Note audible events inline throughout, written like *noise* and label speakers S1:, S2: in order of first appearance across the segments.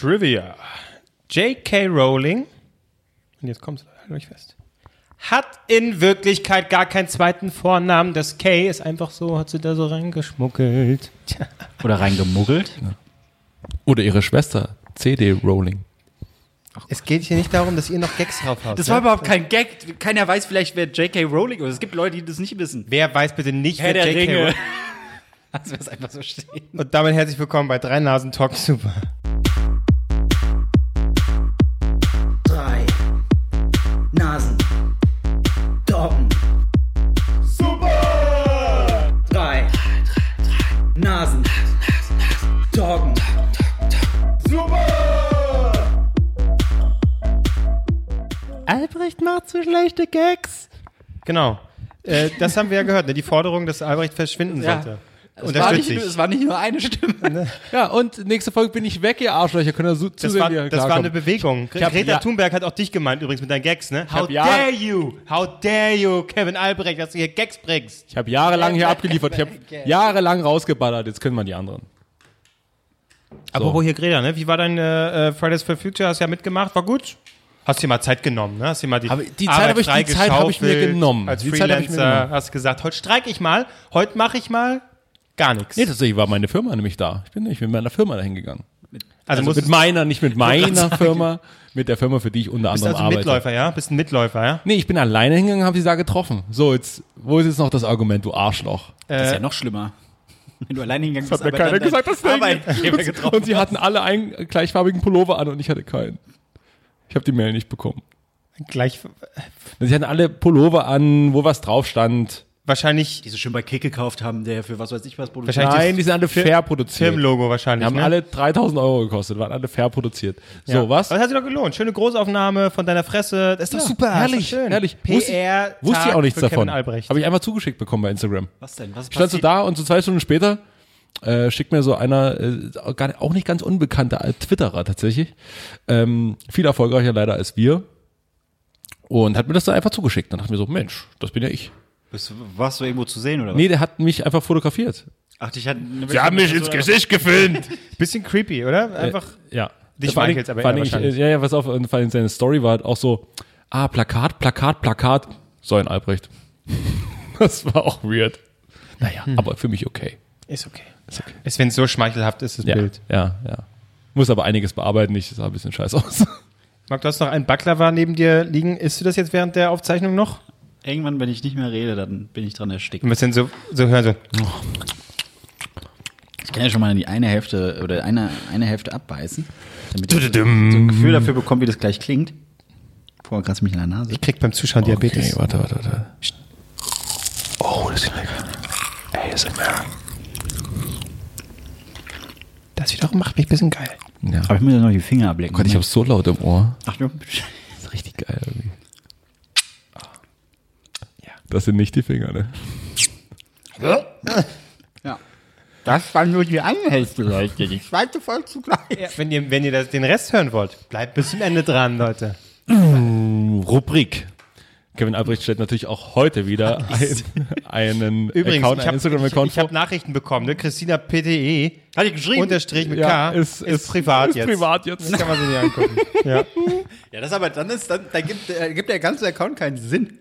S1: Trivia. J.K. Rowling, und jetzt kommt's, halt euch fest, hat in Wirklichkeit gar keinen zweiten Vornamen. Das K ist einfach so, hat sie da so reingeschmuggelt. Tja.
S2: Oder reingemuggelt.
S3: Oder ihre Schwester, CD Rowling.
S1: Es geht hier nicht darum, dass ihr noch Gags drauf habt.
S2: Das
S1: ne?
S2: war überhaupt kein Gag. Keiner weiß vielleicht, wer J.K. Rowling ist. Es gibt Leute, die das nicht wissen.
S1: Wer weiß bitte nicht, wer J.K. Rowling
S2: *laughs* Lass wir es einfach so stehen.
S1: Und damit herzlich willkommen bei Drei Nasen Talk Super.
S4: drei Nasen, Doggen, Super! Drei Nasen, Doggen,
S1: Albrecht macht so schlechte Gags. Genau. Äh, das haben wir ja gehört, ne? die Forderung, dass Albrecht verschwinden
S2: Ja.
S1: sollte.
S2: Es war, nicht,
S1: Unterstütze
S2: nur- es
S1: ich.
S2: war nicht nur eine
S3: *laughs*
S2: Stimme.
S3: Ne? Ja, und nächste Folge bin ich weg, ihr Arschlöcher. Könnt ihr so zu
S1: Das
S3: mir
S1: war,
S3: klarkommen.
S1: das war eine Bewegung. Gre-
S3: hab
S1: Greta
S3: ja-
S1: Thunberg hat auch dich gemeint übrigens mit deinen Gags, ne? How
S3: hab ja-
S1: dare you? How dare you, Kevin Albrecht, dass du hier Gags bringst?
S3: Ich habe
S1: *laughs*
S3: jahrelang hier abgeliefert. Ich habe jahrelang rausgeballert. Jetzt können wir die anderen.
S1: Aber wo hier Greta, ne? Wie war dein äh, äh, Fridays for Future? Hast du ja mitgemacht, war gut. Hast dir mal Zeit genommen, ne? Hast dir mal die,
S3: Hab ich- die
S1: Arbeit
S3: Zeit hab ich- die
S1: freigeschaufelt
S3: Zeit hab ich mir genommen.
S1: Als
S3: Die Zeit hab ich mir
S1: Freelancer
S3: genommen.
S1: hast gesagt, heute streike ich mal, heute mache ich mal gar nichts.
S3: Nee, tatsächlich war meine Firma nämlich da. Ich bin nämlich mit meiner Firma dahin gegangen.
S1: also,
S3: Also
S1: musst,
S3: mit meiner, nicht
S1: *laughs*
S3: mit meiner Firma, mit der Firma, für die ich unter
S1: bist also
S3: anderem
S1: ein
S3: arbeite.
S1: Mitläufer, ja? Bist ein Mitläufer, ja?
S3: Nee, ich bin alleine hingegangen, habe die da getroffen. So, jetzt, wo ist jetzt noch das Argument, du Arschloch?
S2: Das ist ja noch schlimmer. Wenn du allein hingegangen bist,
S3: mir keiner
S2: dann dein
S3: gesagt, dass du
S2: Arbeitgeber
S3: *laughs*
S2: getroffen
S3: Und sie hatten alle einen gleichfarbigen Pullover an und ich hatte keinen. Ich habe die Mail nicht bekommen.
S1: Gleich,
S3: Sie hatten alle Pullover an, wo was drauf stand.
S1: wahrscheinlich
S2: die so schön bei Kick gekauft haben, der für was weiß ich was produziert
S1: Wahrscheinlich
S2: hat.
S3: Nein, die sind alle fair produziert.
S1: Firmenlogo
S3: Die
S1: wahrscheinlich,
S3: haben
S1: ne?
S3: alle 3000 Euro gekostet, waren alle fair produziert. So,
S1: Ja.
S3: was?
S1: Aber Das hat sich doch gelohnt. Schöne Großaufnahme von deiner Fresse. Das ist doch
S3: Ja,
S1: super.
S3: herrlich,
S1: ist doch schön.
S3: herrlich.
S1: PR.
S3: wusste, ich, wusste ich
S1: Tag
S3: auch nichts
S1: für
S3: davon.
S1: Kevin Albrecht.
S3: Habe ich einfach zugeschickt bekommen bei Instagram.
S2: Was denn? Was
S3: Standst du
S2: passiert?
S3: da und so zwei Stunden später äh, schickt mir so einer, äh, gar, auch nicht ganz unbekannter äh, Twitterer tatsächlich, ähm, viel erfolgreicher leider als wir, und hat mir das dann einfach zugeschickt. Dann dachte ich mir so, Mensch, das bin ja ich.
S2: Bist du- Warst du irgendwo zu sehen oder was?
S3: Nee, der hat mich einfach fotografiert.
S2: Ach, ich hatte eine
S3: Gesicht gefilmt.
S1: *laughs* Bisschen creepy, oder?
S3: Äh,
S1: Einfach.
S3: Ja.
S1: Dich
S3: Vor allen
S1: Michaels,
S3: Dingen-
S1: aber
S3: vor allen
S1: eher
S3: Dingen, ich,
S1: wahrscheinlich.
S3: äh, Ja, ja, pass auf, und vor allem seine Story war halt auch so, ah, Plakat, Plakat, Plakat. So ein Albrecht. *laughs* Das war auch weird. Naja, aber für mich okay.
S1: Ist okay. Ist, wenn es so schmeichelhaft ist, das
S3: Ja,
S1: Bild.
S3: ja, ja. Muss aber einiges bearbeiten, ich sah ein bisschen scheiße *laughs* aus.
S1: Marc, du hast noch einen Baklava neben dir liegen. Isst du das jetzt während der Aufzeichnung noch?
S2: Irgendwann, wenn ich nicht mehr rede, dann bin ich dran erstickt.
S1: Ein bisschen so, so hören, so.
S2: Ich kann ja schon mal die eine Hälfte oder eine, eine Hälfte abbeißen, damit ich so ein Gefühl dafür bekomme, wie das gleich klingt. Boah, kratzt mich in der Nase.
S1: Ich krieg beim Zuschauen Diabetes.
S3: warte, warte, warte. Oh, das ist lecker.
S1: Das wiederum macht mich ein bisschen geil.
S3: Ja.
S2: Aber ich muss ja noch die Finger ablecken.
S3: Gott, ich hab's so laut im Ohr.
S2: Ach, nur-
S3: Das ist richtig geil irgendwie. Ah. Das sind nicht die Finger, ne?
S2: ja. Das war nur die eine Hälfte, Leute. Die zweite voll zugleich.
S1: Wenn ihr, wenn ihr das, den Rest hören wollt, bleibt bis zum Ende dran, Leute.
S3: Rubrik. Kevin Albrecht stellt natürlich auch heute wieder ein, einen
S1: Übrigens,
S3: Account,
S1: ich
S3: einen Instagram-Account
S1: habe hab Nachrichten bekommen, ne? Christina PTE,
S2: Hat ich geschrieben?
S1: unterstrich mit K,
S3: Ja,
S1: ist, privat
S3: ist
S1: jetzt.
S3: privat
S1: *laughs*
S3: jetzt.
S1: Das kann man sich nicht angucken. ja.
S2: ja, das aber, dann ist, dann, dann gibt, äh, gibt der ganze Account keinen Sinn.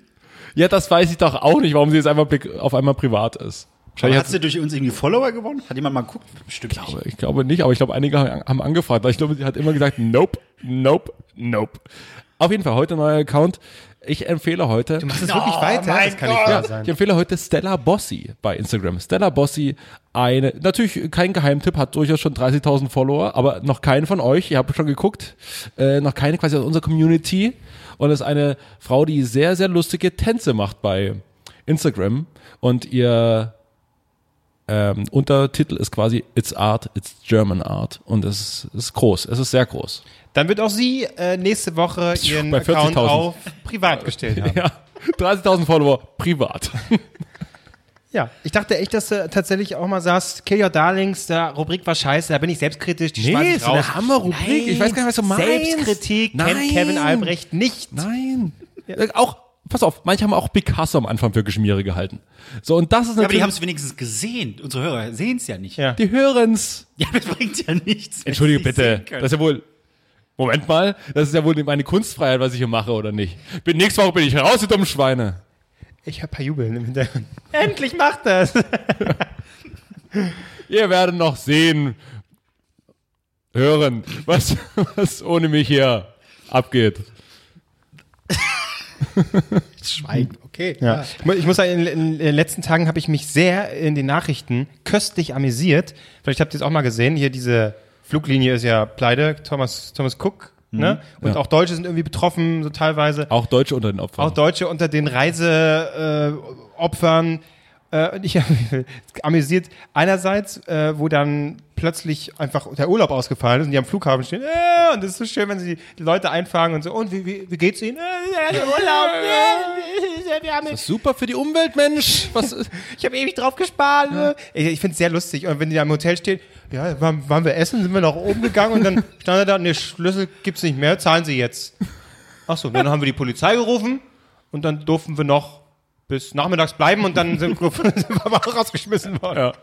S3: Ja, das weiß ich doch auch nicht, warum sie jetzt einfach blick- auf einmal privat ist.
S2: Aber
S3: Wahrscheinlich
S2: hat
S3: hat's,
S2: sie durch uns irgendwie Follower gewonnen? Hat jemand mal geguckt? Bestimmt nicht.
S3: ich glaube nicht, aber ich glaube, einige haben haben angefragt. weil Ich glaube, sie hat immer gesagt, nope, nope, nope. Auf jeden Fall, heute neuer Account. Ich empfehle heute.
S1: Machst du es wirklich weiter? Das kann nicht
S3: Ja,
S1: wahr sein.
S3: ich empfehle heute Stella Bossi bei Instagram. Stella Bossi, eine, natürlich kein Geheimtipp, hat durchaus schon 30.000 Follower, aber noch keine von euch, ihr habt schon geguckt, äh, noch keine quasi aus unserer Community und ist eine Frau, die sehr, sehr lustige Tänze macht bei Instagram und ihr ähm, Untertitel ist quasi It's Art, It's German Art und es ist, ist groß, es ist sehr groß.
S1: Dann wird auch sie äh, nächste Woche ihren
S3: bei
S1: Account
S3: 40.000.
S1: auf privat gestellt haben.
S3: Ja, 30.000 Follower, privat.
S1: Ja, ich dachte echt, dass du tatsächlich auch mal sagst, Kill Your Darlings, da Rubrik war scheiße, da bin ich selbstkritisch, die schmeiß ich raus.
S3: Hammerrubrik,
S1: Nein, Selbstkritik kennt Kevin Albrecht nicht.
S3: Nein. Äh, Auch pass auf, manche haben auch Big Hass am Anfang für Geschmiere gehalten. So, und das ist
S2: Ja, aber die
S3: natürlich,
S2: haben es wenigstens gesehen. Unsere Hörer sehen es ja nicht.
S1: Ja.
S3: die hören's.
S2: ja, das bringt ja nichts. wenn
S3: Entschuldige
S2: sie es
S3: bitte,
S2: sehen können.
S3: das ist ja wohl. Moment mal, das ist ja wohl meine Kunstfreiheit, was ich hier mache, oder nicht? Bin, nächste Woche bin ich raus, ihr dummen Schweine.
S1: Ich hab paar Jubeln im Hintergrund. Endlich macht das!
S3: Ihr werdet noch sehen, hören, was, *laughs* was ohne mich hier abgeht.
S2: Schweigen, okay.
S1: Mhm. Ja. Ich, mu- ich muss sagen, in, in den letzten Tagen habe ich mich sehr in den Nachrichten köstlich amüsiert. Vielleicht habt ihr es auch mal gesehen. Hier diese Fluglinie ist ja pleite. Thomas, Thomas Cook. Ne? Und
S3: Ja.
S1: auch Deutsche sind irgendwie betroffen, so teilweise.
S3: Auch Deutsche unter den Opfern.
S1: Auch Deutsche unter den Reiseopfern. Äh, Opfern. äh, und ich *laughs* habe mich amüsiert. Einerseits, äh, wo dann plötzlich einfach der Urlaub ausgefallen ist und die am Flughafen stehen. Äh, und es ist so schön, wenn sie die Leute einfangen und so. Und wie, wie, wie geht's ihnen? Äh, der Urlaub. Äh, *laughs* wir haben
S3: Super für die Umwelt, Mensch. Was,
S1: ich habe ewig drauf gespart. ne? Ich, ich finde es sehr lustig. Und wenn die da im Hotel stehen, ja, waren, waren wir essen, sind wir nach oben gegangen und *laughs* dann stand er da, ne, Schlüssel gibt's nicht mehr, zahlen sie jetzt. Achso, dann haben wir die Polizei gerufen und dann durften wir noch bis nachmittags bleiben und dann sind, wir- *laughs* sind wir aber auch rausgeschmissen worden.
S3: ja.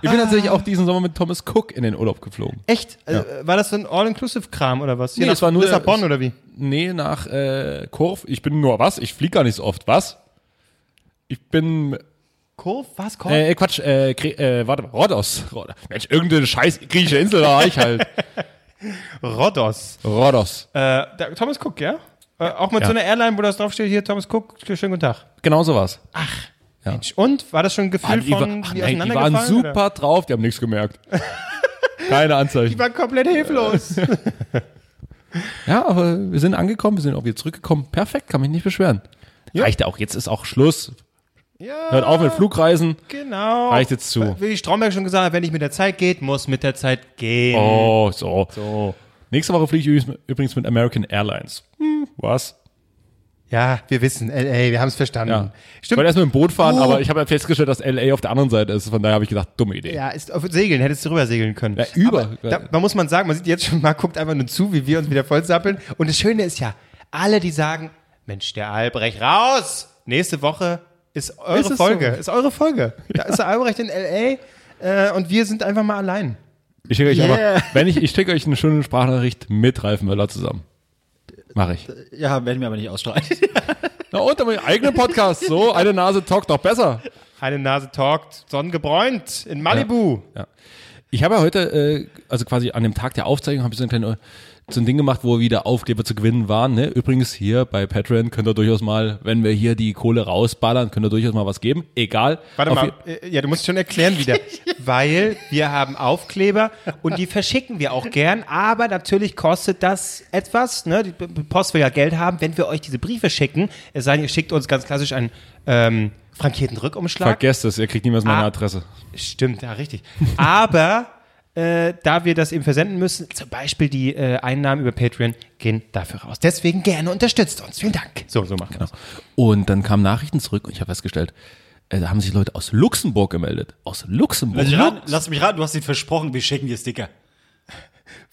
S3: Ich
S2: Ah.
S3: bin tatsächlich auch diesen Sommer mit Thomas Cook in den Urlaub geflogen.
S1: Echt? Äh, war das so ein All-Inclusive-Kram oder was? Hier
S3: Nee,
S1: nach
S3: es war nur-
S1: Lissabon
S3: es-
S1: oder wie?
S3: Nee, nach äh, Kurf. Ich bin nur was? Ich fliege gar nicht so oft. Was? Ich bin
S1: Kurve? Was? Kurve?
S3: Äh, Quatsch, äh, Gre- äh, warte mal, Rhodos. Rhodos. Mensch, irgendeine scheiß griechische Insel war ich
S1: *laughs*
S3: halt.
S1: Rhodos.
S3: Rhodos.
S1: Äh, da, Thomas Cook, ja? Äh, auch mit so einer Airline, wo das draufsteht, hier, Thomas Cook, schönen guten Tag.
S3: Genau so war's.
S1: Und? War das schon ein Gefühl
S3: Ah, die, war,
S1: von,
S3: ach,
S1: die
S3: nein, die
S1: auseinandergefallen,
S3: waren super
S1: oder?
S3: drauf, die haben
S1: *laughs*
S3: nichts gemerkt. Keine Anzeichen.
S1: Die waren komplett hilflos.
S3: Ja, aber wir sind angekommen, wir sind auch wieder zurückgekommen. Perfekt, kann mich nicht beschweren. Reicht ja auch, jetzt ist auch Schluss.
S1: ja,
S3: Hört auf mit Flugreisen.
S1: *laughs* Genau.
S3: Reicht jetzt zu.
S1: Wie Stromberg schon gesagt hat, wenn nicht mit der Zeit geht, muss mit der Zeit gehen.
S3: Oh, so. Nächste Woche fliege ich übrigens- übrigens mit American Airlines. Hm, was?
S1: Ja, wir wissen. Ey, wir haben es verstanden.
S3: Ja. Ich wollte
S1: Stimmt.
S3: erst mit dem Boot fahren,
S1: Oh.
S3: aber ich habe ja festgestellt, dass LA auf der anderen Seite ist. Von daher habe ich gedacht, dumme Idee.
S1: Ja, ist auf Segeln, hättest du rüber segeln können.
S3: Ja, über.
S1: Da, da muss man sagen, man sieht jetzt schon mal, guckt einfach nur zu, wie wir uns wieder vollsappeln. Und das Schöne ist ja, alle, die sagen, Mensch, der Albrecht, raus! Nächste Woche ist eure
S3: Ist es
S1: Folge.
S3: so?
S1: Ist eure Folge. Da ist der Albrecht in L.A. Äh, und wir sind einfach mal allein.
S3: Ich schicke euch
S2: Yeah.
S3: einfach, wenn ich, ich schicke euch eine schöne Sprachnachricht mit Ralf Möller zusammen. Mache ich.
S2: Ja, werden wir aber nicht ausstrahlen.
S3: Na und dann meinen eigenen Podcast. So, eine Nase talkt doch besser.
S1: Eine Nase talkt, sonnengebräunt in Malibu.
S3: Ich habe ja heute, äh, also quasi an dem Tag der Aufzeichnung, habe ich so ein, kleines, so ein Ding gemacht, wo wieder Aufkleber zu gewinnen waren. Ne? Übrigens hier bei Patreon könnt ihr durchaus mal, wenn wir hier die Kohle rausballern, könnt ihr durchaus mal was geben. Egal.
S1: Warte
S3: Auf
S1: mal,
S3: je-
S1: äh, ja, du musst schon erklären wieder. Weil wir haben Aufkleber und die verschicken wir auch gern, aber natürlich kostet das etwas. Ne? Die P- P- Post will ja Geld haben, wenn wir euch diese Briefe schicken. Es sei denn, ihr schickt uns ganz klassisch einen ähm, frankierten Rückumschlag.
S3: Vergesst es, ihr kriegt niemals meine
S1: Ah.
S3: Adresse.
S1: Stimmt, ja, richtig. Aber äh, da wir das eben versenden müssen, zum Beispiel die äh, Einnahmen über Patreon gehen dafür raus. Deswegen gerne unterstützt uns. Vielen Dank. So, so machen wir
S3: Und dann kamen Nachrichten zurück und ich habe festgestellt, äh, da haben sich Leute aus Luxemburg gemeldet. Aus Luxemburg.
S2: Lass mich raten, lass mich raten, du hast ihn versprochen, wir schicken dir Sticker.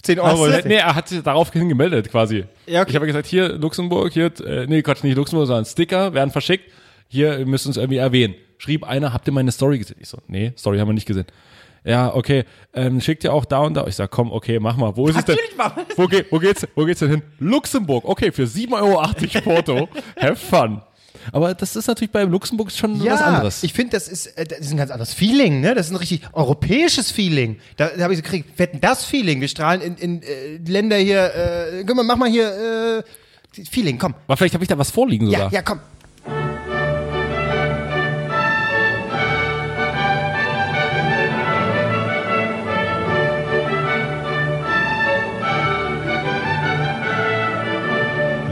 S1: 10
S3: Euro.
S1: Euro.
S3: Nee, er hat sich daraufhin gemeldet quasi.
S2: Ja, okay.
S3: Ich habe gesagt, hier Luxemburg, hier, äh, nee, Quatsch, nicht Luxemburg, sondern Sticker werden verschickt. Hier, ihr müsst uns irgendwie erwähnen. Schrieb einer, habt ihr meine Story gesehen? Ich so, nee, Story haben wir nicht gesehen. Ja, okay, ähm, schickt ihr auch da und da. Ich sag, komm, okay, mach mal. Wo ist es denn?
S2: Natürlich machen wir das.
S3: Wo, geht, wo, geht's, wo geht's denn hin? Luxemburg, okay, für 7,80 Euro
S2: *laughs*
S3: Porto. Have fun. Aber das ist natürlich bei Luxemburg schon was anderes.
S1: Ich finde, das ist, äh, das ist ein ganz anderes Feeling, ne? Das ist ein richtig europäisches Feeling. Da, da habe ich so gekriegt, wetten das Feeling. Wir strahlen in, in äh, Länder hier, äh, guck mal, mach mal hier äh, die- Feeling, komm.
S3: Aber vielleicht habe ich da was vorliegen
S1: Ja,
S3: sogar.
S1: ja, komm.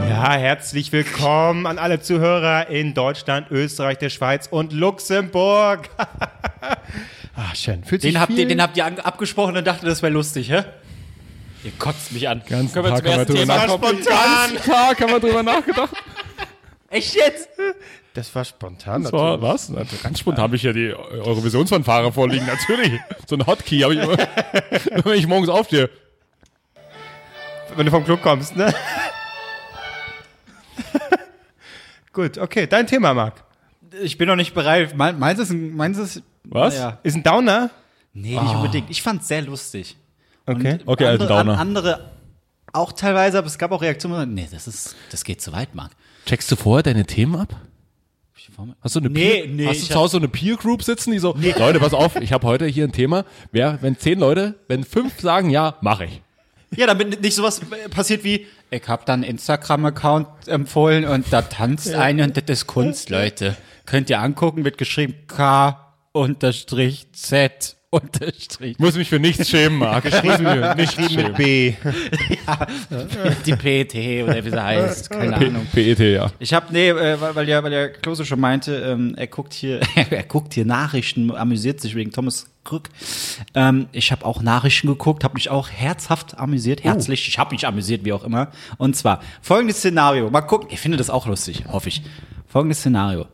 S1: Ja, herzlich willkommen an alle Zuhörer in Deutschland, Österreich, der Schweiz und Luxemburg. *laughs* Ah, schön. Fühlt sich
S2: Den habt,
S1: viel-
S2: ihr, den habt ihr an- abgesprochen und dachtet, das wäre lustig, hä? Ihr kotzt mich an.
S3: Ganzen
S2: Können wir
S3: Tag
S2: zum
S3: haben wir
S2: ersten
S3: drüber
S2: Thema
S1: Das war
S2: kommen?
S1: spontan.
S3: Klar, kann man drüber *laughs* nachgedacht.
S2: Echt jetzt?
S1: Das war spontan.
S3: Das war was? Na, Ganz spontan habe ich ja die Eurovisionsfanfare vorliegen, natürlich. So ein Hotkey habe ich immer, *laughs* wenn ich morgens aufstehe.
S1: *laughs* wenn du vom Klo kommst, ne? Gut, okay, dein Thema, Marc.
S2: Ich bin noch nicht bereit. Mein- Meins ist, ein- meins ist
S3: Was?
S2: Naja. Ah.
S1: Ist ein Downer?
S2: Nee, nicht unbedingt. Ich fand's sehr lustig.
S1: Okay.
S2: Und
S3: Okay, also
S2: andere,
S3: Downer.
S2: an- andere auch teilweise, aber es gab auch Reaktionen, die sagen, nee, das ist, das geht zu weit, Marc.
S3: Checkst du vorher deine Themen ab? Hast du eine
S2: Nee,
S3: Peer,
S2: nee,
S3: hast du
S2: ich
S3: zu
S2: hab-
S3: Hause so eine Peer Group sitzen, die so, Leute, pass auf, ich habe heute hier ein Thema. Wer, wenn zehn Leute, wenn fünf sagen ja, mache ich.
S2: Ja, damit nicht sowas äh, passiert wie, ich hab dann Instagram-Account empfohlen und da tanzt eine und das ist Kunst, Leute. Könnt ihr angucken, wird geschrieben K unterstrich Z *laughs* unterstrich.
S3: Muss mich für nichts schämen, Marc. Muss mich für nichts schämen.
S1: B.
S2: Die PT E oder wie sie heißt, keine Ahnung.
S3: PET, E ja.
S2: Ich habe nee, äh, weil weil ja, weil ja Klose schon meinte, ähm, er guckt hier, *laughs* er guckt hier Nachrichten, amüsiert sich wegen Thomas Krück. Ähm, ich habe auch Nachrichten geguckt, habe mich auch herzhaft amüsiert, herzlich. Ich habe mich amüsiert, wie auch immer. Und zwar folgendes Szenario. Mal gucken, ich finde das auch lustig, hoffe ich. Folgendes Szenario: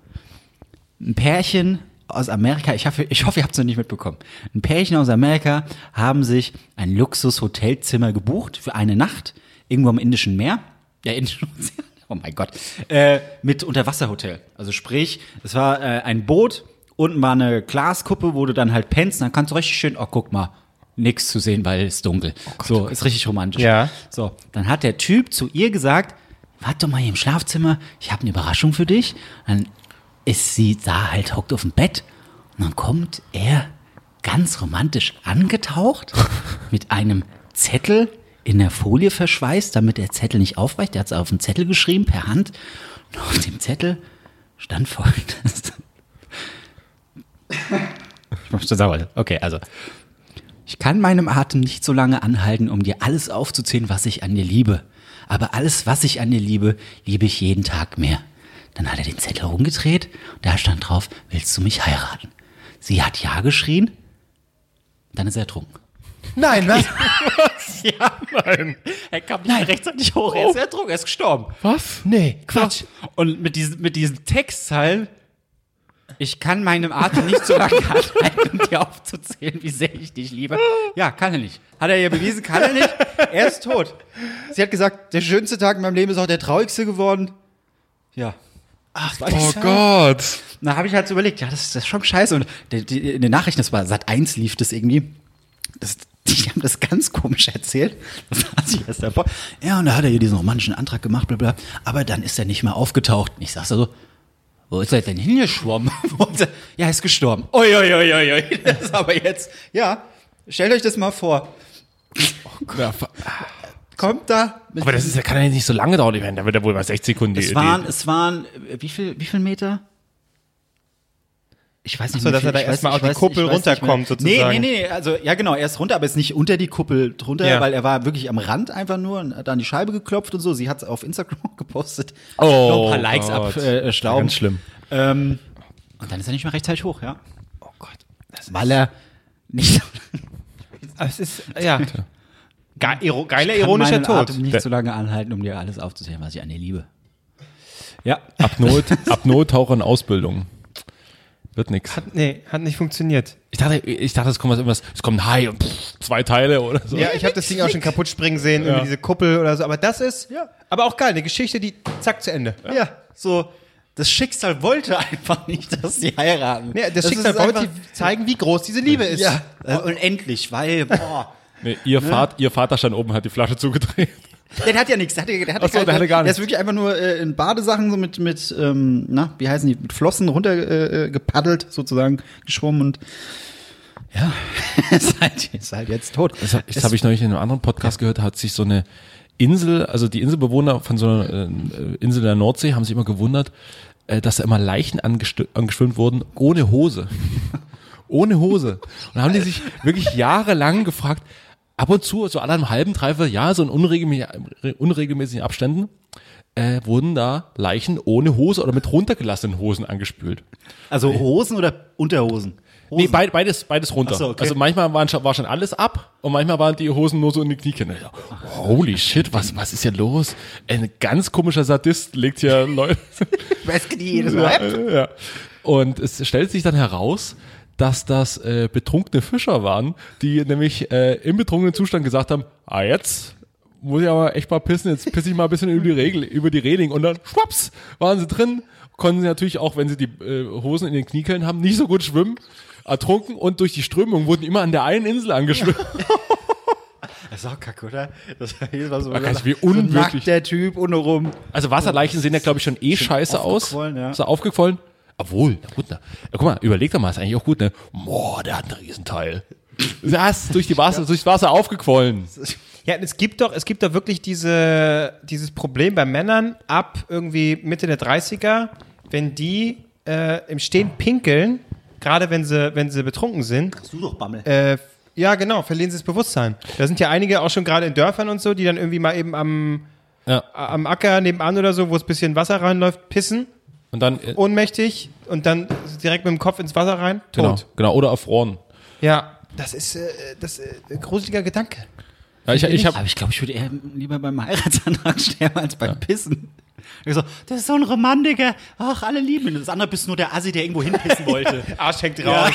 S2: Ein Pärchen aus Amerika, ich hoffe, ich hoffe, ihr habt es noch nicht mitbekommen. Ein Pärchen aus Amerika haben sich ein Luxus-Hotelzimmer gebucht für eine Nacht irgendwo am Indischen Meer. Ja, Indischen Ozean. *laughs* Oh mein Gott. Äh, mit Unterwasserhotel. Also sprich, es war äh, ein Boot, unten war eine Glaskuppe, wo du dann halt pennst, dann kannst du richtig schön, oh guck mal, nichts zu sehen, weil es dunkel. so, ist richtig romantisch.
S1: Ja.
S2: So, dann hat der Typ zu ihr gesagt, warte doch mal hier im Schlafzimmer, ich habe eine Überraschung für dich. Dann ist sie da halt, hockt auf dem Bett und dann kommt er ganz romantisch angetaucht mit einem Zettel in der Folie verschweißt, damit der Zettel nicht aufweicht. Der hat es auf den Zettel geschrieben per Hand. Und auf dem Zettel stand folgendes. Ich mach schon sauer. Okay, also. Ich kann meinem Atem nicht so lange anhalten, um dir alles aufzuzählen, was ich an dir liebe. Aber alles, was ich an dir liebe, liebe ich jeden Tag mehr. Dann hat er den Zettel rumgedreht und da stand drauf, willst du mich heiraten? Sie hat ja geschrien, dann ist er ertrunken.
S1: Nein, was?
S2: Ja, nein. Oh. Er kam nicht rechtzeitig hoch, er ist ertrunken, er ist gestorben.
S3: Was?
S1: Nee,
S2: Quatsch. Und mit diesen, mit diesen Textzeilen. Ich kann meinem Atem nicht so *laughs* lange anhalten, um dir aufzuzählen, wie sehr ich dich liebe. Ja, kann er nicht. Hat er ja bewiesen, kann er nicht. Er ist tot. Sie hat gesagt, der schönste Tag in meinem Leben ist auch der traurigste geworden. Ja. Ach,
S3: Oh Gott.
S2: da habe ich halt so überlegt, ja, das ist, das ist schon scheiße. Und die, die, in den Nachrichten, das war Sat 1 lief das irgendwie. Das, die *laughs* haben das ganz komisch erzählt. Das saß ich erst davor. Ja, und da hat er hier diesen romantischen Antrag gemacht, bla bla. Aber dann ist er nicht mehr aufgetaucht. Und ich sag's da so, wo ist er denn hingeschwommen? *laughs* Wo ist er? Ja, er ist gestorben. Uiuiuiui, das ist aber jetzt. Ja, stellt euch das mal vor.
S3: Ja, fa-
S2: Kommt da. mit-
S3: aber das ist, ja- kann ja nicht so lange dauern. Ich meine, da wird ja wohl mal 60 Sekunden die
S2: es waren, es waren, äh, wie viel, wie viel Meter? Ich weiß nicht,
S1: so,
S2: wie
S1: dass
S2: viel,
S1: er da
S2: ich
S1: erst
S2: weiß-
S1: mal
S2: ich
S1: auf die
S2: weiß-
S1: Kuppel
S2: ich weiß nicht mehr.
S1: runterkommt, sozusagen.
S2: Nee, nee, nee, also ja genau, er ist runter, aber ist nicht unter die Kuppel drunter,
S1: Ja.
S2: weil er war wirklich am Rand einfach nur und hat an die Scheibe geklopft und so. Sie hat es auf Instagram *laughs* gepostet.
S3: Oh
S2: Noch ein paar Likes ab,
S3: Gott.
S2: äh, Schlauben.
S3: Ganz schlimm.
S2: Ähm, und dann ist er nicht mehr rechtzeitig hoch, ja. Oh Gott. Weil er nicht
S1: Es ist, ja. Ge iro geiler, *laughs*
S2: kann
S1: ironischer
S2: meinen
S1: Tod.
S2: Atem nicht so lange anhalten, um dir alles aufzuzählen, was ich an dir liebe.
S3: Ja. Ab Not, ab Not Taucher in Ausbildung. Wird nix.
S1: Hat, nee, hat nicht funktioniert.
S3: Ich dachte, ich dachte, es kommt was irgendwas, es kommt ein Hai und pff, zwei Teile oder so.
S1: Ja, ich habe das Ding auch schon kaputt springen sehen, irgendwie diese Kuppel oder so. Aber das ist,
S2: Ja.
S1: aber auch geil, eine Geschichte, die zack zu Ende.
S2: Ja, so. Das Schicksal wollte *laughs* einfach nicht, dass sie heiraten.
S1: Nee, das,
S2: ist
S1: Schicksal
S2: einfach-
S1: wollte zeigen, wie groß diese Liebe ist.
S2: Ja, äh, und endlich, weil, boah.
S3: Nee, ihr,
S1: Ne?
S3: Vater, ihr Vater stand oben, hat die Flasche zugedreht.
S2: der hat ja nichts. Der hat, ja- der hat,
S3: Ach so, der hatte gar
S2: Der ist
S3: nichts.
S2: wirklich einfach nur äh, in Badesachen so mit, mit ähm, na, wie heißen die, mit Flossen runtergepaddelt, äh, gepaddelt, sozusagen, geschwommen und ja, *laughs* ist halt, ist halt jetzt tot.
S3: Das, hab- das habe ich neulich in einem anderen Podcast gehört, hat sich so eine Insel, also die Inselbewohner von so einer äh, Insel in der Nordsee haben sich immer gewundert, äh, dass da immer Leichen angestö- angeschwimmt wurden ohne Hose. *laughs* ohne Hose. Und dann haben die sich wirklich jahrelang gefragt, ab und zu, so alle einem halben, dreiviertel Jahr, so in unregelmä- unregelmäßigen Abständen, äh, wurden da Leichen ohne Hose oder mit runtergelassenen Hosen angespült.
S2: Also Hosen oder Unterhosen? Hosen.
S3: Nee, beid, beides, beides runter.
S2: Ach so, okay.
S3: Also manchmal waren schon, war schon alles ab und manchmal waren die Hosen nur so in die Kniekehne. Ja, Holy shit, was, was ist hier los? Ein ganz komischer Sadist legt hier *laughs* Leute.
S2: Weiß Knie jedes Mal.
S3: ja. Und es stellt sich dann heraus, dass das äh, betrunkene Fischer waren, die nämlich äh, im betrunkenen Zustand gesagt haben, ah jetzt muss ich aber echt mal pissen, jetzt pisse ich mal ein bisschen über die Regel, über die Reling und dann schwapps, waren sie drin, konnten sie natürlich auch, wenn sie die äh, Hosen in den Kniekehlen haben, nicht so gut schwimmen, ertrunken und durch die Strömung wurden immer an der einen Insel angeschwimmt.
S2: Das ist auch kacke, oder? Das war jedes Mal so,
S3: weiß, wie
S2: so
S3: unwirklich.
S2: nackt der Typ ohne rum.
S3: Also Wasserleichen sehen ja, glaube ich, schon eh scheiße aus.
S2: aufgequollen, ja.
S3: Ist er aufgequollen? Obwohl, na gut, na. Ja, guck mal, überleg doch mal, ist eigentlich auch gut, ne? Boah, der hat einen Riesenteil. Das durch die Wasser, durchs Wasser aufgequollen.
S1: Ja, es gibt doch, es gibt doch wirklich diese, dieses Problem bei Männern ab irgendwie Mitte der 30er, wenn die äh, im Stehen pinkeln, gerade wenn sie, wenn sie betrunken sind.
S2: Du doch Bammel.
S1: Äh, ja, genau, verlieren sie das Bewusstsein. Da sind ja einige auch schon gerade in Dörfern und so, die dann irgendwie mal eben am,
S3: Ja.
S1: am Acker nebenan oder so, wo es ein bisschen Wasser reinläuft, pissen,
S3: Und dann äh,
S1: ohnmächtig und dann direkt mit dem Kopf ins Wasser rein, tot.
S3: genau, genau, oder erfroren.
S1: Ja, das ist äh, das äh, ein gruseliger Gedanke.
S3: Ja, ich, ich
S2: aber
S3: habe
S2: ich glaube, ich würde eher Ähm, lieber beim Heiratsantrag *laughs* sterben als beim Pissen. Ich so, das ist so ein Romantiker. Ach, alle lieben ihn. Das andere bist nur der Assi, der irgendwo hinpissen *laughs* wollte.
S1: Arsch hängt
S2: Ja.
S1: raus.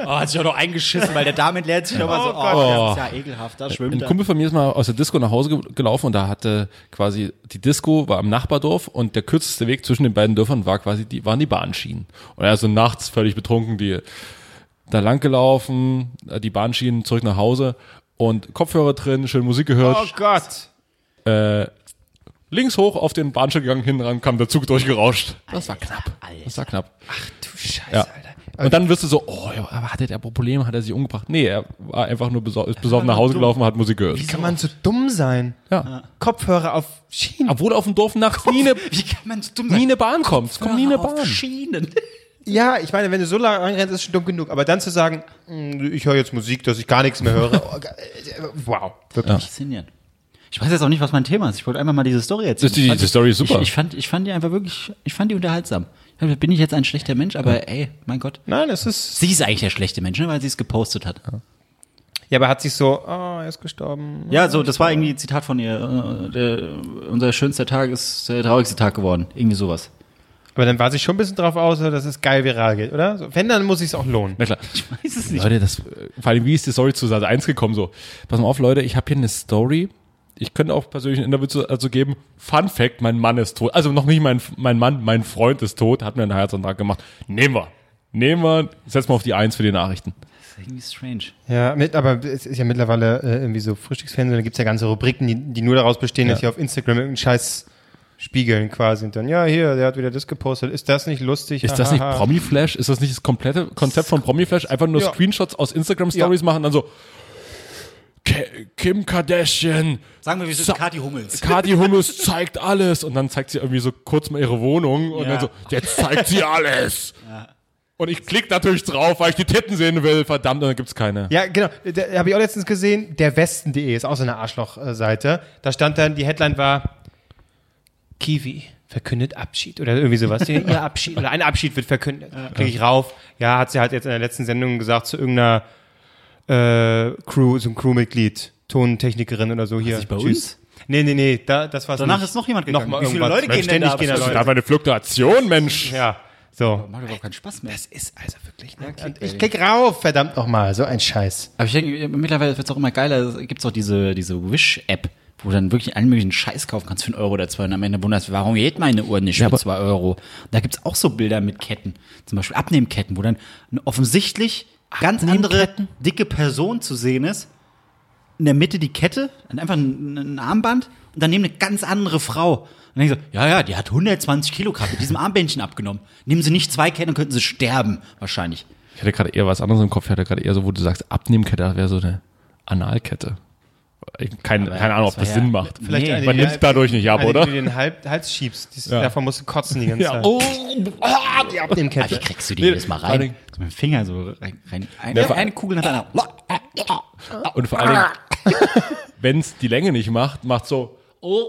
S2: oh, hat sich auch noch eingeschissen, weil der Dame lernt sich aber so, oh,
S1: Gott.
S2: das ist ja ekelhaft, da
S3: ein
S2: schwimmt er.
S3: Kumpel von mir ist mal aus der Disco nach Hause ge- gelaufen und da hatte quasi die Disco war im Nachbardorf und der kürzeste Weg zwischen den beiden Dörfern war quasi die waren die Bahnschienen. Und er ist so nachts völlig betrunken die da lang gelaufen, äh, die Bahnschienen zurück nach Hause und Kopfhörer drin, schön Musik gehört,
S1: Oh Gott.
S3: links hoch auf den Bahnsteig gegangen, hinten ran kam der Zug durchgerauscht. Das war knapp. Das war knapp.
S1: Du Scheiße,
S3: Ja.
S1: Alter.
S3: Und dann wirst du so, oh, ja, aber hatte der Probleme, hat er sich umgebracht? Nee, er war einfach nur besor ist besoffen nach Hause gelaufen, hat Musik gehört.
S1: Wie kann man so dumm sein?
S3: Ja.
S1: Kopfhörer auf Schienen.
S3: Obwohl auf dem Dorf nachts nie eine,
S2: *laughs* Wie kann man so dumm
S3: nie eine Bahn kommt. Es kommt nie eine
S2: Auf
S3: Bahn.
S2: Schienen.
S1: Ja, ich meine, wenn du so lange reinrennst, ist schon dumm genug. Aber dann zu sagen, "Mm, ich höre jetzt Musik, dass ich gar nichts mehr höre. *laughs* Oh, ge- äh, wow. Wirklich.
S2: *laughs* Faszinierend. Ich weiß jetzt auch nicht, was mein Thema ist. Ich wollte einfach mal diese Story erzählen.
S3: Das- die-
S2: Ich fand-
S3: die Story ist super.
S2: Ich, ich, fand, ich fand die einfach wirklich, ich fand die unterhaltsam. Bin ich jetzt ein schlechter Mensch, aber ey, mein Gott.
S1: Nein, es ist.
S2: Sie ist eigentlich der schlechte Mensch, ne, weil sie es gepostet hat.
S1: Ja, aber hat sich so, oh, er ist gestorben.
S2: Ja, so, das war irgendwie ein Zitat von ihr. äh, Der, unser schönster Tag ist der traurigste Tag geworden. Irgendwie sowas.
S1: Aber dann war sie schon ein bisschen drauf aus, dass es geil viral geht, oder? So, wenn, dann muss ich es auch lohnen.
S3: Na klar.
S2: Weiß es
S3: Leute, das, äh, vor allem, wie ist die Story zu Seite 1 gekommen? So, pass mal auf, Leute, ich habe hier eine Story. Ich könnte auch persönlich ein Interview zu- dazu geben. Fun Fact, mein Mann ist tot. Also noch nicht mein, mein Mann, mein Freund ist tot, hat mir einen Heiratsantrag gemacht. Nehmen wir. Nehmen wir, setzen wir auf die 1 für die Nachrichten.
S2: Irgendwie strange.
S1: Ja, mit, aber es ist ja mittlerweile äh, irgendwie so Frühstücksfernsehen, da gibt's ja ganze Rubriken, die, die nur daraus bestehen, dass sie auf Instagram irgendeinen Scheiß spiegeln quasi. Und dann, ja, hier, der hat wieder das gepostet. Ist das nicht lustig? *laughs*
S3: Ist das nicht
S1: Hahaha.
S3: Promi-Flash? Ist das nicht das komplette Konzept von Promi-Flash? Einfach nur
S1: Ja.
S3: Screenshots aus Instagram-Stories machen, dann so Ke- Kim Kardashian,
S2: Sagen wir, wir sind
S3: So-
S2: Kati Hummels.
S3: Kati Hummels zeigt alles und dann zeigt sie irgendwie so kurz mal ihre Wohnung und
S2: Ja.
S3: dann so, jetzt zeigt sie alles. Und ich klicke natürlich drauf, weil ich die Titten sehen will, verdammt, und dann gibt's keine.
S1: Ja, genau. Da habe ich auch letztens gesehen, der Westen.de ist auch so eine Arschloch-Seite. Da stand dann, die Headline war Kiwi verkündet Abschied oder irgendwie sowas. Ihr ihr Abschied oder ein Abschied wird verkündet. Klicke ich rauf. Ja, hat sie halt jetzt in der letzten Sendung gesagt zu irgendeiner äh, Crew, so ein Crewmitglied, Tontechnikerin oder so hier.
S2: nicht bei uns?
S1: Nee, nee, nee, da, das war's
S2: Danach
S1: nicht.
S2: ist noch jemand gegangen.
S1: Nochmal
S2: Wie viele
S1: irgendwas.
S2: Leute gehen denn
S1: Ständig
S2: da?
S1: gehen da
S2: Was ist
S3: Das ist
S1: Leute.
S3: einfach eine Fluktuation, Mensch.
S1: Ja, so.
S2: Macht überhaupt keinen Spaß mehr.
S1: ist also wirklich... Ne? Und ich klick rauf, verdammt nochmal, so ein Scheiß.
S2: Aber ich denke, mittlerweile wird es auch immer geiler. Es gibt auch diese, diese Wish-App, wo du dann wirklich allen möglichen Scheiß kaufen kannst für einen Euro oder zwei. Und am Ende wunderst du, warum geht meine Uhr nicht für zwei Euro? Da gibt es auch so Bilder mit Ketten. Zum Beispiel Abnehmketten, wo dann eine offensichtlich ganz andere dicke Person zu sehen ist. In der Mitte die Kette, dann einfach ein, ein Armband und daneben eine ganz andere Frau. Und dann denke ich so, ja, ja, die hat 120 Kilo gerade mit diesem Armbändchen abgenommen. Nehmen sie nicht zwei Ketten, dann könnten sie sterben, wahrscheinlich.
S3: Ich hatte gerade eher was anderes im Kopf. Ich hatte gerade eher so, wo du sagst, Abnehmkette, das wäre so eine Analkette. Ich- Keine, keine Ahnung,
S2: das
S3: ob das
S2: war ja-
S3: Sinn macht.
S1: Vielleicht
S2: Nee.
S1: eine,
S3: Man
S1: die
S3: nimmt
S1: halb-
S3: dadurch nicht ab,
S1: eine,
S3: oder?
S1: Die du den halb, Hals schiebst. Dies,
S3: Ja.
S1: Davon musst du kotzen die ganze Zeit.
S3: Oh,
S1: die Abnehmkette.
S2: Ah, Wie kriegst du die
S3: Nee,
S2: jedes Mal
S3: vor
S2: rein?
S3: allem-
S2: So mit dem Finger so rein. rein. Ein,
S3: Ja, vor-
S2: eine Kugel nach einer.
S3: Ah. Und vor allem,
S2: Ah.
S3: wenn es die Länge nicht macht, macht so, oh,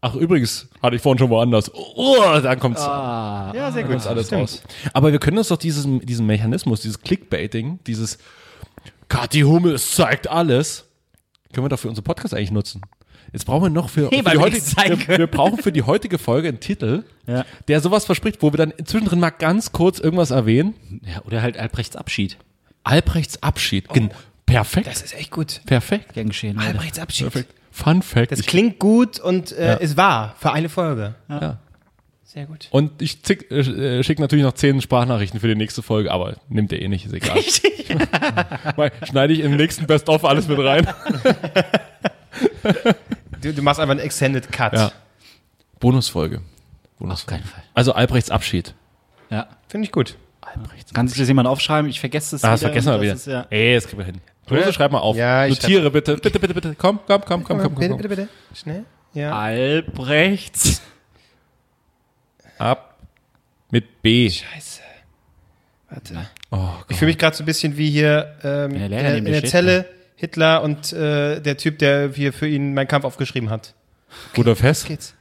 S3: ach übrigens, hatte ich vorhin schon woanders. Oh, dann kommt's,
S2: Ah,
S1: Ja, sehr gut.
S3: kommt's alles
S1: Stimmt.
S3: raus. Aber wir können uns doch dieses, diesen Mechanismus, dieses Clickbaiting, dieses Kathi Hummels zeigt alles, können wir doch für unseren Podcast eigentlich nutzen. Jetzt brauchen wir noch für,
S2: Nee,
S3: für
S2: weil
S3: die
S2: wir
S3: heutige,
S2: nichts zeigen
S3: wir,
S2: können.
S3: wir brauchen für die heutige Folge einen Titel, der sowas verspricht, wo wir dann zwischendrin mal ganz kurz irgendwas erwähnen.
S2: Ja, oder halt Albrechts Abschied.
S3: Albrechts Abschied. Gen- Perfekt.
S2: Oh.
S1: Das ist echt gut.
S3: perfekt.
S2: Gern geschehen. Leute.
S1: Albrechts Abschied.
S3: Perfekt. Fun Fact.
S1: Das
S3: ich,
S1: klingt gut und äh, ist wahr für eine Folge.
S3: Ja.
S1: Sehr gut.
S3: und ich zick- äh, schicke natürlich noch zehn Sprachnachrichten für die nächste Folge, aber nimmt ihr eh nicht, ist egal. *laughs* Mal, Schneide ich im nächsten Best-of alles mit rein.
S1: Du, du machst einfach einen Extended Cut.
S3: Ja. Bonusfolge.
S2: Auf keinen Fall.
S3: Also Albrechts Abschied.
S2: Ja.
S1: Finde ich gut.
S3: Albrechts.
S2: Kann sich das jemand aufschreiben? Ich vergesse es.
S3: Ah, das vergessen wir wieder.
S2: Das ist ja-
S3: Ey, das kriegen wir hin. Klose, schreib mal auf.
S1: Ja, ich
S3: Notiere bitte. Bitte, bitte, bitte. Komm, komm, komm, komm, komm, komm. Ah.
S1: bitte,
S3: komm.
S1: bitte, bitte. Schnell. Ja.
S2: Albrechts.
S3: Ab mit B.
S1: Scheiße.
S3: Oh
S1: Ich
S3: Gott.
S1: fühle mich gerade so ein bisschen wie hier ähm, in der,
S2: der Lehrer neben
S1: in
S2: dir
S1: der
S2: steht,
S1: Zelle Hitler und äh, der Typ, der hier für ihn meinen Kampf aufgeschrieben hat.
S3: Guter Fest.
S1: Geht's?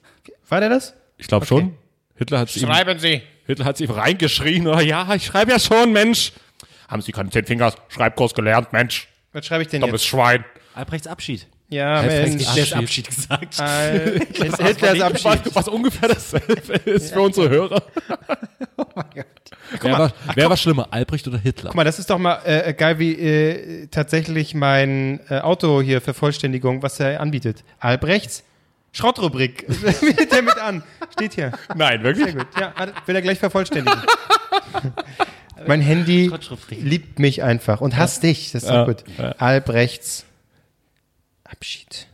S1: War der das?
S3: Ich glaube schon. Hitler hat ihm,
S1: Sie.
S3: Hitler hat's ihm reingeschrien. Oder? Ja, ich schreibe ja schon, Mensch. Haben Sie keine zehn Fingers? Schreibkurs gelernt, Mensch.
S1: Was schreibe ich denn
S3: Dummes
S1: jetzt?
S3: Schwein.
S2: Albrechts Abschied. Ah,
S1: Ja,
S3: Albrecht
S1: Mensch.
S3: ist
S2: Der ist
S3: Abschied.
S2: Abschied gesagt.
S3: *laughs*
S1: Al- Ist Hitlers Abschied.
S3: Was, was ungefähr dasselbe ist für unsere *laughs* Hörer. Oh wer, war, wer war schlimmer, Albrecht oder Hitler?
S1: Guck mal, das ist doch mal äh, geil, wie äh, tatsächlich mein äh, Auto hier Vervollständigung, was er anbietet. Albrechts Schrottrubrik. *laughs* Bietet er mit an. Steht hier.
S3: Nein,
S1: Sehr
S3: wirklich?
S1: gut. Ja, hat- will er gleich
S3: *laughs*
S1: vervollständigen. mein Handy
S2: Schrottrubrik.
S1: liebt mich einfach und hasst dich. Das ist
S3: Ja.
S1: doch gut. Albrechts Abschied.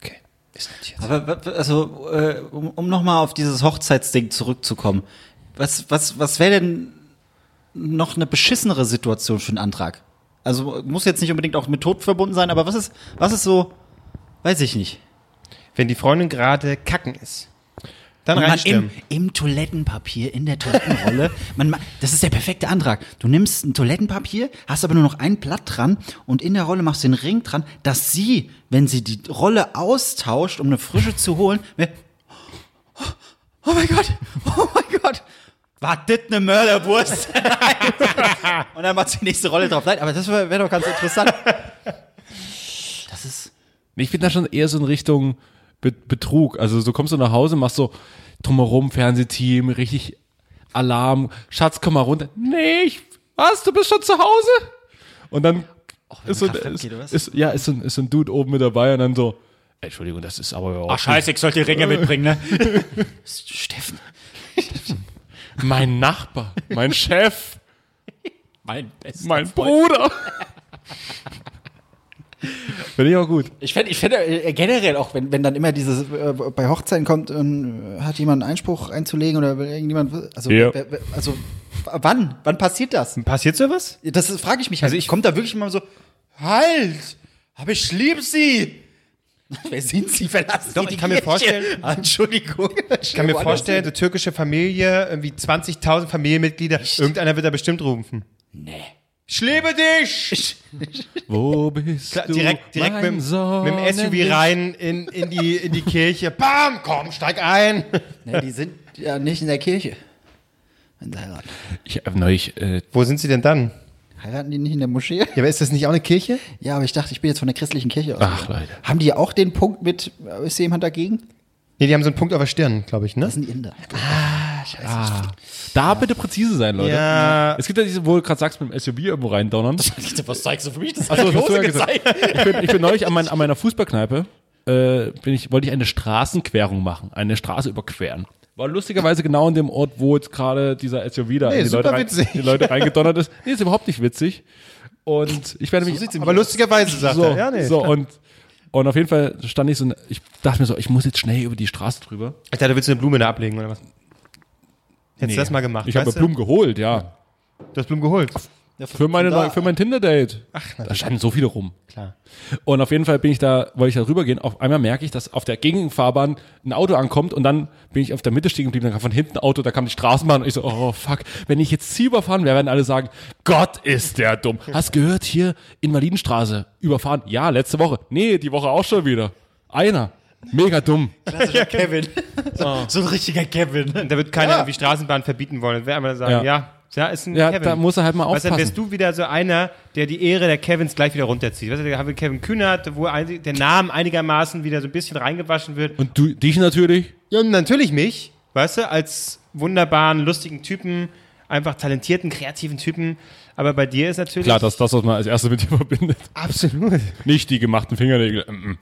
S1: Okay. Ist notiert.
S2: Aber wa- wa- also, äh, um, um nochmal auf dieses Hochzeitsding zurückzukommen, was, was, was wäre denn noch eine beschissenere Situation für einen Antrag? Also muss jetzt nicht unbedingt auch mit Tod verbunden sein, aber was ist, was ist so, weiß ich nicht.
S1: Wenn die Freundin gerade kacken ist, dann
S2: Man im,
S1: reinstimmen.
S2: Im Toilettenpapier, in der *laughs* Toilettenrolle. man, ma- das ist der perfekte Antrag. Du nimmst ein Toilettenpapier, hast aber nur noch ein Blatt dran und in der Rolle machst du den Ring dran, dass sie, wenn sie die Rolle austauscht, um eine frische zu holen, we- oh mein Gott, oh mein Gott, war das eine Mörderwurst? *laughs* und dann macht die nächste Rolle drauf. Nein, aber das wäre wär doch ganz interessant. Das ist,
S3: Ich bin da schon eher so in Richtung Be Betrug. Also so kommst du nach Hause, machst so drumherum, Fernsehteam, richtig Alarm, Schatz, komm mal runter. Nee, ich, was, du bist schon zu Hause? Und dann ist, so,
S2: Oh, man
S3: äh,
S2: Kraft
S3: ist,
S2: abgeht, oder was?
S3: ist, ja, ist, so ein, ist so ein Dude oben mit dabei und dann so, Entschuldigung, das ist aber auch
S2: scheiße, ich sollte die *laughs* Ringe mitbringen, ne? Steffen,
S3: mein Nachbar, mein Chef,
S2: mein bester
S3: mein
S2: Freund.
S3: Bruder. Finde ich auch gut.
S2: Ich fände ich fänd, äh, generell auch, wenn, wenn dann immer dieses äh, bei Hochzeiten kommt, ähm, hat jemand einen Einspruch einzulegen oder will irgendjemand. Also,
S3: Ja.
S2: wer- wer- also w- wann? Wann passiert das?
S1: Passiert sowas?
S2: Das frage ich mich halt. Also ich komme da wirklich mal so, halt! Aber ich liebe sie! *laughs* Wer sind sie? Verlassen
S1: Doch,
S2: sie
S1: ich
S2: die
S1: kann mir
S2: Kirche?
S1: vorstellen-
S2: *laughs* Entschuldigung.
S1: Ich kann mir vorstellen, eine türkische Familie, irgendwie 20.000 Familienmitglieder, irgendeiner wird da bestimmt rufen.
S2: Nee.
S1: Ich liebe dich!
S3: Wo bist
S1: Klar,
S3: du?
S1: direkt direkt mit,
S3: mein
S1: dem- mit dem SUV
S3: Sonnenlicht?
S1: rein in, in, die, in die *laughs* Kirche. Bam, komm, steig ein!
S2: nee. Die sind ja nicht in der Kirche. Wenn sie heiraten.
S3: Ich habe neulich äh,
S1: Wo sind sie denn dann?
S2: Heiraten die nicht in der Moschee?
S1: Ja, aber ist das nicht auch eine Kirche?
S2: Ja, aber ich dachte, ich bin jetzt von der christlichen Kirche aus.
S3: Ach, Leute.
S2: Haben die auch den Punkt mit, äh, ist jemand dagegen?
S1: Nee, die haben so einen Punkt auf der Stirn, glaube ich, ne?
S2: Das sind Inder. Ah,
S3: ah. Da bitte präzise sein, Leute.
S1: Ah. Ja.
S3: Es gibt ja diese, wo du gerade sagst, mit dem SUV irgendwo reindonnern.
S2: *laughs* Was zeigst du für mich? Das
S3: Ach so, das hast du ja gesagt. Ich bin, ich bin neulich an, mein,
S2: *laughs*
S3: an meiner Fußballkneipe, äh, bin ich, wollte ich eine Straßenquerung machen, eine Straße überqueren. War lustigerweise genau an dem Ort, wo jetzt gerade dieser SUV da in die,
S1: super
S3: Leute rein,
S1: witzig.
S3: die Leute reingedonnert ist. Nee, ist überhaupt nicht witzig. Und ich werde mich.
S1: Aber lustigerweise sagt
S3: so,
S1: er. Ja, nee.
S3: so und, und auf jeden Fall stand ich so, in- ich dachte mir so, ich muss jetzt schnell über die Straße drüber.
S1: Ich dachte, willst du eine Blume da ablegen oder was? Hättest du das mal gemacht?
S3: Ich habe
S1: weißt du?
S3: Blumen geholt, ja.
S1: Du hast Blumen geholt.
S3: Für, meine, neu- für mein Tinder-Date. Ach, da standen so viele rum.
S1: Klar.
S3: Und auf jeden Fall bin ich da, wollte ich da rübergehen. Auf einmal merke ich, dass auf der Gegenfahrbahn ein Auto ankommt und dann bin ich auf der Mitte stehen geblieben. Dann kam von hinten ein Auto, da kam die Straßenbahn und ich so, oh fuck, wenn ich jetzt hier überfahren wäre, werden alle sagen, Gott ist
S1: *laughs*
S3: der dumm. Hast gehört hier, Invalidenstraße, überfahren. Ja, letzte Woche. Nee, die Woche auch schon wieder. Einer. Mega dumm.
S1: *laughs*
S2: klassischer Kevin. So, so ein richtiger Kevin.
S1: Oh. Da wird keiner irgendwie Straßenbahn verbieten wollen. Wer einmal sagen, ja.
S3: Ja.
S1: ja. ist ein
S3: Ja,
S1: Kevin.
S3: da muss er halt mal
S1: Weißt du, dann
S3: aufpassen.
S1: wärst du wieder so einer, der die Ehre der Kevins gleich wieder runterzieht. Weißt du, da haben wir Kevin Kühnert, wo ein, der Name einigermaßen wieder so ein bisschen reingewaschen wird.
S3: Und du, dich natürlich.
S1: Ja, und natürlich mich, weißt du, als wunderbaren, lustigen Typen, einfach talentierten, kreativen Typen. Aber bei dir ist natürlich.
S3: Klar, das ist das, was man als erstes mit dir verbindet.
S1: Absolut.
S3: Nicht die gemachten Fingernägel. Mm, mm.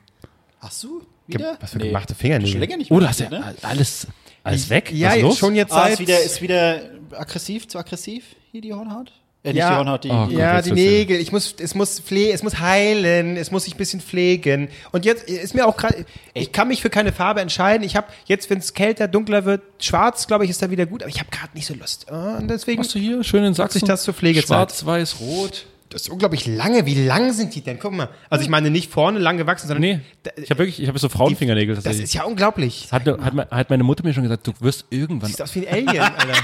S2: Hast du?
S1: Ge
S2: Wieder?
S1: was für gemachte Fingernägel.
S2: Schon länger nicht
S3: Oh,
S2: mehr
S3: du hast ja
S2: gesehen, ne?
S3: alles, alles weg?
S1: Ja,
S3: Was
S1: jetzt
S3: los?
S1: schon jetzt
S2: Ah,
S1: seit...
S2: ist wieder, ist wieder aggressiv, zu aggressiv, hier die Hornhaut? Äh, nicht
S1: Ja.
S2: die Hornhaut, die,
S3: Ah,
S2: die
S3: Gott,
S1: ja,
S3: jetzt
S1: die
S3: wird's ja-
S1: Nägel. Ich muss, es muss pfle es muss heilen, es muss sich ein bisschen pflegen. Und jetzt äh, ist mir auch gerade, ich kann mich für keine Farbe entscheiden. Ich habe jetzt, wenn es kälter, dunkler wird, schwarz, glaube ich, ist da wieder gut. Aber ich habe gerade nicht so Lust. Ah, Und deswegen
S3: Hast du hier schön in Sachsen?
S1: sich das zur Pflegezeit.
S3: Schwarz, weiß, rot.
S1: Das ist unglaublich lange. Wie lang sind die denn? Guck mal. Also ich meine nicht vorne lang gewachsen, sondern
S3: Nee,
S1: Da-
S3: ich habe wirklich, ich habe so Frauenfingernägel
S1: das
S3: tatsächlich.
S1: ist ja unglaublich.
S3: hat, hat, me- hat meine Mutter mir schon gesagt, du wirst irgendwann.
S1: Sieht aus wie ein Alien,
S3: *laughs*
S1: Alter.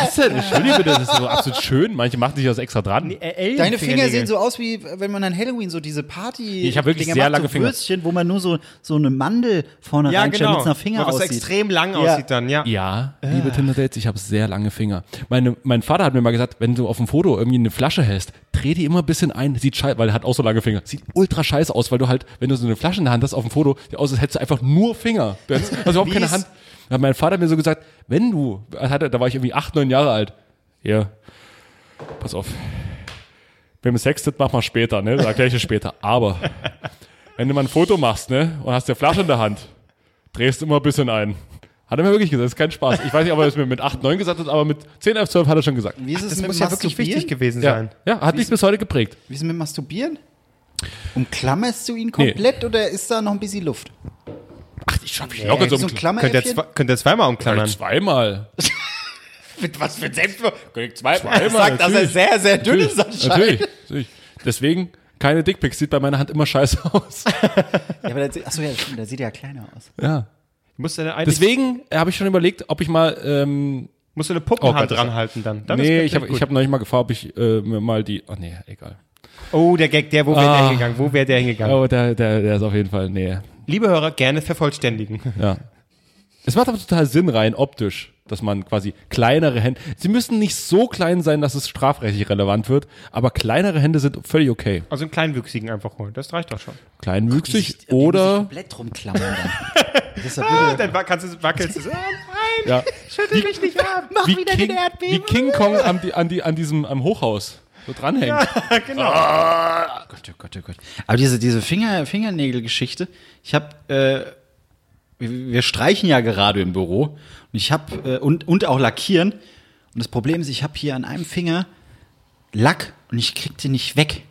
S3: Was denn? Entschuldige bitte, das ist so absolut schön. Manche machen sich das extra dran.
S1: äh,
S2: Deine Finger sehen so aus, wie wenn man an Halloween so diese Party.
S3: Ich hab wirklich
S2: Dinger
S3: sehr
S2: macht,
S3: lange
S2: so
S3: Finger.
S2: Würstchen, wo man nur so, so eine Mandel vorne
S1: Ja,
S2: reinstellt
S1: genau.
S2: mit einer Finger
S1: was
S2: aussieht.
S1: extrem lang
S2: Ja.
S1: aussieht dann, ja.
S3: Ja,
S1: äh.
S3: liebe Tinder-Dates, ich habe sehr lange Finger. Meine, mein Vater hat mir mal gesagt, wenn du auf dem Foto irgendwie eine Flasche hältst, dreh die immer ein bisschen ein. Sieht scheiße, weil er hat auch so lange Finger. Sieht ultra scheiße aus, weil du halt, wenn du so eine Flasche in der Hand hast auf dem Foto, sieht aus, als hättest du einfach nur Finger. Du hast also überhaupt keine
S2: Wie's-
S3: Hand. Da hat mein Vater mir so gesagt, wenn du, hat er, da war ich irgendwie acht, neun Jahre alt. Ja, pass auf. Wenn du Sex mach mal später, ne? Da erkläre ich dir später. Aber wenn du mal ein Foto machst, ne, und hast eine Flasche in der Hand, drehst immer ein bisschen ein. Hat er mir wirklich gesagt, das ist kein Spaß. Ich weiß nicht, ob er es mir mit 8, 9 gesagt hat, aber mit 10, 11, 12 hat er schon gesagt.
S2: Wie ist es
S1: Das
S2: mit
S1: muss ja wirklich
S2: Masturbieren?
S1: wichtig gewesen
S3: Ja,
S1: sein.
S3: ja hat mich bis heute geprägt.
S2: Wie ist es mit Masturbieren? Umklammerst du ihn komplett oder ist da noch ein bisschen Luft?
S3: Ach, ich schaffe ich locker so um-
S2: so ein
S3: einen Kla-
S1: Könnt ihr,
S2: Klammeräffchen?
S1: zwei, könnt ihr zweimal umklammern.
S3: Zweimal.
S2: Mit was für ein Selbstver...
S3: Zwei,
S2: Er sagt, dass er sehr, sehr dünn ist anscheinend.
S3: natürlich, natürlich. Deswegen, keine Dickpics sieht bei meiner Hand immer scheiße *laughs* aus.
S2: Ja, aber der, achso, ja, stimmt, der sieht ja kleiner aus.
S3: Ja.
S1: Musst du, eine,
S3: Deswegen habe ich schon überlegt, ob ich mal ähm,
S1: musst du eine Puppenhand
S3: Oh Gott, das-
S1: dranhalten dann. dann
S3: nee,
S1: ist
S3: ich habe
S1: gut.
S3: ich hab neulich mal gefragt, ob ich äh, mir mal die. Ach nee, egal.
S1: Oh, der Gag, der, wo wäre
S3: Ah.
S1: der hingegangen? Wo wäre der hingegangen?
S3: Oh, der, der, der ist auf jeden Fall. Nee.
S1: Liebe Hörer, gerne vervollständigen.
S3: Ja. Es macht aber total Sinn rein optisch, dass man quasi kleinere Hände. Sie müssen nicht so klein sein, dass es strafrechtlich relevant wird, aber kleinere Hände sind völlig okay.
S1: Also einen kleinwüchsigen einfach holen, das reicht doch schon.
S3: Kleinwüchsig
S2: Die muss ich
S3: oder.
S2: komplett rumklammern *laughs* dann. Das ist ja
S1: Ah,
S2: blöd.
S1: dann wa- kannst du, wackelst du. so. Ah, nein,
S3: Ja.
S1: schüttel mich nicht ab. Mach
S3: Wie King, wie King Kong an, die, an, die, an diesem am Hochhaus so dranhängt.
S2: Gott, oh Gott, oh Gott. Aber diese, diese Finger, Fingernägel-Geschichte, ich habe, äh, wir, wir streichen ja gerade im Büro und ich habe, äh, und, und auch lackieren. Und das Problem ist, ich habe hier an einem Finger Lack und ich krieg den nicht weg.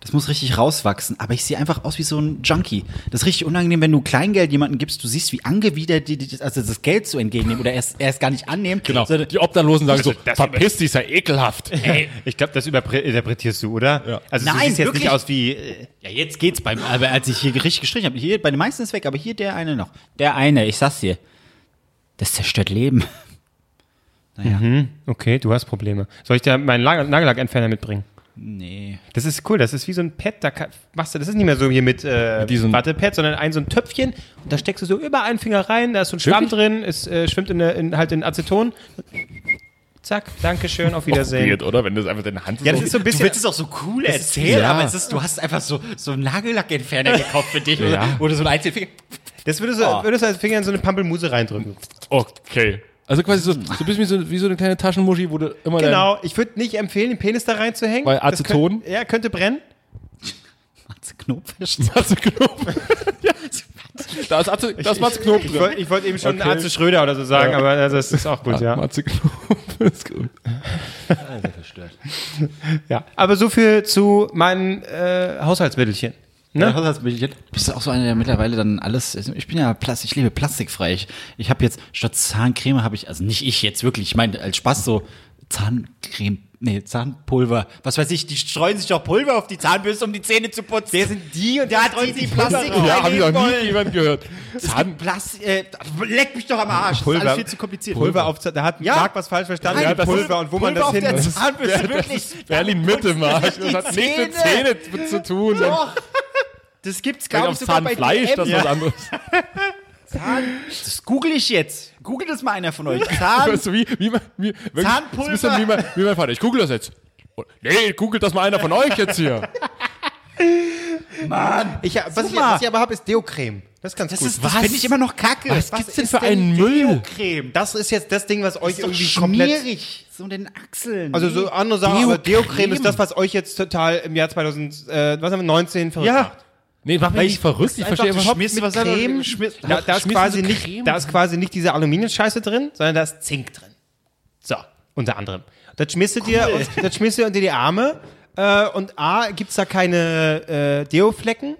S2: Das muss richtig rauswachsen, aber ich sehe einfach aus wie so ein Junkie. Das ist richtig unangenehm, wenn du Kleingeld jemandem gibst, du siehst, wie angewidert die, die also das Geld so entgegennehmen oder erst, erst gar nicht annehmen.
S3: Genau.
S2: sondern-
S3: Die Obdachlosen sagen so:
S1: Das-
S3: Verpiss dich, sei
S1: *laughs*
S3: ekelhaft. Ey.
S1: Ich glaube, das überinterpretierst du, oder?
S3: Ja.
S1: Also du
S2: Nein,
S1: siehst jetzt
S2: wirklich.
S1: nicht aus wie äh,
S2: Ja, jetzt geht's beim, aber als ich hier richtig gestrichen habe, hier bei den meisten ist weg, aber hier der eine noch. Der eine, ich sag's dir. Das zerstört Leben. Naja.
S1: Okay, du hast Probleme. Soll ich dir meinen Lag- Nagellackentferner mitbringen?
S2: Nee.
S1: Das ist cool, das ist wie so ein Pad, da kann, machst du, das ist nicht mehr so hier mit, äh,
S3: Mit diesem-
S1: Wattepad, sondern ein so ein Töpfchen und da steckst du so über einen Finger rein, da ist so ein Schwamm drin, es äh, schwimmt in, der- in, halt in Aceton. Zack, Dankeschön, auf Wiedersehen.
S3: Weird, oder? Wenn das einfach deine Hand
S1: Ja, das ist so ein bisschen.
S2: es auch so cool
S3: erzählen, aber es
S2: ist, du hast einfach so, so einen Nagellackentferner gekauft für dich ja. oder so ein Einzelfinger.
S1: Das würdest du,
S2: Oh.
S1: würdest du als Finger in so eine Pampelmuse reindrücken.
S3: Okay. Also quasi so, so ein bisschen wie so, wie so eine kleine Taschenmuschi, wo du immer dein-
S1: Genau. Ich würde nicht empfehlen, den Penis da reinzuhängen.
S3: Weil
S1: Das
S3: Aceton?
S1: könnt- Ja, könnte brennen.
S2: Matze Knopfisch.
S3: Matze *laughs* Knob. da ist, Atze, da ist Matze Knob
S1: Ich
S3: drin.
S1: wollte wollt eben schon
S3: Okay.
S1: Arze Schröder oder so sagen, aber also, das ist auch gut, ja.
S3: Matze Knob ist gut.
S1: ja. Aber so viel zu meinen äh, Haushaltsmittelchen. Ne?
S2: Bist du auch so einer, der mittlerweile dann alles. also Ich bin ja Plastik, ich lebe plastikfrei. Ich, ich habe jetzt statt Zahncreme habe ich, also nicht ich jetzt wirklich, ich meine als Spaß so Zahncreme, nee, Zahnpulver. Was weiß ich, die streuen sich doch Pulver auf die Zahnbürste, um die Zähne zu putzen. Der sind die und der hat die, die Plastik.
S3: Ja, habe ich noch nie jemand gehört.
S2: Zahn Plastik, äh, leck mich doch am Arsch. Pulver. Das ist alles viel zu kompliziert.
S1: Pulver auf, da hat
S2: Ja.
S1: Marc was falsch verstanden.
S2: Nein,
S1: mit
S2: das ist-
S1: Pulver und wo man
S2: Pulver
S1: das
S2: auf
S1: hin
S2: der
S1: Das ist-
S2: Zahnbürste, wirklich.
S3: Berlin Mitte, Marc.
S2: Die
S3: Das hat nichts mit
S2: Zähne.
S3: Zähne zu- zu tun. Und
S2: Doch. Das gibt's gar
S3: Vielleicht auf
S2: nicht sogar bei
S3: Zahnfleisch,
S2: DM.
S3: das ist was anderes.
S2: Das google ich jetzt. Google das mal einer von euch. Zahn
S3: Weißt du, wie, wie, man- wie, wirklich,
S2: Zahnpulver.
S3: Das ist wie mein, wie mein Vater. Ich google das jetzt. Oh, Nee, googelt das mal einer von euch jetzt hier.
S1: Ich, was, ich,
S2: Super.
S1: was ich aber habe, ist Deocreme. Das ist ganz
S2: Das,
S1: gut.
S2: ist- das finde ich immer noch kacke.
S3: Was gibt's denn für einen Müll?
S1: Deocreme. Das ist jetzt das Ding, was euch
S2: Das ist doch
S1: irgendwie komplett
S2: schmierig. So in den Achseln.
S1: Also so andere Sachen, aber
S2: Deo-Creme.
S1: Deo-Creme ist das, was euch jetzt total im Jahr 2000, äh, was haben wir, 19 verrückt
S3: Ja.
S1: macht.
S3: Nee, mach mich
S2: Weil
S3: nicht
S2: ich-
S3: verrückt. Ich
S2: einfach
S3: verstehe überhaupt
S2: geschmissen,
S3: nicht.
S2: was einfach
S1: Creme,
S2: geschmissen-
S1: da, da, ist
S3: Schmissen
S1: quasi
S3: Sie
S1: nicht,
S3: Creme
S1: da ist quasi nicht diese Aluminiumscheiße drin, sondern da ist Zink drin. So, unter anderem. Das schmierst du dir, und, das schmierst du dir unter die Arme äh, und A, gibt's da keine äh, Deo-Flecken.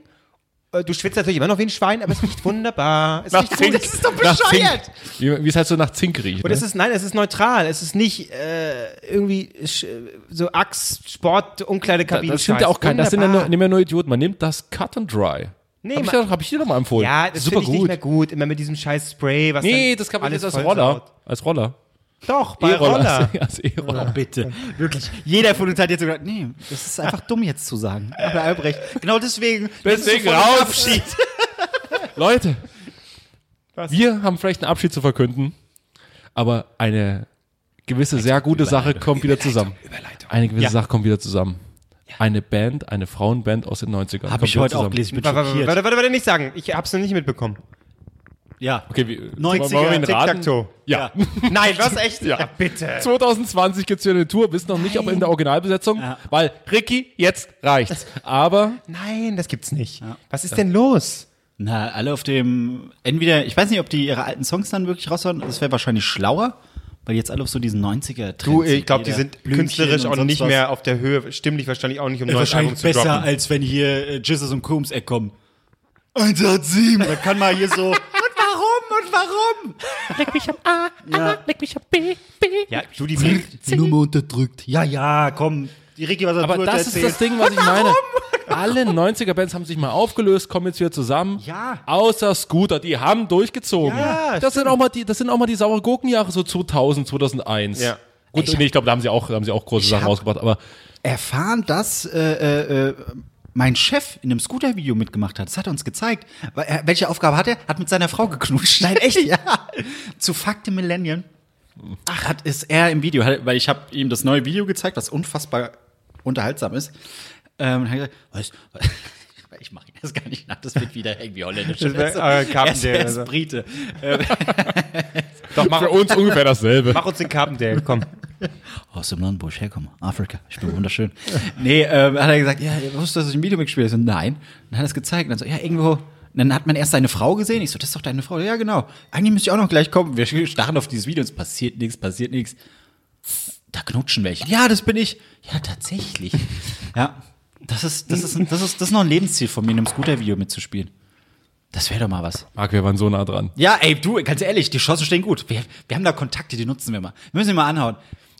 S1: Äh, Du schwitzt natürlich immer noch wie ein Schwein, aber es riecht wunderbar. Es riecht gut.
S2: Das ist doch
S3: Nach Zink.
S2: bescheuert.
S3: Wie, wie es halt so nach Zink riecht.
S1: Und
S3: ne?
S1: es ist, nein, es ist neutral. Es ist nicht äh, irgendwie sch, so Axt, Sport, Umkleidekabinen.
S3: das sind ja auch keine, das sind ja nur, nehmen ja nur Idioten. Man nimmt das Cut and Dry.
S1: Nee,
S3: hab, ich,
S1: man-
S3: ja- hab ich dir nochmal empfohlen.
S1: Ja, das
S3: super
S1: finde ich nicht
S3: gut.
S1: mehr gut. Immer mit diesem scheiß Spray. Was
S3: Nee,
S1: dann
S3: das kann man
S1: alles
S3: jetzt als
S1: vollsaut.
S3: Roller. Als Roller.
S1: Doch, bei Eh *laughs* Roller.
S3: *laughs* Als E-Roller.
S2: Bitte, wirklich. Jeder von uns hat jetzt so gesagt, nee, das ist einfach dumm jetzt zu sagen. Aber Albrecht, genau deswegen.
S3: Deswegen
S2: nimmst du sofort
S3: raus.
S2: den Abschied.
S3: Leute, wir haben vielleicht einen Abschied zu verkünden, aber eine gewisse sehr gute Sache kommt wieder zusammen. Eine gewisse
S1: Ja.
S3: Sache kommt wieder zusammen. Eine Band, eine Frauenband aus den 90ern.
S2: Hab
S3: kommt
S2: ich
S3: wieder
S2: heute auch
S3: zusammen.
S2: gelesen, ich bin
S1: Warte, warte,
S2: schockiert.
S1: warte, warte, warte, nicht sagen. Ich hab's noch nicht mitbekommen.
S2: Ja.
S3: Okay, wie,
S2: 90er,
S3: wollen wir ihn raten?
S1: Tic-Tac-Toe.
S3: Ja.
S2: *laughs*
S1: Nein, *laughs* was echt?
S3: Ja.
S1: bitte.
S3: 2020 gibt's wieder eine Tour, bis noch nicht ob in der Originalbesetzung,
S2: Ja.
S3: weil Ricky, jetzt reicht's. Aber
S1: Nein, das gibt's nicht. Was ist denn los?
S2: Na, alle auf dem, entweder, ich weiß nicht, ob die ihre alten Songs dann wirklich raushauen, das wäre wahrscheinlich schlauer, weil jetzt alle auf so diesen 90er Trend
S1: Du, ich glaube, die sind künstlerisch auch
S2: noch
S1: nicht mehr auf der Höhe. Stimmlich wahrscheinlich auch nicht, um neues Album
S2: wahrscheinlich
S1: zu
S2: besser,
S1: droppen.
S2: als wenn hier äh, Jesus und Coombs Eck kommen. 187. Da kann man hier so, *laughs* und warum, und warum?
S5: Leck mich am A, A, leck mich am B, B.
S1: Ja, du, die Band,
S2: Die Nummer unterdrückt. Ja, ja, komm. Die Ricky, was er
S3: Aber das ist das Ding, was ich meine. Alle 90er-Bands haben sich mal aufgelöst, kommen jetzt wieder zusammen.
S2: Ja.
S3: Außer Scooter, die haben durchgezogen.
S1: Ja,
S3: das, sind auch mal die, das sind auch mal die saure Gurkenjahre, so 2000, 2001.
S1: Ja.
S3: Gut, nee, ich glaube, da haben sie auch, da haben sie auch große Sachen
S2: hab-
S3: rausgebracht. Aber
S2: erfahren, dass äh, äh, äh, mein Chef in einem Scooter-Video mitgemacht hat. Das hat er uns gezeigt. Weil er- Welche Aufgabe hat er? Hat mit seiner Frau geknutscht. Nein, echt? *laughs* ja. Zu Fuck the Millennium. Ach, hat ist er im Video, hat- weil ich habe ihm das neue Video gezeigt, das unfassbar unterhaltsam ist. Ähm, und hat gesagt, was, *laughs* ich mache das gar nicht nach, das wird wieder irgendwie holländisch.
S1: Das wär, äh, Carpendale
S2: *laughs* er ist, er
S1: oder so.
S2: ist Brite.
S1: doch, mach,
S3: für uns ungefähr dasselbe.
S1: mach uns den Carpendale, komm.
S2: aus dem Land, wo ich herkomme, Afrika. Ich bin wunderschön. *laughs* nee, ähm, hat er gesagt, ja, wusstest du, dass ich ein Video mitgespielt habe? Ich so, Nein. Dann hat er es gezeigt. Und dann so, ja, irgendwo. Und dann hat man erst seine Frau gesehen. Ich so, das ist doch deine Frau. Ja, genau. Eigentlich müsste ich auch noch gleich kommen. Wir starren auf dieses Video und es passiert nichts, passiert nichts. Da knutschen welche. Ja, das bin ich. Ja, *laughs* tatsächlich. ja, das ist, das ist, das ist, das ist noch ein Lebensziel von mir, in einem Scooter-Video mitzuspielen. Das wäre doch mal was.
S3: Marc, wir waren so nah dran.
S2: Ja, ey, du, ganz ehrlich, die Chancen stehen gut. Wir, wir haben da Kontakte, die nutzen wir mal. Wir müssen ihn mal anhauen.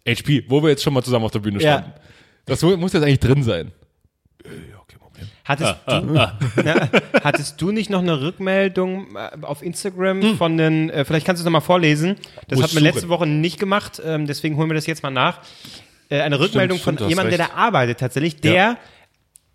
S3: HP, wo wir jetzt schon mal zusammen auf der Bühne
S2: Ja.
S3: standen. Das mu- muss jetzt eigentlich drin sein. Äh, ja, kein Problem.
S1: Hattest,
S3: ah,
S1: du, *laughs* Na, hattest du nicht noch eine Rückmeldung äh, auf Instagram
S3: Hm.
S1: von den, äh, vielleicht kannst du es nochmal vorlesen, das
S3: Muss
S1: hat man
S3: suchen.
S1: letzte Woche nicht gemacht, ähm, deswegen holen wir das jetzt mal nach. Äh, eine Rückmeldung
S3: stimmt,
S1: von
S3: hast
S1: jemandem, der
S3: recht.
S1: da arbeitet tatsächlich, der,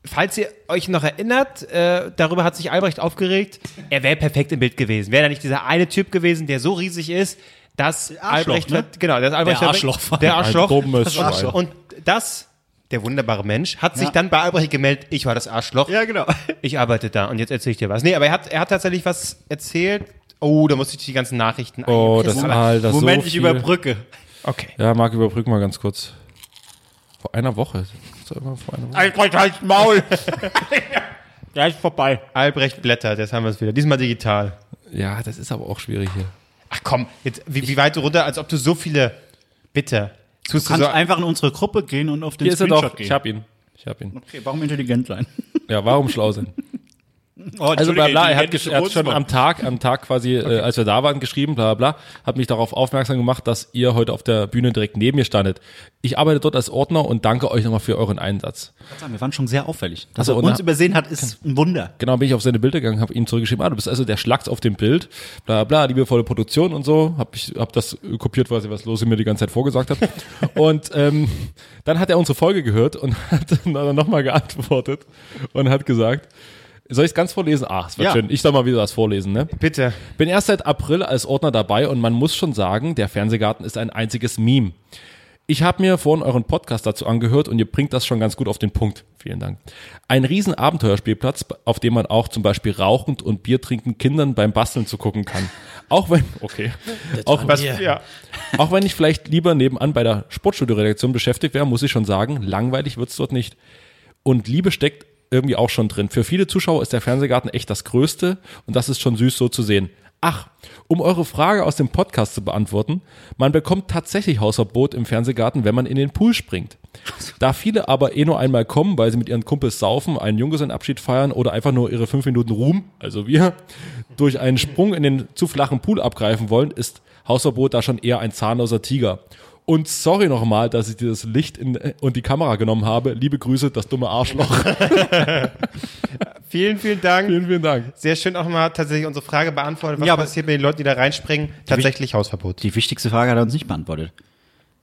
S1: falls ihr euch noch erinnert, äh, darüber hat sich Albrecht aufgeregt, er wäre perfekt im Bild gewesen. Wäre da nicht dieser eine Typ gewesen, der so riesig ist, dass
S2: Arschloch,
S1: Albrecht,
S2: ne?
S1: hat- genau, das Albrecht
S2: Der
S1: hat-
S2: Arschloch.
S1: der Arschloch,
S3: Ein dummes
S2: war
S3: Schwein.
S2: schon.
S1: und das, der wunderbare Mensch, hat sich
S2: Ja.
S1: dann bei Albrecht gemeldet, ich war das Arschloch.
S2: Ja, genau.
S1: Ich arbeite da und jetzt erzähle ich dir was. Nee, aber er hat, er hat tatsächlich was erzählt. Oh, da musste ich die ganzen Nachrichten
S3: Oh,
S1: ein-
S3: das All, das
S2: Moment,
S3: so
S2: ich
S3: viel.
S2: überbrücke.
S1: Okay.
S3: Ja, Marc, überbrück mal ganz kurz. Vor einer Woche. Das war immer Vor einer Woche.
S1: Albrecht, halt Maul! ja, ist vorbei. Albrecht blättert, jetzt haben wir es wieder. Diesmal digital.
S3: Ja, das ist aber auch schwierig hier.
S1: Ach komm, jetzt, wie, wie weit du runter, als ob du so viele. Bitte. Tust du
S2: Kannst
S1: so,
S2: einfach in unsere Gruppe gehen und auf den
S3: Hier ist er
S2: Screenshot
S3: doch.
S2: gehen.
S3: Ich hab ihn. Ich hab ihn.
S2: okay, warum intelligent
S3: *laughs*
S2: sein?
S3: Ja, warum schlau sein?
S2: *laughs* Oh,
S3: Also bla bla, er hat, gesch-
S2: intelligent
S3: er hat
S2: ist
S3: schon
S2: groß.
S3: am Tag, am Tag quasi, äh, als wir da waren, geschrieben, bla bla, hat mich darauf aufmerksam gemacht, dass ihr heute auf der Bühne direkt neben mir standet. Ich arbeite dort als Ordner und danke euch nochmal für euren Einsatz.
S2: Wir waren schon sehr auffällig. Dass
S3: Also,
S2: er uns
S3: na-
S2: übersehen hat, ist ein Wunder.
S3: Genau, bin ich auf seine Bilder gegangen, habe ihm zurückgeschrieben, ah, du bist also der Schlags auf dem Bild, bla bla, liebevolle Produktion und so, hab ich hab das äh, kopiert, was was Lose mir die ganze Zeit vorgesagt hat. und ähm, dann hat er unsere Folge gehört und *laughs* hat dann nochmal geantwortet und hat gesagt, soll ich es ganz vorlesen? Ach, es wird
S2: Ja.
S3: schön. Ich soll mal wieder was vorlesen, ne?
S1: bitte.
S3: Bin erst seit April als Ordner dabei und man muss schon sagen, der Fernsehgarten ist ein einziges Meme. Ich habe mir vorhin euren Podcast dazu angehört und ihr bringt das schon ganz gut auf den Punkt. Vielen Dank. Ein riesen Abenteuerspielplatz, auf dem man auch zum Beispiel rauchend und Bier trinkend Kindern beim Basteln zugucken kann. Auch wenn, *laughs* okay, auch,
S1: Was,
S2: Ja.
S1: ja.
S3: auch wenn ich vielleicht lieber nebenan bei der Sportstudio-Redaktion beschäftigt wäre, muss ich schon sagen, langweilig wird's dort nicht. Und Liebe steckt irgendwie auch schon drin. Für viele Zuschauer ist der Fernsehgarten echt das Größte und das ist schon süß so zu sehen. Ach, um eure Frage aus dem Podcast zu beantworten, man bekommt tatsächlich Hausverbot im Fernsehgarten, wenn man in den Pool springt. Da viele aber eh nur einmal kommen, weil sie mit ihren Kumpels saufen, einen Junggesellenabschied feiern oder einfach nur ihre fünf Minuten Ruhm, also wir, durch einen Sprung in den zu flachen Pool abgreifen wollen, ist Hausverbot da schon eher ein zahnloser Tiger. Und sorry nochmal, dass ich dir das Licht in, und die Kamera genommen habe. Liebe Grüße, das dumme Arschloch.
S1: Vielen, vielen Dank.
S3: *laughs* vielen, vielen Dank.
S1: Sehr schön auch mal tatsächlich unsere Frage beantwortet. Was
S2: Ja, aber-
S1: passiert mit den Leuten, die da reinspringen? Tatsächlich Hausverbot.
S2: Die wichtigste Frage hat er uns nicht beantwortet.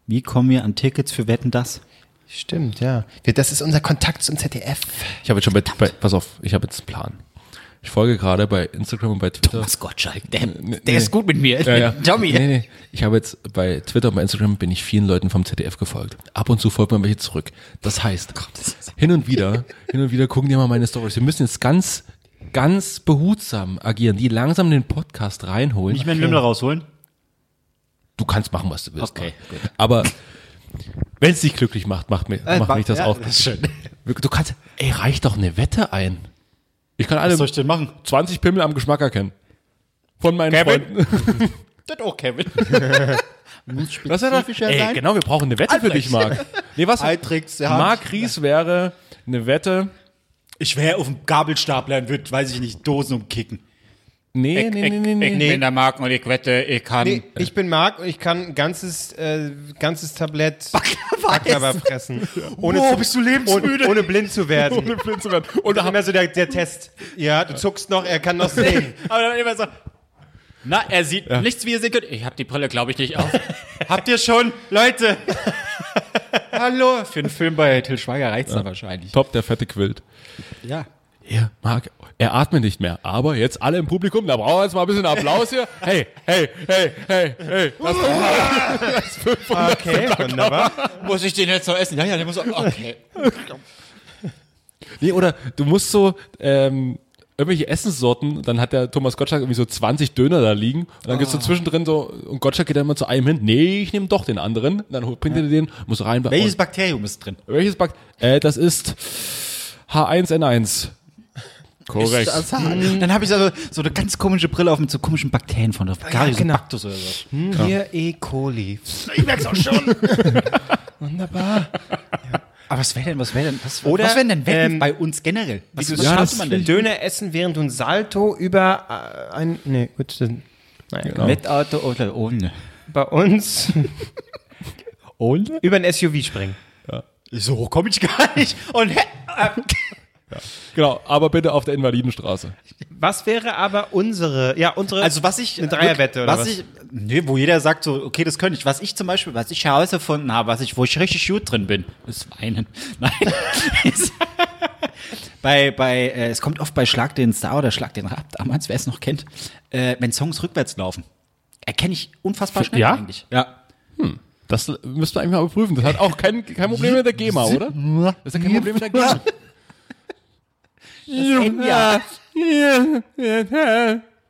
S2: Wie kommen wir an Tickets für Wetten das?
S1: Stimmt, ja. Wir- Das ist unser Kontakt zum ZDF.
S3: Ich habe jetzt schon bei, bei pass auf, ich habe jetzt einen Plan. Ich folge gerade bei Instagram und bei Twitter.
S2: Gottschalk, der,
S3: nee.
S2: gut mit mir.
S3: Ja, ja.
S2: *laughs* Tommy.
S3: Nee, nee. Ich habe jetzt bei Twitter und bei Instagram bin ich vielen Leuten vom ZDF gefolgt. Ab und zu folgt man welche zurück. Das heißt, hin und wieder, hin und wieder gucken die mal meine Stories. Wir müssen jetzt ganz, ganz behutsam agieren, die langsam in den Podcast reinholen.
S2: Nicht mehr einen Lümmel rausholen?
S3: du kannst machen, was du willst.
S2: Okay,
S3: ne? Aber wenn es dich glücklich macht, macht, mir, macht mich Äh, das
S2: ja,
S3: auch.
S2: das ist schön.
S3: Du kannst, ey, reich doch eine Wette ein. Ich kann alle
S2: ich denn machen?
S3: 20 Pimmel am Geschmack erkennen. Von meinen
S1: Kevin?
S3: Freunden.
S2: Das auch, Kevin. Muss
S3: Das wäre doch,
S2: spezifischer
S3: ey, genau, wir brauchen eine Wette für dich, Marc. Nee, was?
S2: Altrix, der
S3: Marc Ries wäre eine Wette.
S2: Ich wäre auf dem Gabelstapler und würde, weiß ich nicht, Dosen umkicken.
S3: Nee, nee, nee, nee, nee.
S1: Nee. bin
S2: der Mark und ich wette, ich kann.
S1: Nee, ich bin Marc und ich kann ein ganzes, äh, ganzes Tablett Baklava
S2: Baklava
S1: fressen. Ohne
S2: Wow,
S1: zu-
S2: bist du lebensmüde.
S1: Ohne, ohne blind zu
S2: *laughs*
S1: werden.
S3: Ohne blind zu werden.
S1: Und das ist immer so der, der Test. Ja, du zuckst noch, er kann noch
S2: *laughs*
S1: sehen.
S2: Aber dann immer so.
S6: Na, er sieht nichts, wie ihr sehen könnt. Ich habe die Brille, glaube ich, nicht auf.
S2: Habt ihr schon, *laughs* Leute? Hallo.
S6: Für einen Film bei Till Schweiger reicht's dann wahrscheinlich.
S3: Top, der fette Quilt.
S2: Ja.
S3: Ja, Marc, er atmet nicht mehr. Aber jetzt alle im Publikum, da brauchen wir jetzt mal ein bisschen Applaus hier. Hey, hey, hey, hey, hey. Das
S2: genau.
S1: Okay, wunderbar.
S6: Muss ich den jetzt noch essen? Ja, ja, der muss. Okay.
S3: Nee, oder du musst so ähm, irgendwelche Essenssorten, dann hat der Thomas Gottschalk irgendwie so 20 Döner da liegen und dann
S2: Ah.
S3: gehst du zwischendrin so und Gottschalk geht dann immer zu einem hin, nee, ich nehme doch den anderen, dann hol- bringt er dir den, muss rein.
S2: Welches Bakterium ist drin?
S3: und, welches Back? Äh, das ist H1N1. Korrekt.
S2: Das
S1: Mhm.
S2: dann habe ich also so eine ganz komische Brille auf mit so komischen Bakterien von der Karius
S1: genau.
S2: und Baktus oder so.
S1: Hier E. coli.
S2: Ich merk's auch
S1: *laughs*
S2: schon. Wunderbar. Aber was wäre denn, was wäre denn, was,
S1: Oder,
S2: was wären denn Wetten
S1: ähm, also
S2: bei uns generell? Was, was
S3: ja,
S2: schafft
S3: das
S2: man denn?
S1: Döner essen, während du ein Salto über äh, ein. Nee, gut, dann. Naja, egal.
S2: Wettauto oder ohne?
S1: bei uns
S3: Und?
S1: über ein SUV springen.
S2: So hoch komme ich gar nicht. Und hä, äh,
S3: Genau, aber bitte auf der Invalidenstraße.
S1: Was wäre aber unsere. Ja, unsere.
S2: also was ich
S1: Eine Dreierwette oder was?
S2: was ich nee, wo jeder sagt so, okay, das könnte ich. Was ich zum Beispiel, was ich herausgefunden habe, was ich, wo ich richtig gut drin bin, ist weinen. *laughs* Nein. Ist- bei bei äh, es kommt oft bei Schlag den Star oder Schlag den Rab damals, wer es noch kennt, äh, wenn Songs rückwärts laufen, erkenne ich unfassbar schnell
S3: Ja?
S2: eigentlich. Ja.
S3: Das müssten wir eigentlich mal überprüfen. Das hat auch kein, kein Problem mit der GEMA, oder? Das ist ja kein Problem mit der *laughs* GEMA.
S2: Enya.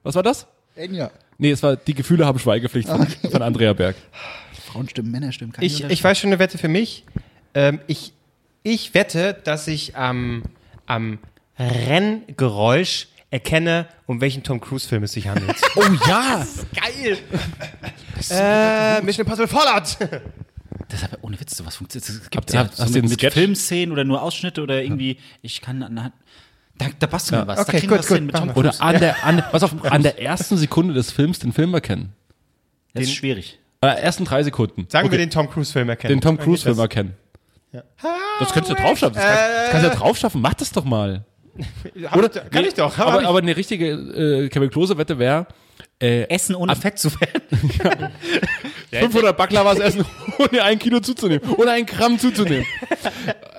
S3: Was war das?
S2: Enya.
S3: Nee, es war Die Gefühle haben Schweigepflicht von, von Andrea Berg.
S2: Frauenstimmen, Männerstimmen. Kann
S1: Ich, ich weiß schon eine Wette für mich. Ähm, ich, ich wette, dass ich am, am Renngeräusch erkenne, um welchen Tom Cruise-Film es sich handelt.
S3: Oh ja!
S1: *laughs* Geil! *laughs* äh, Mission Impossible Fallout!
S2: Das ist aber ohne Witz, sowas funktioniert. Das gibt's
S3: Habt-
S2: ja
S3: habt-
S2: so
S3: hast du
S2: mit,
S3: den
S2: mit
S3: Sketch?
S2: Filmszenen oder nur Ausschnitte oder irgendwie, ich kann, na, da, da passt mir was.
S1: okay,
S2: da kriegen
S1: gut,
S2: wir was
S1: gut,
S2: hin mit
S1: machen
S2: Tom
S1: wir.
S3: Oder an der, an, was auf, an der ersten Sekunde des Films den Film erkennen.
S2: Das ist schwierig.
S3: Äh, ersten drei Sekunden.
S1: Sagen wir
S3: Okay,
S1: den Tom Cruise-Film erkennen.
S3: den Tom
S1: Dann
S3: Cruise-Film
S1: geht
S3: erkennen. Das könntest du draufschaffen. Das, kannst- das kannst du ja draufschaffen. Mach das doch mal.
S1: das. Hab ich, doch- Äh. kann
S3: Nee,
S1: ich doch. hab
S3: Aber,
S1: ich.
S3: aber eine richtige äh, Kevin Klose-Wette wäre
S2: Essen ohne Fett zu werden.
S3: 500 Baklavas essen, *laughs* ohne ein Kilo zuzunehmen. Ohne ein
S1: *laughs*
S3: Gramm zuzunehmen.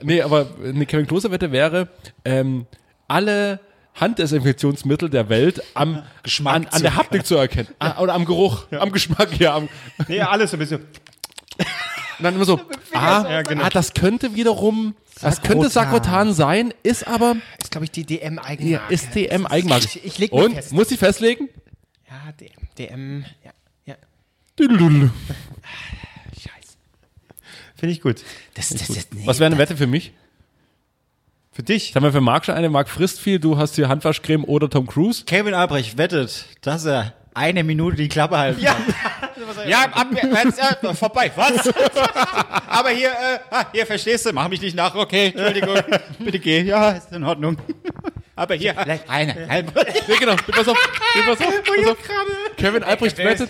S3: nee, aber eine Kevin Klose-Wette wäre, ähm, alle Handdesinfektionsmittel der Welt am
S2: Geschmack
S3: an, an
S2: zu-
S3: der Haptik zu erkennen. Ah, Oder am Geruch, am Geschmack, ja. Am,
S1: nee, alles so ein bisschen.
S3: Und dann immer so, ah,
S1: Ja, genau.
S3: ah, das könnte wiederum, das könnte Sakrotan sein, ist aber,
S1: Ist, glaube ich, die DM-Eigenmarke.
S3: ja, ist DM Eigenmarke.
S1: Ich, ich leg mich
S3: Und,
S1: fest.
S3: muss ich festlegen?
S1: Ja, DM. DM ja, ja. Scheiße. Finde ich gut.
S2: Das, das, das, nee.
S3: Was wäre eine Wette für mich?
S1: Für dich?
S3: Sagen wir für Marc schon eine, Marc frisst viel, du hast hier Handwaschcreme oder Tom Cruise.
S2: Kevin Albrecht wettet, dass er eine Minute die Klappe halten kann.
S6: *laughs* Ja, ab, jetzt, ja, vorbei,
S2: *laughs*
S6: was? Aber hier, äh, ah, hier, verstehst du, mach mich nicht nach, okay,
S2: *laughs*
S6: Entschuldigung.
S2: Bitte geh, ja, ist in Ordnung.
S6: *laughs* Aber hier, ah,
S2: Vielleicht eine. halbe.
S3: Nee, genau, nee, pass auf, nee, pass auf, pass auf. Kevin Albrecht wettet,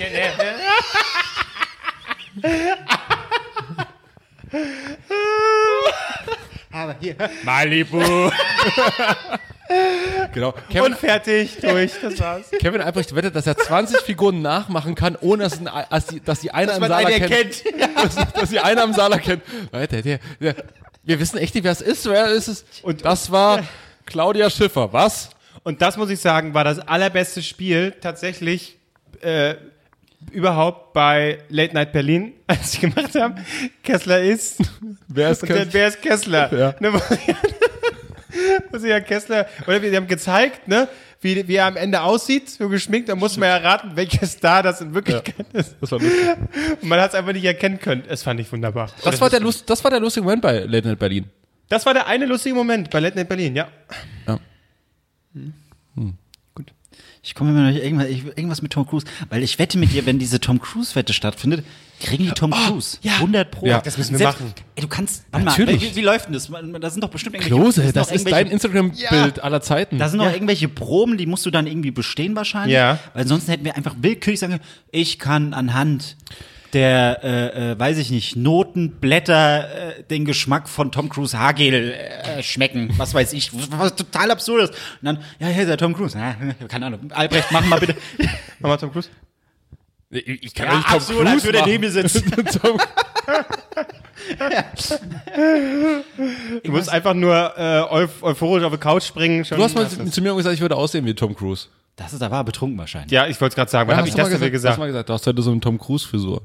S3: genau. Kevin,
S1: Fertig, durch, *laughs* das war's.
S3: Kevin Albrecht wettet, dass er 20 Figuren nachmachen kann, ohne dass, ein, dass, die, dass die eine am
S2: man
S3: Saal
S2: eine
S3: kennt. *laughs* Dass, dass die eine am Saal kennt. Alter, der, der, wir wissen echt nicht, wer es ist. Wer ist es? Und das war Claudia Schiffer. Was?
S1: Und das muss ich sagen, war das allerbeste Spiel tatsächlich äh, überhaupt bei Late Night Berlin, *laughs* als sie gemacht haben. Kessler ist.
S3: Wer ist
S1: Und dann,
S3: Kevin?
S1: wer ist Kessler? *laughs*
S3: Ja.
S1: Ne, wo- wo sie ja Kessler, oder wir die haben gezeigt, ne, wie, wie er am Ende aussieht, so geschminkt, da muss man ja raten, welcher Star das in Wirklichkeit ist.
S3: Das war lustig.
S1: Und *laughs* man hat es einfach nicht erkennen können. Es fand ich wunderbar.
S3: Das war der, Lust, das war der lustige Moment bei Late Night Berlin.
S1: Das war der eine lustige Moment bei Late Night Berlin, ja.
S2: Ich komme immer noch nicht irgendwas, ich, irgendwas mit Tom Cruise, weil ich wette mit dir, wenn diese Tom Cruise Wette stattfindet, kriegen die
S6: Oh,
S2: Tom Cruise 100 pro.
S1: Ja, das müssen wir
S2: Selbst-
S1: machen.
S2: Ey, du kannst, warte
S3: Natürlich.
S2: mal, wie, wie läuft denn das? Man- Da sind doch bestimmt irgendwelche
S3: Klose,
S2: sind
S3: das
S2: doch
S3: ist
S2: irgendwelche-
S3: dein Instagram-Bild aller Zeiten.
S2: Da sind noch irgendwelche Proben, die musst du dann irgendwie bestehen wahrscheinlich.
S1: Ja.
S2: Weil sonst hätten wir einfach willkürlich sagen, können, ich kann anhand der, äh, äh, weiß ich nicht, Notenblätter äh, den Geschmack von Tom Cruise Haargel äh, schmecken. Was weiß ich, was, was total absurd ist. Und dann, ja, hier ist der Tom Cruise. Ja, keine Ahnung, Albrecht, mach mal *laughs* bitte.
S1: Nochmal Tom Cruise.
S3: ich kann
S2: ja, absurd, als würde er neben mir sitzen.
S3: Tom,
S1: Du musst einfach nur äh, euph- euphorisch auf die Couch springen. Schon
S3: du hast mal zu mir gesagt, ich würde aussehen wie Tom Cruise.
S2: Das ist aber betrunken wahrscheinlich.
S1: ja, ich wollte es gerade sagen. Wann habe ich
S3: Hast du
S1: das
S3: mal
S1: denn mir
S3: Hast
S1: gesagt?
S3: du mal gesagt, du hast heute so eine Tom Cruise-Frisur.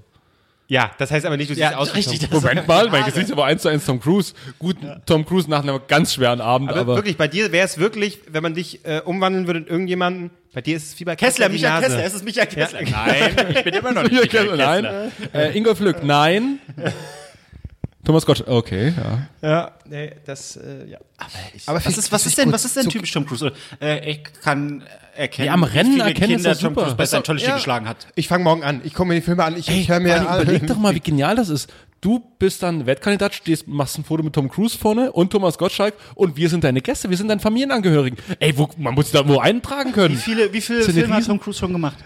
S1: Ja, das heißt aber nicht, du siehst aus wie Tom Cruise.
S2: Das
S3: Moment mal, mein Gesicht ist aber eins zu eins Tom Cruise. Gut, Tom Cruise nach einem ganz schweren Abend,
S1: Aber,
S3: aber,
S1: wirklich, bei dir wäre es wirklich, wenn man dich äh, umwandeln würde in irgendjemanden, bei dir ist es wie bei Kessler, die
S2: Michael
S1: Nase.
S2: Kessler, es ist Michael Kessler.
S6: nein, ich bin immer noch nicht
S3: Hier,
S6: Michael
S3: Kessler,
S6: Kessler.
S3: nein. Äh, Ingolf Lück, nein. Thomas Gottschalk, okay, ja.
S1: Ja, nee, das, äh, ja.
S2: Aber was ist, was ist denn, was ist denn typisch Tom Cruise? Äh, ich kann erkennen,
S3: Ja, am Rennen
S2: wie viele
S3: erkennen ist
S2: Kinder
S3: das super.
S2: Tom Cruise bei seiner Tollste
S1: Ja.
S2: geschlagen hat.
S1: Ich fange morgen an. Ich gucke mir die Filme an. Ich, ich höre mir äh,
S3: Vor allem, überleg doch mal, wie genial das ist. Du bist dann Wettkandidat, stehst, machst ein Foto mit Tom Cruise vorne und Thomas Gottschalk und wir sind deine Gäste, wir sind deine Familienangehörigen. Ey, wo, man muss da wo eintragen
S2: Wie
S3: können.
S2: viele, wie viele
S3: Ist ja eine
S2: Filme hat
S3: Riesen- Äh,
S2: Tom Cruise schon gemacht?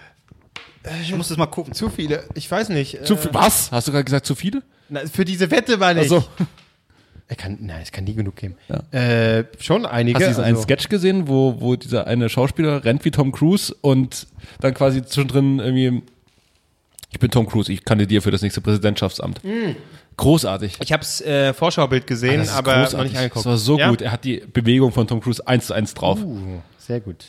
S2: Ich muss das mal gucken.
S1: zu viele. Ich weiß nicht. äh,
S3: Zu, viel- was? Hast du gerade gesagt, zu viele?
S1: Na, für diese Wette war nicht.
S3: Also,
S1: Er kann, nein, es kann nie genug geben. Äh, schon einige.
S3: Hast du diesen einen
S1: also-
S3: Sketch gesehen, wo, wo dieser eine Schauspieler rennt wie Tom Cruise und dann quasi zwischendrin irgendwie, ich bin Tom Cruise, ich kandidiere für das nächste Präsidentschaftsamt. Großartig.
S1: Hm. Ich habe äh, Vorschaubild gesehen,
S3: Ah, Das ist
S1: aber noch nicht
S3: Das
S1: angeguckt.
S3: war so
S1: Ja? Uh.
S3: gut. Er hat die Bewegung von Tom Cruise eins zu eins drauf.
S1: Sehr gut.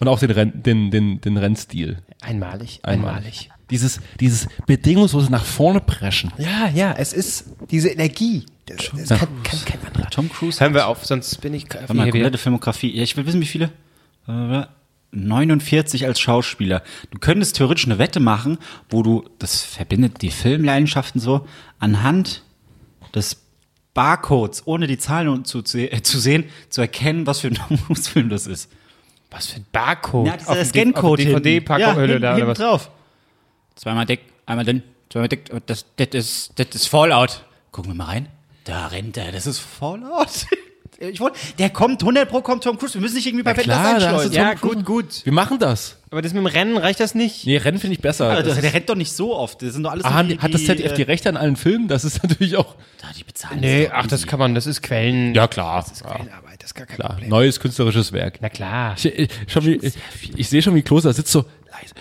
S3: Und auch den, Renn, den, den, den Rennstil.
S1: Einmalig.
S3: Einmalig. Dieses, dieses bedingungslose nach vorne preschen.
S1: Ja, ja, es ist diese Energie. Das, das
S3: Ja.
S1: kann, kann kein anderer.
S2: Tom Cruise
S1: Hören wir auf, sonst bin ich
S2: Warte mal, komplette Filmografie. Ja, ich will wissen, wie viele? Äh, 49 als Schauspieler. Du könntest theoretisch eine Wette machen, wo du, das verbindet die Filmleidenschaften so, anhand des Barcodes, ohne die Zahlen zu, zu, äh, zu sehen, zu erkennen, was für ein *laughs* Tom Cruise-Film das ist.
S1: Was für ein Barcode?
S2: Ja, dieser Scancode
S1: hinten. DVD-Packhöhle da oder was?
S2: drauf.
S6: Zweimal dick, einmal dünn, zweimal dick, das, das, ist, das ist Fallout.
S2: Gucken wir mal rein. Da rennt er. Das ist Fallout. *laughs* Ich wollte, der kommt, 100 pro kommt Tom Cruise. Wir müssen nicht irgendwie bei Wetten, das
S3: da hast
S2: einschleusen.
S3: du
S1: Ja,
S3: Tom Cruise.
S1: gut, gut.
S3: Wir machen das.
S1: Aber das mit dem Rennen reicht das nicht.
S3: Nee, Rennen finde ich besser.
S2: Ja, das,
S3: Das-
S2: der rennt doch nicht so oft. Das sind doch alles
S3: Ah,
S2: nur die-
S3: hat das
S2: die,
S3: ZDF
S2: äh,
S3: die Rechte an allen Filmen? Das ist *laughs* natürlich auch.
S2: Da, die bezahlen
S1: Nee,
S2: das doch
S1: ach, das
S2: easy.
S1: kann man, das ist Quellen.
S3: Ja, klar.
S1: Quellenarbeit, das ist gar kein
S3: klar.
S1: Problem.
S3: Neues künstlerisches Werk.
S1: Na klar.
S3: Ich, ich, schon wie, ich, ich sehe schon, wie Klose da sitzt so leise.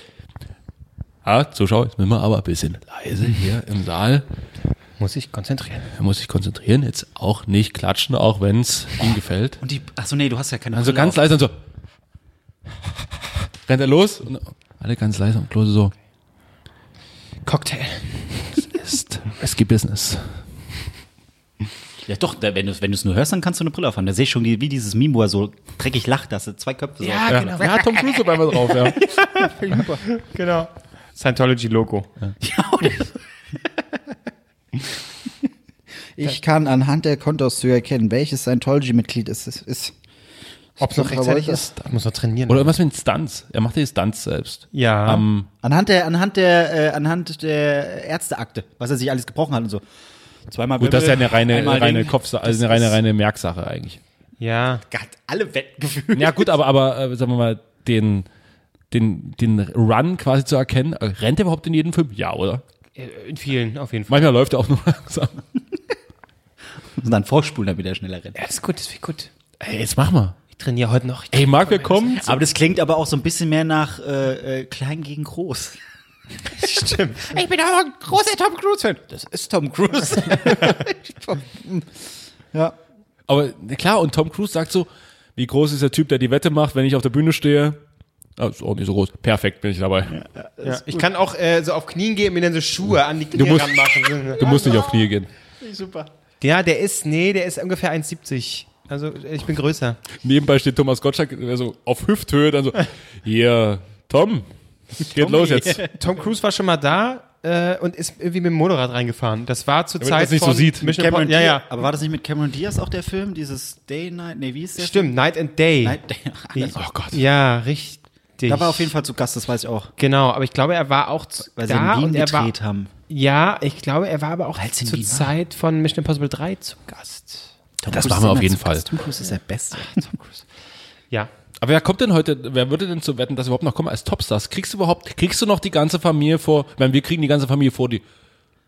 S3: Ja, Zuschauer, jetzt müssen wir aber ein bisschen leise hier im Saal.
S1: Muss ich konzentrieren.
S3: Er muss sich konzentrieren, jetzt auch nicht klatschen, auch wenn es ihm gefällt.
S2: Und die, achso, nee, du hast ja keine
S3: Also
S2: Brille
S3: ganz
S2: auf.
S3: leise und so. Rennt er los und alle ganz leise und Klose so.
S1: Cocktail.
S3: Ist risky business.
S2: Ja, doch, da, wenn du es wenn du's nur hörst, dann kannst du eine Brille aufhaben. Da sehe ich schon, die- wie dieses Meme, wo er so dreckig lacht, dass er zwei Köpfe so.
S3: Ja, genau. ja Tom Cruise auf einmal drauf, ja.
S1: Genau. Scientology-Logo.
S2: Ja, oder? *laughs* Ich kann anhand der Kontoauszüge erkennen, welches Scientology-Mitglied es ist. ist.
S1: Ob es noch
S2: Aber
S1: rechtzeitig
S2: das-
S1: ist, das muss man trainieren.
S3: Oder was mit Stunts. Er macht die Stunts selbst.
S1: ja.
S3: Am-
S2: Anhand der, anhand der, äh, anhand der Ärzteakte, was er sich alles gebrochen hat und so. Zweimal
S3: Gut, das ist ja eine reine,
S2: einmal
S3: reine
S2: Ring.
S3: Kopfsache,
S2: Das
S3: also eine reine,
S2: ist-
S3: reine Merksache eigentlich.
S1: ja.
S6: Hat alle
S3: *laughs*
S6: Wetten gefühlt.
S3: Ja, gut, aber, aber äh, sagen wir mal, den, den, den Run quasi zu erkennen, äh, rennt er überhaupt in jedem Film? Ja, oder?
S1: Äh, In vielen, auf jeden Fall.
S3: Manchmal läuft er auch nur *laughs* langsam.
S2: Und dann vorspulen, damit er schneller rennt.
S1: Ja, ist gut, ist viel gut.
S3: Ey, jetzt mach mal.
S1: Ich trainiere heute noch. Ich
S3: Ey, Marc, wir kommen.
S2: Aber das klingt aber auch so ein bisschen mehr nach äh, äh, klein gegen groß.
S6: Stimmt. Ich bin aber ein großer Tom Cruise-Fan.
S2: Das ist Tom Cruise. ja.
S3: Aber na klar, und Tom Cruise sagt so, wie groß ist der Typ, der die Wette macht, wenn ich auf der Bühne stehe? Ah, ist auch nicht so groß. Perfekt, bin ich dabei.
S1: Ja, ich kann auch äh, so auf Knien gehen und mir dann so Schuhe an die Knie
S3: musst-
S1: ranmachen.
S3: *laughs* Du musst nicht auf Knie gehen.
S1: Ja, der ist, nee, der ist ungefähr 1,70. Also ich bin größer.
S3: Nebenbei steht Thomas Gottschalk der so auf Hüfthöhe, dann so, *laughs* hier, Tom, geht los jetzt. Damit
S1: Tom Cruise war schon mal da äh, und ist irgendwie mit dem Motorrad reingefahren. Das war zur
S3: man
S1: Zeit
S3: das nicht so
S1: von
S3: sieht.
S1: Mission Impossible. Ja,
S2: Diaz-
S1: ja.
S2: Aber war das nicht mit Cameron Diaz auch der Film? Dieses Day Night? Nee, wie ist der?
S1: Stimmt, Night and Day.
S2: Film? Night *laughs* Day. Alles.
S3: Oh Gott.
S1: Ja, richtig.
S2: Da war er auf jeden Fall zu Gast, das weiß ich auch.
S1: Genau, aber ich glaube, er war auch zu,
S2: Weil sie
S1: da
S2: in Wien
S1: und er war,
S2: gedreht haben.
S1: Ja, ich glaube, er war aber auch
S2: Weil's in
S1: zur
S2: Wien war.
S1: Zeit von Mission Impossible 3 zu Gast.
S2: Tom
S3: Das
S2: Cruise
S3: machen wir
S2: ist
S3: auf
S2: immer
S3: jeden
S2: zu
S3: Fall.
S2: Gast. Tom Cruise ist der *laughs* Beste.
S1: Ja.
S3: Aber wer kommt denn heute, wer würde denn zu wetten, dass wir überhaupt noch kommen als Topstars? Kriegst du überhaupt, kriegst du noch die ganze Familie vor, ich meine, wir kriegen die ganze Familie vor die,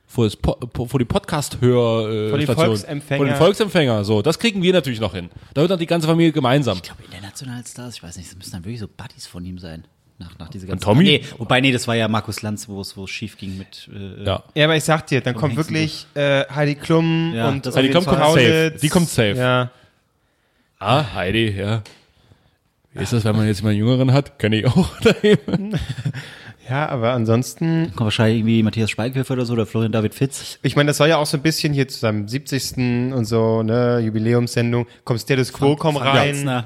S3: vor, das Po- po- vor die Podcast-Hör, äh,
S1: Vor die
S3: Station.
S1: Volksempfänger.
S3: Vor den Volksempfänger, so. Das kriegen wir natürlich noch hin. Da wird dann die ganze Familie gemeinsam.
S2: Ich glaube, internationale Stars, ich weiß nicht, das müssen dann wirklich so Buddies von ihm sein. Nach, nach diese ganzen
S3: Tommy?
S2: Nee, wobei, nee, das war ja Markus Lanz, wo es wo es schief ging mit. Äh,
S3: Ja.
S1: Ja, aber ich sag dir, dann kommt
S2: Hengsten.
S1: wirklich äh, Heidi Klum
S2: Ja,
S1: und
S2: das
S1: und
S2: Heidi Klum
S3: kommt
S1: Paulitz.
S3: safe. Also Die kommt safe.
S1: Ja.
S3: Ah, Heidi, ja. Wie ist das, wenn man jetzt mal einen Jüngeren hat? Kenne ich auch *laughs* daheim.
S1: ja, aber ansonsten,
S2: Kommt wahrscheinlich irgendwie Matthias Schweighöfer oder so oder Florian David Fitz.
S1: ich meine, das soll ja auch so ein bisschen hier zu seinem 70. und so, ne, Jubiläumssendung, kommt Status Quo, komm rein.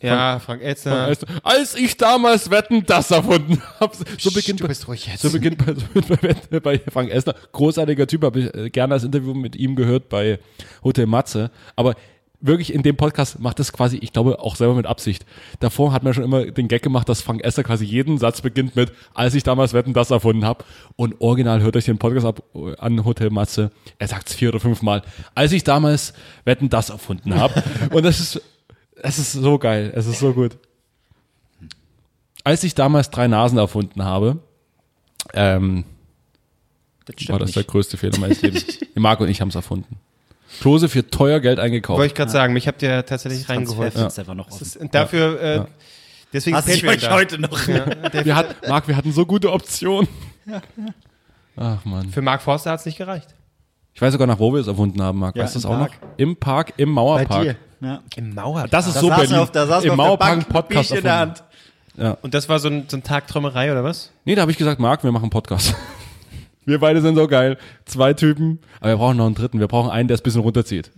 S3: Ja.
S1: ja, Frank Elzner.
S3: Weißt du, Also, als ich damals Wetten, das erfunden habe. So beginnt,
S1: du bist ruhig jetzt.
S3: so beginnt bei, *laughs* so beginnt bei, Wetten- bei Frank Essner. Großartiger Typ, habe ich äh, gerne das Interview mit ihm gehört bei Hotel Matze. Aber wirklich in dem Podcast macht das quasi, ich glaube, auch selber mit Absicht. Davor hat man schon immer den Gag gemacht, dass Frank Essner quasi jeden Satz beginnt mit, als ich damals Wetten, das erfunden habe. Und original hört euch den Podcast ab äh, an Hotel Matze. Er sagt es vier oder fünfmal. Als ich damals Wetten, das erfunden habe. Und das ist, es ist so geil. Es ist so gut als ich damals drei Nasen erfunden habe, ähm, war das der größte Fehler *laughs* meines Lebens. Marco und ich haben es erfunden. Klose für teuer Geld eingekauft.
S1: Wollte ich gerade sagen, mich habt ihr tatsächlich reingeholt.
S2: Transferfenster einfach noch offen. *laughs*
S1: Das ist- Und dafür, äh, deswegen
S2: Hasse ich euch heute noch.
S3: wir hat, Marc, wir hatten so gute Optionen. Ach man.
S1: Für Mark Forster hat's nicht gereicht.
S3: Ich weiß sogar noch, wo wir es erfunden haben, Marc.
S2: Ja,
S3: weißt du das
S2: im
S3: auch
S2: Park.
S3: noch? Im Park, im Mauerpark.
S2: Ja.
S1: Im Mauerpark.
S3: Das ist
S2: Da
S3: so
S2: saßen
S3: Berlin.
S2: wir auf- da saßen wir
S3: Im
S2: auf der
S3: Mauerpark
S2: Bank
S3: einen
S2: mit
S3: Podcast
S2: Bierchen in der
S3: erfunden.
S2: Hand.
S1: und das war so ein, so ein Tag Träumerei oder was?
S3: Nee, da habe ich gesagt, Marc, wir machen einen Podcast. *laughs* Wir beide sind so geil. Zwei Typen. Aber wir brauchen noch einen dritten. Wir brauchen einen, der es ein bisschen runterzieht.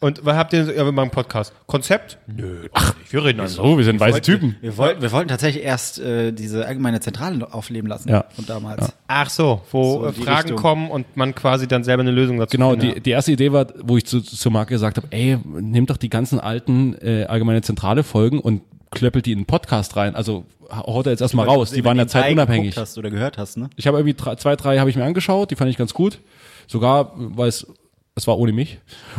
S1: Und was habt ihr so, ja, wir machen Podcast. Konzept? Nö. Ach, wir reden also.
S3: So, wir sind weiße Typen.
S2: Wir wollten, wir wollten tatsächlich erst äh, diese allgemeine Zentrale aufleben lassen
S3: Ja.
S2: von damals.
S1: Ach so, wo
S2: So
S1: äh,
S2: in die
S1: Fragen
S2: Richtung.
S1: kommen und man quasi dann selber eine Lösung dazu
S3: Genau,
S1: findet.
S3: die, die erste Idee war, wo ich zu, zu Marc gesagt habe, ey, nimm doch die ganzen alten äh, allgemeine zentrale Folgen und klöppelt die in den Podcast rein. Also ha- haut er jetzt erstmal raus, die waren ja zeitunabhängig.
S2: Geguckt hast oder gehört hast, ne?
S3: Ich habe irgendwie drei, zwei, drei habe ich mir angeschaut, die fand ich ganz gut. Sogar, weil es, es war ohne mich.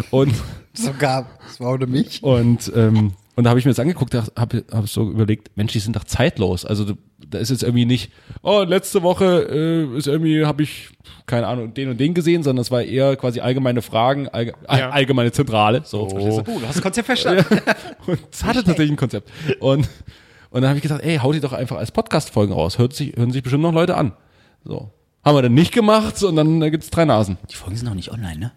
S3: Und,
S7: *laughs* Sogar, das war ohne mich.
S3: und, ähm, und da habe ich mir das angeguckt, habe hab so überlegt, Mensch, die sind doch zeitlos. Also du- da ist jetzt irgendwie nicht, oh, letzte Woche äh, ist irgendwie, habe ich, keine Ahnung, den und den gesehen, sondern es war eher quasi allgemeine Fragen, allge
S1: Ja.
S3: allgemeine Zentrale. So, verstehst du?
S2: Oh, du hast das Konzept verstanden.
S3: Und es hatte tatsächlich ein Konzept. Und, und dann habe ich gesagt, ey, hau die doch einfach als Podcast-Folgen raus. Hört sich, hören sich bestimmt noch Leute an. So. Haben wir dann nicht gemacht und dann äh, gibt's drei Nasen.
S2: Die Folgen sind noch nicht online, ne?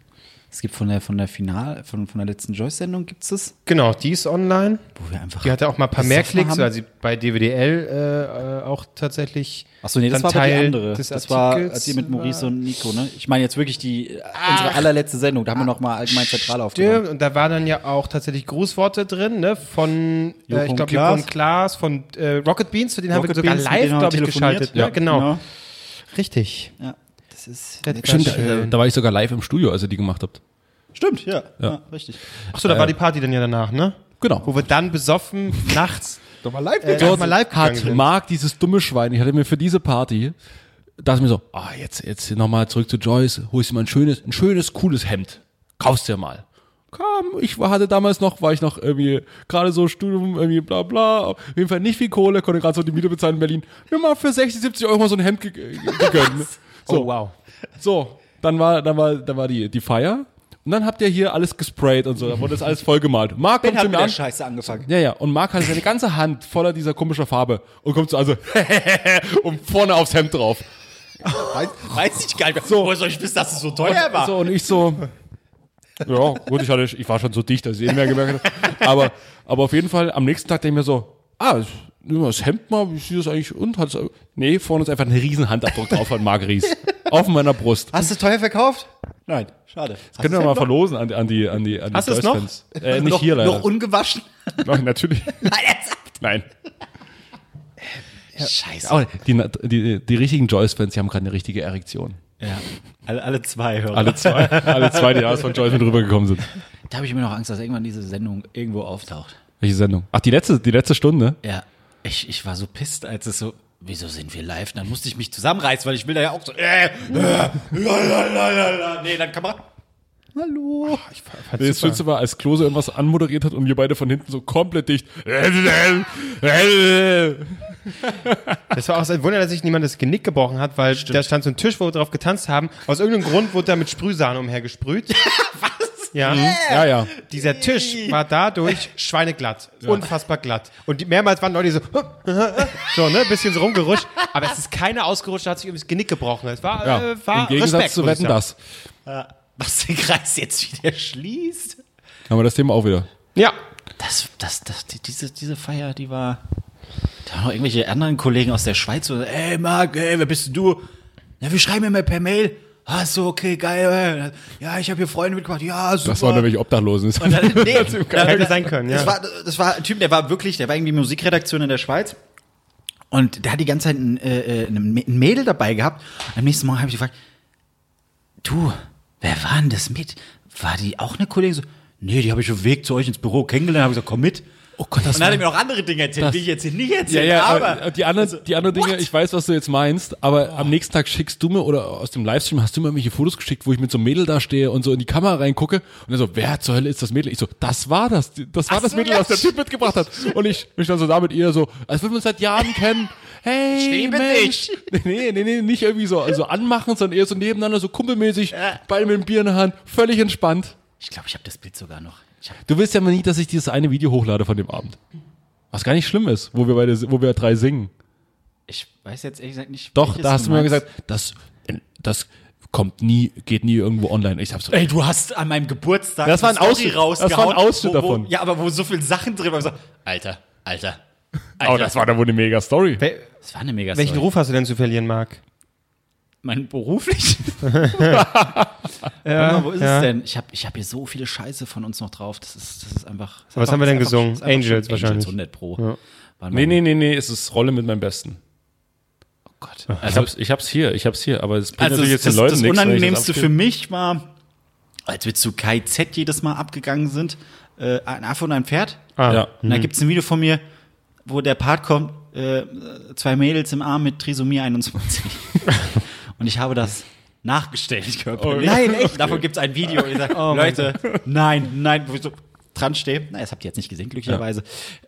S2: Es gibt von der von der Final, von, von der letzten Joyce-Sendung gibt's es,
S1: *laughs* Genau, die ist online.
S2: wo wir einfach.
S1: Die hatte auch mal ein paar
S2: Das
S1: mehr
S2: darf man
S1: Klicks,
S2: haben.
S1: weil sie bei DWDL äh, äh, auch tatsächlich.
S2: Achso, nee, das
S1: dann
S2: war aber die
S1: Teil
S2: andere.
S1: des
S2: Das war
S1: Artikels
S2: als ihr mit Maurice
S1: war.
S2: und Nico, ne? Ich meine jetzt wirklich die äh, unsere allerletzte Sendung, da haben wir nochmal allgemein zentral aufgenommen.
S1: Stimmt, und da waren dann ja auch tatsächlich Grußworte drin, ne? Von, äh, ich
S2: Joko und
S1: glaube,
S2: Klaas.
S1: Joko und Klaas, von äh, Rocket Beans, zu denen haben wir
S2: Rocket
S1: sogar
S2: Beans, mit
S1: live,
S2: denen haben wir
S1: glaube ich,
S2: telefoniert. genau.
S1: geschaltet. Ne?
S2: Ja,
S1: Genau.
S2: genau.
S1: Richtig.
S2: Ja. Das das ist.
S3: Stimmt, äh, da war ich sogar live im Studio, als ihr die gemacht habt.
S2: Stimmt, ja. ja. richtig.
S1: Achso, da war die Party dann ja danach, ne? Wo
S3: Genau.
S1: wir dann besoffen nachts
S7: Doch mal live
S1: äh, mal live gegangen
S3: Hat
S1: sind.
S3: Marc dieses dumme Schwein, ich hatte mir für diese Party, dachte mir so, ah, jetzt, jetzt nochmal zurück zu Joyce, holst du mal ein schönes, ein schönes, cooles Hemd. Kaufst dir mal. Komm, ich war, hatte damals noch, war ich noch irgendwie, gerade so Studium, irgendwie bla bla, auf jeden Fall nicht viel Kohle, konnte gerade so die Miete bezahlen in Berlin. Mir mal für 60, 70 Euro mal so ein Hemd ge ge-
S1: *laughs*
S3: gegönnt. So,
S1: Oh, wow.
S3: So, dann war, dann war, dann war die, die Feier. Und dann habt ihr hier alles gesprayt und so. Da wurde das alles vollgemalt. Marc kommt
S2: Hat
S3: zu
S2: mit
S3: mir
S2: der
S3: an.
S2: Scheiße angefangen.
S3: Ja, ja. Und Marc hatte seine ganze Hand voller dieser komischer Farbe und kommt so also *laughs* und vorne aufs Hemd drauf.
S6: *laughs* Weiß ich gar nicht. So. Woher soll ich wissen, dass es so teuer war?
S3: So, und ich so. Ja, gut, ich, hatte, ich war schon so dicht, dass ich eh nicht mehr gemerkt habe. Aber, aber auf jeden Fall, am nächsten Tag denke ich mir so, ah, das- nimm mal das Hemd mal, wie sieht das eigentlich und? Hat's, nee, vorne ist einfach ein riesen Handabdruck drauf von Marc Ries. Auf meiner Brust.
S2: Hast du teuer verkauft? Nein. Schade. Hast
S3: Können wir mal verlosen an, an die an die an
S1: Hast
S3: die
S1: du es noch?
S3: Joyce-Fans. Äh, nicht hier leider.
S2: Noch ungewaschen? *laughs*
S3: Nein, natürlich. Nein, Nein.
S2: Scheiße.
S3: Aber die, die, die richtigen Joyce-Fans, die haben gerade eine richtige Erektion.
S2: Ja. Alle, alle zwei Hörer.
S3: Alle zwei, alle zwei, die aus von Joyce mit rübergekommen sind.
S2: Da habe ich immer noch Angst, dass irgendwann diese Sendung irgendwo auftaucht.
S3: Welche Sendung? Ach, die letzte, die letzte Stunde.
S2: Ja. Ich, ich war so pisst, als es so, wieso sind wir live? Dann musste ich mich zusammenreißen, weil ich will da ja auch so, äh, äh, lalalala. Nee, dann kann man.
S3: Oh,
S2: Hallo.
S3: Das Schönste war, als Klose irgendwas anmoderiert hat und wir beide von hinten so komplett dicht.
S2: Äh,
S3: Stimmt,
S1: Das war auch ein Wunder, dass sich niemand das Genick gebrochen hat, weil da stand so ein Tisch, wo wir drauf getanzt haben. Aus irgendeinem Grund wurde da mit Sprühsahne umhergesprüht. Was? Ja.
S3: Ja, ja.
S1: Dieser Tisch war dadurch schweineglatt. Unfassbar glatt. Und die, mehrmals waren Leute so, *laughs* so, ne, bisschen so rumgerutscht. Aber es ist keiner ausgerutscht, der hat sich irgendwie das Genick gebrochen. Es war,
S3: ja.
S1: äh, war
S3: Im Gegensatz
S1: Respekt,
S3: zu
S1: muss ich
S3: Wetten,
S1: sagen.
S3: das.
S2: Was den Kreis jetzt wieder schließt.
S3: Haben wir das Thema auch wieder.
S1: Ja.
S2: Das, das, das, die, diese, diese Feier, die war. Da waren noch irgendwelche anderen Kollegen aus der Schweiz so, ey Marc, ey, wer bist denn du? Na, wir schreiben immer per Mail. Ah, so, okay, geil. äh, Ja, ich habe hier Freunde mitgebracht. Ja, super.
S3: Das waren nämlich Obdachlosen.
S2: Dann-
S3: *laughs*
S2: nee,
S1: Hätte sein können, ja.
S2: Das war, das war ein Typ, der war wirklich, der war irgendwie Musikredaktion in der Schweiz. Und der hat die ganze Zeit ein, äh, äh, ein Mä- ein Mädel dabei gehabt. Am nächsten Morgen habe ich gefragt, du, wer war denn das mit? War die auch eine Kollegin? So, nee, die habe ich auf dem Weg zu euch ins Büro kennengelernt. habe ich gesagt, komm mit.
S3: Oh Gott, das
S2: Und dann hat er mir noch andere Dinge erzählt, die ich jetzt hier nicht
S3: Ja,
S2: erzähle.
S3: ja,
S2: aber
S3: aber die anderen, die anderen Dinge, ich weiß, was du jetzt meinst, aber am nächsten Tag schickst du mir oder aus dem Livestream hast du mir irgendwelche Fotos geschickt, wo ich mit so einem Mädel da stehe und so in die Kamera reingucke und dann so, wer zur Hölle ist das Mädel? Ich so, das war das, das war das Mädel, das der Typ mitgebracht hat. Und ich mich dann so da mit ihr so, als würden wir uns seit Jahren kennen. Hey,
S2: Liebe
S3: Mensch. *laughs* Nee, nee, nee, nicht irgendwie so, also anmachen, sondern eher so nebeneinander, so kumpelmäßig, beide mit dem Bier in der Hand, völlig entspannt.
S2: ich glaube, ich habe das Bild sogar noch. Ich hab,
S3: Du willst ja mal nicht, dass ich dieses eine Video hochlade von dem Abend. Was gar nicht schlimm ist, wo wir beide, wo wir drei singen.
S2: ich weiß jetzt ehrlich gesagt nicht.
S3: Doch,
S2: welches
S3: da hast du mir
S2: meinst.
S3: gesagt, das, das kommt nie, geht nie irgendwo online. Ich hab so,
S2: Ey, du hast an meinem Geburtstag
S3: Das war
S2: eine
S3: ein
S2: Story
S3: Ausschnitt- das war ein Ausschnitt
S2: wo, wo,
S3: davon.
S2: Ja, aber wo so viele Sachen drin waren. Ich so, Alter, Alter.
S3: oh, das war da wohl eine mega Story.
S1: Wel
S2: Das war eine mega
S1: welchen
S2: Story.
S1: Ruf hast du denn zu verlieren, Marc?
S2: Mein beruflich? *laughs* Warte mal, wo ist es denn? Ich habe ich hab hier so viele Scheiße von uns noch drauf. Das ist, das ist einfach.
S1: Was haben wir denn gesungen?
S2: ist einfach-
S1: Angels wahrscheinlich.
S2: 100 Pro. Warte
S3: Nee,
S2: mal.
S3: nee, nee, nee, es ist Rolle mit meinem Besten.
S2: Oh Gott.
S3: Ich hab's, ich hab's hier, ich hab's hier, aber Also es bringt
S2: Also,
S3: natürlich
S2: das,
S3: jetzt
S2: das,
S3: den Leuten
S2: das
S3: nichts, wenn ich
S2: Unangenehmste
S3: das
S2: für mich war, als wir zu Kai Z jedes Mal abgegangen sind, äh, ein Affe und ein Pferd.
S3: abspiele. Ja.
S2: Und da gibt es ein Video von mir, wo der Part kommt, äh, zwei Mädels im Arm mit Trisomie 21. und ich habe das nachgestellt körperlich. *laughs* nein, echt? Davon gibt es ein Video. Und ich sage, Leute, nein, nein, wo ich so dran stehe. Na, das habt ihr jetzt nicht gesehen, glücklicherweise.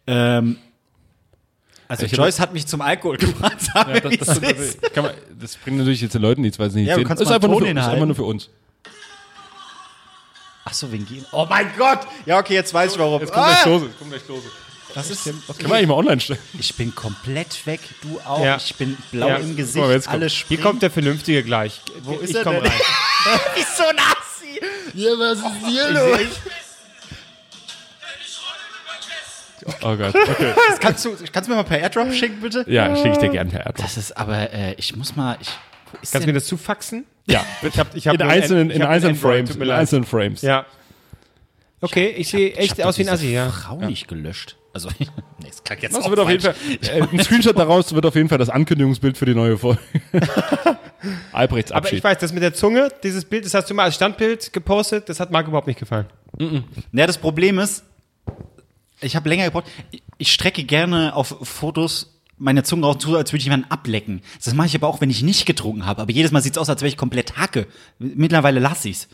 S2: Ähm, also
S3: Ich hab-
S2: Joyce hat mich zum Alkohol *laughs* gebracht, sagen wir, wie
S3: Das, das,
S2: es ist.
S3: *laughs* kann man, das bringt natürlich jetzt den Leuten nichts, weil sie nicht
S2: Ja, du
S3: sehen.
S2: kannst
S3: ist
S2: mal
S3: einfach, nur
S2: Ton
S3: für, ist einfach
S2: hinhalten.
S3: nur für uns.
S2: Ach so, wegen Gehen.
S6: Oh mein Gott! Ja, okay, jetzt weiß ich warum. Jetzt
S3: Kommt gleich los, kommt gleich los.
S2: Was Ah! ist denn?
S3: Kann man eigentlich mal online stellen.
S2: Ich bin komplett weg, du auch.
S1: Ja.
S2: Ich bin blau
S1: Ja.
S2: im
S3: Guck mal,
S2: Gesicht,
S3: jetzt kommt-
S2: alles
S1: Hier kommt der Vernünftige gleich. Wo
S6: ist
S1: ich
S6: er
S1: komm
S6: denn? *laughs*
S1: rein.
S2: so Nazi.
S7: Ja, was ist hier los?
S3: Oh Gott, okay.
S2: Kannst du, kannst du mir mal per Airdrop schicken, bitte?
S3: Ja, schicke ich dir gern per Airdrop.
S2: Das ist aber, äh, ich muss mal. Ich, wo ist
S1: Kannst du mir
S2: denn?
S1: das zufaxen?
S3: Ja,
S1: Ich hab, ich hab
S3: in
S1: nur
S3: einzelnen,
S1: ein- ich
S3: in
S1: hab
S3: einzelnen
S1: ein Android,
S3: Frames.
S1: tut mir
S3: In
S1: leid.
S3: einzelnen Frames.
S1: Ja. Okay, ich sehe
S2: Ich
S1: echt
S2: hab
S1: aus wie ein
S2: diese
S1: Assi, ja.
S2: Frau nicht gelöscht. Also, *laughs* nee, das klingt jetzt
S3: Das
S2: auch
S3: wird auf jeden
S2: falsch.
S3: Fall, äh, ein Screenshot daraus wird auf jeden Fall das Ankündigungsbild für die neue Folge. *laughs* Albrechts
S1: Aber
S3: Abschied.
S1: ich weiß, das mit der Zunge, dieses Bild, das hast du mal als Standbild gepostet, das hat Marc überhaupt nicht gefallen.
S2: Naja, das Problem ist, ich habe länger gebraucht. Ich- Ich strecke gerne auf Fotos meine Zunge auch zu, als würde ich jemanden ablecken. Das mache ich aber auch, wenn ich nicht getrunken habe. Aber jedes Mal sieht's aus, als wäre ich komplett Hacke. Mittlerweile lasse ich's.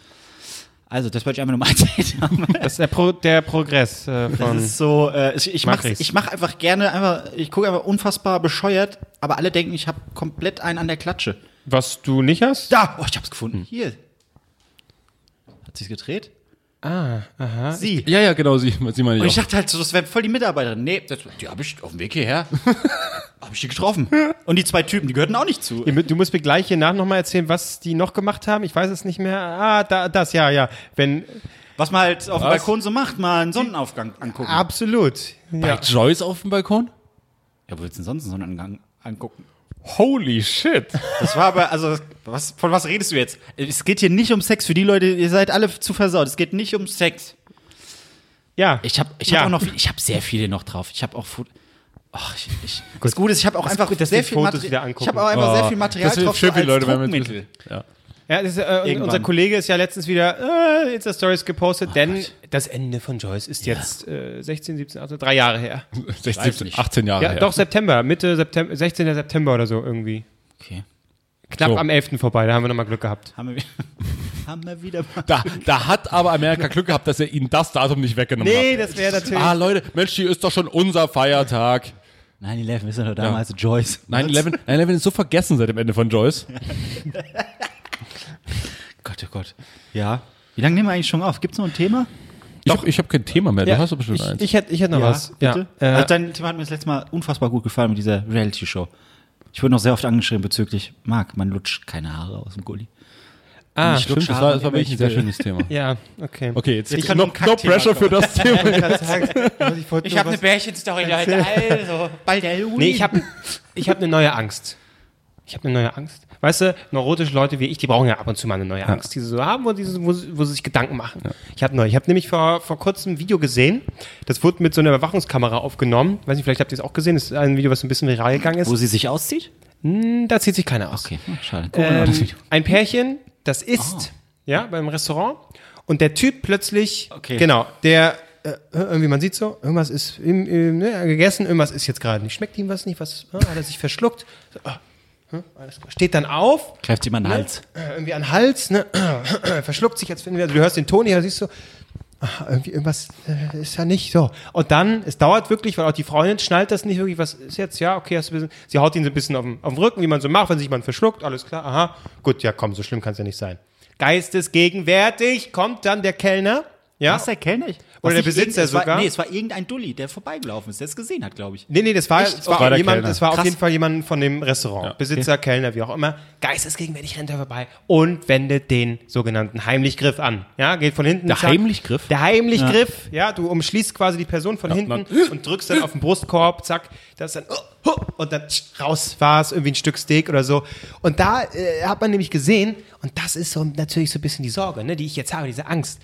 S2: Also, das wollte ich einfach nur mal *laughs* erzählt haben.
S1: Das ist der, Pro der Progress äh,
S2: Das
S1: von.
S2: ist so, äh, ich, ich
S1: Mach
S2: mache
S1: ich's.
S2: ich mach einfach gerne, einfach, ich gucke einfach unfassbar bescheuert, aber alle denken, ich habe komplett einen an der Klatsche.
S1: Was du nicht hast?
S2: Da, oh, ich hab's gefunden. Hier. Hat sie's gedreht? Ah, aha. Sie.
S3: ja, ja, genau, sie, sie meine
S2: Und ich
S3: ich auch.
S2: dachte halt so, das wäre voll die Mitarbeiterin. Nee, das, die habe ich auf dem Weg *laughs* hierher. habe ich die getroffen. Und die zwei Typen, die gehörten auch nicht zu.
S1: Ihr mü- Du musst mir gleich hier nach nochmal erzählen, was die noch gemacht haben. Ich weiß es nicht mehr. Ah, da, das, ja, ja. Wenn.
S2: Was man halt auf dem
S3: Was?
S2: Balkon so macht, mal einen Sonnenaufgang angucken.
S1: Absolut. Ja.
S3: Bei Joyce auf dem Balkon?
S2: Ja, wo willst du denn sonst einen Sonnenangang angucken?
S3: Holy shit.
S2: Das war aber, also, was, von was redest du jetzt? Es geht hier nicht um Sex. Für die Leute, ihr seid alle zu versaut. Es geht nicht um Sex.
S1: ja.
S2: Ich habe ich
S1: Ja.
S2: hab auch noch, viel- ich habe sehr viele noch drauf. Ich habe auch Food. Ach, ich, ich, Oh. das Gute ist, ich habe auch einfach
S1: gut, dass
S2: sehr
S1: die
S2: viel
S1: Fotos
S2: Materi-
S1: wieder angucken.
S2: Ich habe auch einfach sehr viel Material
S3: das wird
S2: drauf
S3: schön,
S2: so
S3: viele
S2: als
S3: Leute, wenn wir
S2: Druckmittel.
S3: jetzt ja.
S1: Ja, das ist, äh, und
S2: Irgendwann.
S1: unser Kollege ist ja letztens wieder äh, Insta-Stories
S3: Oh
S1: gepostet, denn das Ende von Joyce ist jetzt äh, 16, 17, 18, drei Jahre her.
S3: 16, 18 Jahre
S1: Ja,
S3: her.
S1: doch, September, Mitte September, 16. September oder so irgendwie.
S2: Okay.
S1: Knapp
S3: So.
S1: am 11. vorbei, da haben wir nochmal Glück gehabt.
S2: Haben wir, *laughs* haben wir wieder mal.
S3: *laughs* Da, da hat aber Amerika Glück gehabt, dass er ihnen das Datum nicht weggenommen
S1: Nee, das wäre
S3: hat.
S1: natürlich.
S3: Ah, Leute, Mensch, hier ist doch schon unser Feiertag.
S2: 9-11 ist ja nur damals Joyce.
S3: 9-11 9/11 ist so vergessen seit dem Ende von Joyce.
S2: Gott, oh Gott. Ja. Wie lange nehmen wir eigentlich schon auf? Gibt's noch ein Thema?
S3: Ich hab- ich habe hab kein Thema mehr, du hast doch bestimmt
S1: ich,
S3: eins.
S1: Ich hätte ich hätt noch was.
S2: bitte.
S1: Ja. Äh,
S2: also dein Thema hat mir das letzte Mal unfassbar gut gefallen mit dieser Reality-Show. Ich wurde noch sehr oft angeschrieben bezüglich, Marc, man lutscht keine Haare aus dem Gully.
S1: ah,
S2: ich
S3: Stimmt,
S2: lutsche
S3: das
S2: Haare
S3: war, das war
S2: immer,
S3: wirklich
S2: ich
S3: ein sehr
S2: will.
S3: schönes Thema.
S1: ja, okay.
S3: Okay, jetzt,
S2: kann
S3: no,
S2: nur ein
S3: no
S2: Kackthema
S3: pressure für
S1: *laughs*
S3: das Thema.
S2: *laughs* Also
S1: Ich habe eine
S2: Bärchen-Story, Leute. Also, bald der Juni.
S1: Nee, ich habe ich hab eine neue Angst. Ich habe eine neue Angst. Weißt du, neurotische Leute wie ich, die brauchen ja ab und zu mal eine neue Angst, die sie so haben und die, so- wo, sie- wo sie sich Gedanken machen. Ich habe neu. Ich habe nämlich vor, vor kurzem ein Video gesehen, das wurde mit so einer Überwachungskamera aufgenommen. Weiß nicht, vielleicht habt ihr es auch gesehen. Das ist ein Video, was ein bisschen viral gegangen ist.
S2: Wo sie sich auszieht?
S1: Da zieht sich keiner aus.
S2: Okay, schade. Ah. Gucken wir noch das
S1: Ähm,
S2: Video.
S1: ein Pärchen, das isst, ja, beim Restaurant. Und der Typ plötzlich,
S2: Okay.
S1: genau, der, äh, irgendwie, man sieht so, irgendwas ist ihm, ihm, ne, gegessen, irgendwas ist jetzt gerade nicht. Schmeckt ihm was nicht, was, äh, hat er sich verschluckt? So, ah, hm, alles klar. Steht dann auf,
S2: Greift jemand den Hals.
S1: äh, irgendwie an den Hals, ne? *clears throat* verschluckt sich jetzt, wenn wir- also du hörst den Ton hier, siehst du, ah, irgendwie irgendwas äh, ist ja nicht so. Und dann, es dauert wirklich, weil auch die Freundin schnallt das nicht wirklich, was ist jetzt, ja, okay, hast du ein bisschen, sie haut ihn so ein bisschen auf den, auf den Rücken, wie man so macht, wenn sich man verschluckt, alles klar, aha, gut, ja komm, so schlimm kann es ja nicht sein. Geistesgegenwärtig kommt dann der Kellner, ja,
S2: Was, der Kellner?
S1: Oder der Besitzer
S2: es war,
S1: sogar?
S2: Nee, es war irgendein Dulli, der vorbeigelaufen ist, der es gesehen hat, glaube ich.
S1: Nee, nee, das war, das war,
S3: War
S1: auch
S3: der
S1: jemand,
S3: Kellner.
S1: das war auf
S2: Krass.
S1: jeden Fall jemand von dem Restaurant. Besitzer, Kellner, wie auch immer. Geistesgegenwärtig rennt er vorbei und wendet den sogenannten Heimlichgriff an. Ja, geht von hinten.
S3: Der
S1: zack.
S3: Heimlichgriff?
S1: Der Heimlichgriff, ja. du umschließt quasi die Person von hinten und drückst dann auf den Brustkorb, zack, das dann, oh, oh, und dann raus war es, irgendwie ein Stück Steak oder so. Und da äh, hat man nämlich gesehen, und das ist so natürlich so ein bisschen die Sorge, ne, die ich jetzt habe, diese Angst.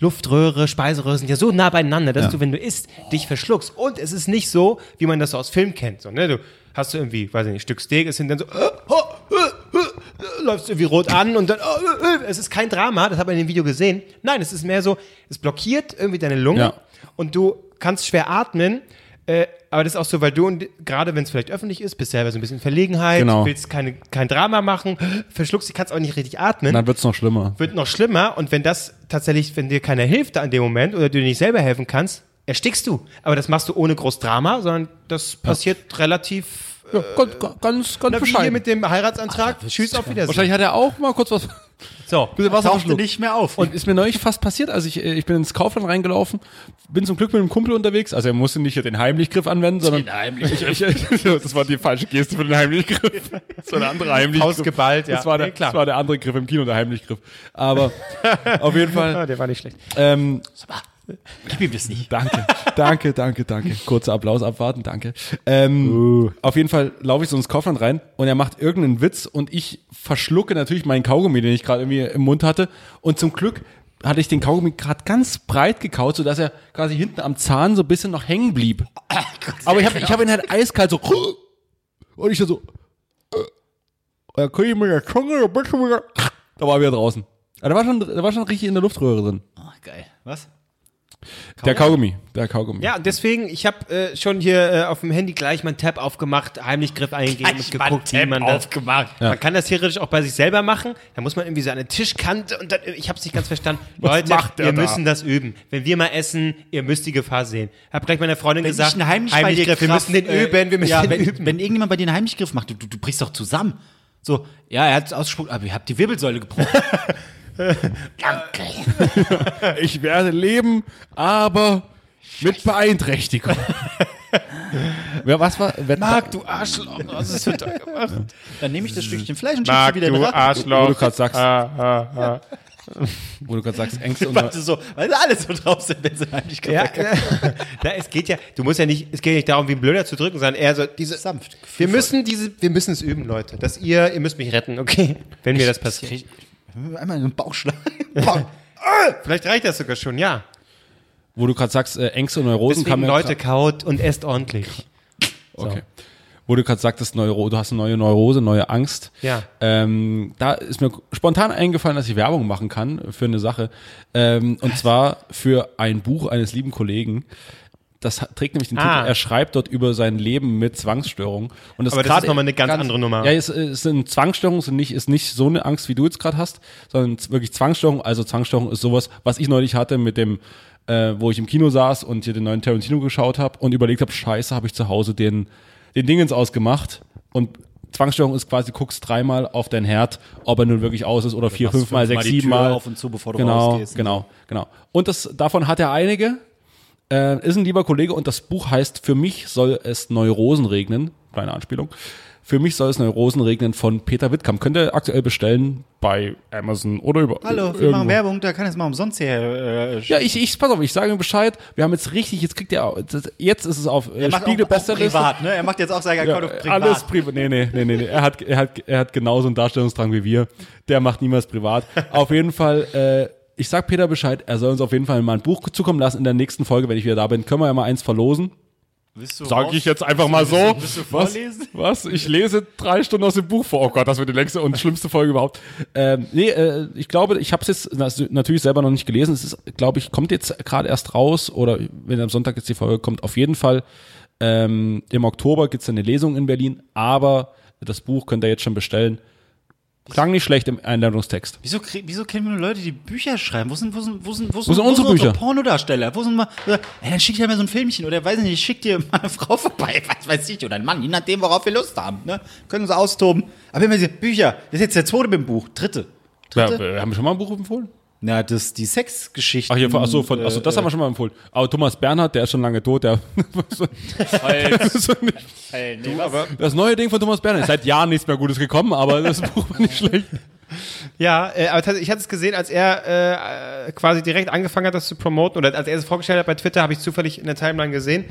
S1: Luftröhre, Speiseröhre sind ja so nah beieinander, dass du, wenn du isst, dich verschluckst. Und es ist nicht so, wie man das so aus Film kennt. So, ne? Du hast du irgendwie, weiß ich nicht, ein Stück Steak, ist hinten dann so, äh, oh, äh, äh, äh, läufst irgendwie rot an und dann, oh, äh, äh. es ist kein Drama, das hat man in dem Video gesehen. Nein, es ist mehr so, es blockiert irgendwie deine Lunge
S3: Ja.
S1: und du kannst schwer atmen. Äh, aber das ist auch so, weil du, und- gerade wenn es vielleicht öffentlich ist, bist selber so ein bisschen in Verlegenheit,
S3: Genau.
S1: willst keine, kein Drama machen, verschluckst dich, kannst auch nicht richtig atmen
S3: Dann wird's noch schlimmer.
S1: wird noch schlimmer und wenn das tatsächlich, wenn dir keiner hilft an dem Moment oder du dir nicht selber helfen kannst, erstickst du. Aber das machst du ohne groß Drama, sondern das passiert relativ.
S3: Ja, ganz, ganz, ganz
S1: äh, Na, wie hier
S3: bescheiden.
S1: mit dem Heiratsantrag. Tschüss, auf Wiedersehen.
S3: Wahrscheinlich hat er auch mal kurz was.
S1: So.
S3: bisschen Wasser verschluckt.
S2: nicht mehr auf.
S3: *laughs* Und ist mir neulich fast passiert. Also ich, äh, ich bin ins Kaufland reingelaufen, bin zum Glück mit einem Kumpel unterwegs. Also er musste nicht den Heimlichgriff anwenden, sondern. Ich, *laughs* ich, das war die falsche Geste für den Heimlichgriff. Das war der andere Heimlichgriff.
S1: Ausgeballt, ja.
S3: Das war, der,
S1: Nee, klar.
S3: das war der andere Griff im Kino, der Heimlichgriff. *laughs* Aber auf jeden
S1: Ah,
S3: Fall.
S1: der war nicht schlecht.
S3: Ähm,
S2: Gib ihm das nicht.
S3: Danke, danke, danke, danke. Kurzer Applaus abwarten, danke. Ähm, Auf jeden Fall laufe ich so ins Kaufland rein und er macht irgendeinen Witz und ich verschlucke natürlich meinen Kaugummi, den ich gerade irgendwie im Mund hatte. Und zum Glück hatte ich den Kaugummi gerade ganz breit gekaut, sodass er quasi hinten am Zahn so ein bisschen noch hängen blieb.
S2: Ah,
S3: Aber ich habe ich hab ihn halt eiskalt so und ich dann so Und dann krieg ich mit der Zunge so ein bisschen wieder. Da war er wieder draußen. Aber Da war schon, da war schon richtig in der Luftröhre drin.
S2: Oh, geil. Was?
S3: Der Kaugummi. Der Kaugummi.
S1: Ja, und deswegen, ich habe äh, schon hier äh, auf dem Handy gleich meinen Tab aufgemacht, heimlich Griff eingegeben und geguckt, wie man das.
S6: aufgemacht.
S1: Man kann das theoretisch auch bei sich selber machen. Da muss man irgendwie so an eine Tischkante und dann, äh, ich habe es nicht ganz
S2: *laughs*
S1: verstanden. Leute,
S6: macht der
S1: wir
S6: da?
S1: müssen das üben. Wenn wir mal essen, ihr müsst die Gefahr sehen. Hab gleich meiner Freundin
S2: Wenn
S1: gesagt,
S2: ich einen heimlich bei dir
S1: Heimlichgriff, wir müssen den
S2: äh,
S1: üben, wir müssen
S2: ja,
S1: den
S2: wenn,
S1: üben.
S2: Wenn irgendjemand bei dir einen Heimlichgriff macht, du, du, du brichst doch zusammen. So, ja, er hat es ausgespuckt, aber ich habe die Wirbelsäule gebrochen.
S3: Ich werde leben, aber
S1: *laughs*
S3: mit Beeinträchtigung. Wer was war? Wer, Marc,
S1: du Arschloch.
S2: Dann nehme ich das Stückchen Fleisch und
S6: Marc,
S2: schiebe wieder in den
S6: du
S2: Rachen.
S3: wo du
S6: Arschloch.
S3: gerade sagst,
S1: Ah,
S3: *laughs* wo du gerade sagst, Ängste und
S2: Warte, so, weil sie alle so drauf sind, wenn sie einen Heimlichgriff
S1: Ja,
S2: verkacken.
S1: *laughs* na, es geht ja, du musst ja nicht, es geht nicht darum, wie ein Blöder zu drücken, sondern eher so diese,
S2: Sanft.
S1: wir müssen diese, wir müssen es üben, Leute, dass ihr, ihr müsst mich retten, okay, wenn mir das passiert.
S2: Krieg ich- Einmal einen *laughs* Bauchschlag. Bam.
S1: Vielleicht reicht das sogar schon, ja.
S3: wo du gerade sagst, äh, Ängste und Neurosen
S1: Deswegen
S3: man-
S1: Leute, kaut und esst ordentlich.
S3: Okay. Wo du gerade sagtest, Neuro, du hast eine neue Neurose, neue Angst.
S1: Ja.
S3: Ähm, da ist mir spontan eingefallen, dass ich Werbung machen kann für eine Sache. Ähm, und zwar für ein Buch eines lieben Kollegen. Das hat- trägt nämlich den
S1: Ah.
S3: Titel, er schreibt dort über sein Leben mit Zwangsstörung. Und das
S1: Aber das
S3: gerade
S1: ist nochmal eine ganz andere Nummer.
S3: Ja, es ist eine Zwangsstörung, es ist nicht, ist nicht so eine Angst, wie du jetzt gerade hast, sondern z- wirklich Zwangsstörung. Also Zwangsstörung ist sowas, was ich neulich hatte mit dem, äh, wo ich im Kino saß und hier den neuen Tarantino geschaut habe und überlegt habe, scheiße, habe ich zu Hause den, den Dingens ausgemacht. Und Zwangsstörung ist quasi, guckst dreimal auf dein Herd, ob er nun wirklich aus ist oder vier,
S2: machst
S3: fünfmal,
S2: fünfmal
S3: sechs,
S2: die Tür
S3: siebenmal.
S2: auf und zu, bevor du
S3: genau,
S2: rausgehst.
S3: Genau, genau. Und das, davon hat er einige. Äh, ist ein lieber Kollege und das Buch heißt Für mich soll es Neurosen regnen. Kleine Anspielung. Für mich soll es Neurosen regnen von Peter Wittkamp. Könnt ihr aktuell bestellen bei Amazon oder über.
S2: Hallo, wir
S3: irgendwo.
S2: machen Werbung, da kann es mal umsonst her. Äh,
S3: Ja, ich, ich, pass auf, ich sage ihm Bescheid. Wir haben jetzt richtig, jetzt kriegt ihr, auch- das- jetzt ist es auf äh,
S2: macht
S3: Spiegel
S2: auch, auch
S3: besser.
S2: privat, ne? Er macht jetzt auch sein
S3: Ja, äh,
S2: Account auf privat.
S3: alles privat. Nee, nee, nee, nee. nee. Er, hat, er, hat, er hat genauso einen Darstellungsdrang wie wir. Der macht niemals privat. Auf jeden Fall, äh, ich sag Peter Bescheid, er soll uns auf jeden Fall mal ein Buch zukommen lassen. In der nächsten Folge, wenn ich wieder da bin, können wir ja mal eins verlosen.
S2: Willst du
S3: Sag
S2: raus?
S3: ich jetzt einfach mal so.
S2: Willst du
S3: Was?
S2: vorlesen?
S3: Was? Ich lese drei Stunden aus dem Buch vor. Oh Gott, das wird die längste und schlimmste Folge überhaupt. Ähm, nee, äh, ich glaube, ich habe es jetzt na- natürlich selber noch nicht gelesen. Es ist, glaube ich, kommt jetzt gerade erst raus oder wenn am Sonntag jetzt die Folge kommt, auf jeden Fall. Ähm, Im Oktober gibt's dann eine Lesung in Berlin, aber das Buch könnt ihr jetzt schon bestellen. Klang nicht schlecht im Einladungstext.
S2: Wieso, krie- wieso kennen wir nur Leute, die Bücher schreiben? Wo sind, wo sind, wo sind, wo sind,
S3: sind unsere
S2: unsere
S3: Bücher?
S2: Pornodarsteller? Wo sind mal, äh, dann schickt ja mal so ein Filmchen oder weiß ich nicht, schickt dir mal eine Frau vorbei, *laughs* was weiß ich, oder einen Mann, je nachdem, worauf wir Lust haben. Ne? Können sie austoben. Aber wenn wir sie, Bücher, das ist jetzt der zweite mit dem Buch, dritte.
S3: Ja,
S2: dritte?
S3: wir haben wir schon mal ein Buch empfohlen?
S2: Na, das die Sexgeschichte.
S3: Ach, hier, ach so, von, ach so, das haben wir schon mal empfohlen. Aber Thomas Bernhard, der ist schon lange tot, der. so nicht,
S2: du, aber
S3: Das neue Ding von Thomas Berner ist seit Jahren nichts mehr Gutes gekommen, aber das Buch war nicht schlecht.
S1: Ja, äh, aber tatsächlich, ich hatte es gesehen, als er äh, quasi direkt angefangen hat, das zu promoten oder als er es vorgestellt hat bei Twitter, habe ich es zufällig in der Timeline gesehen.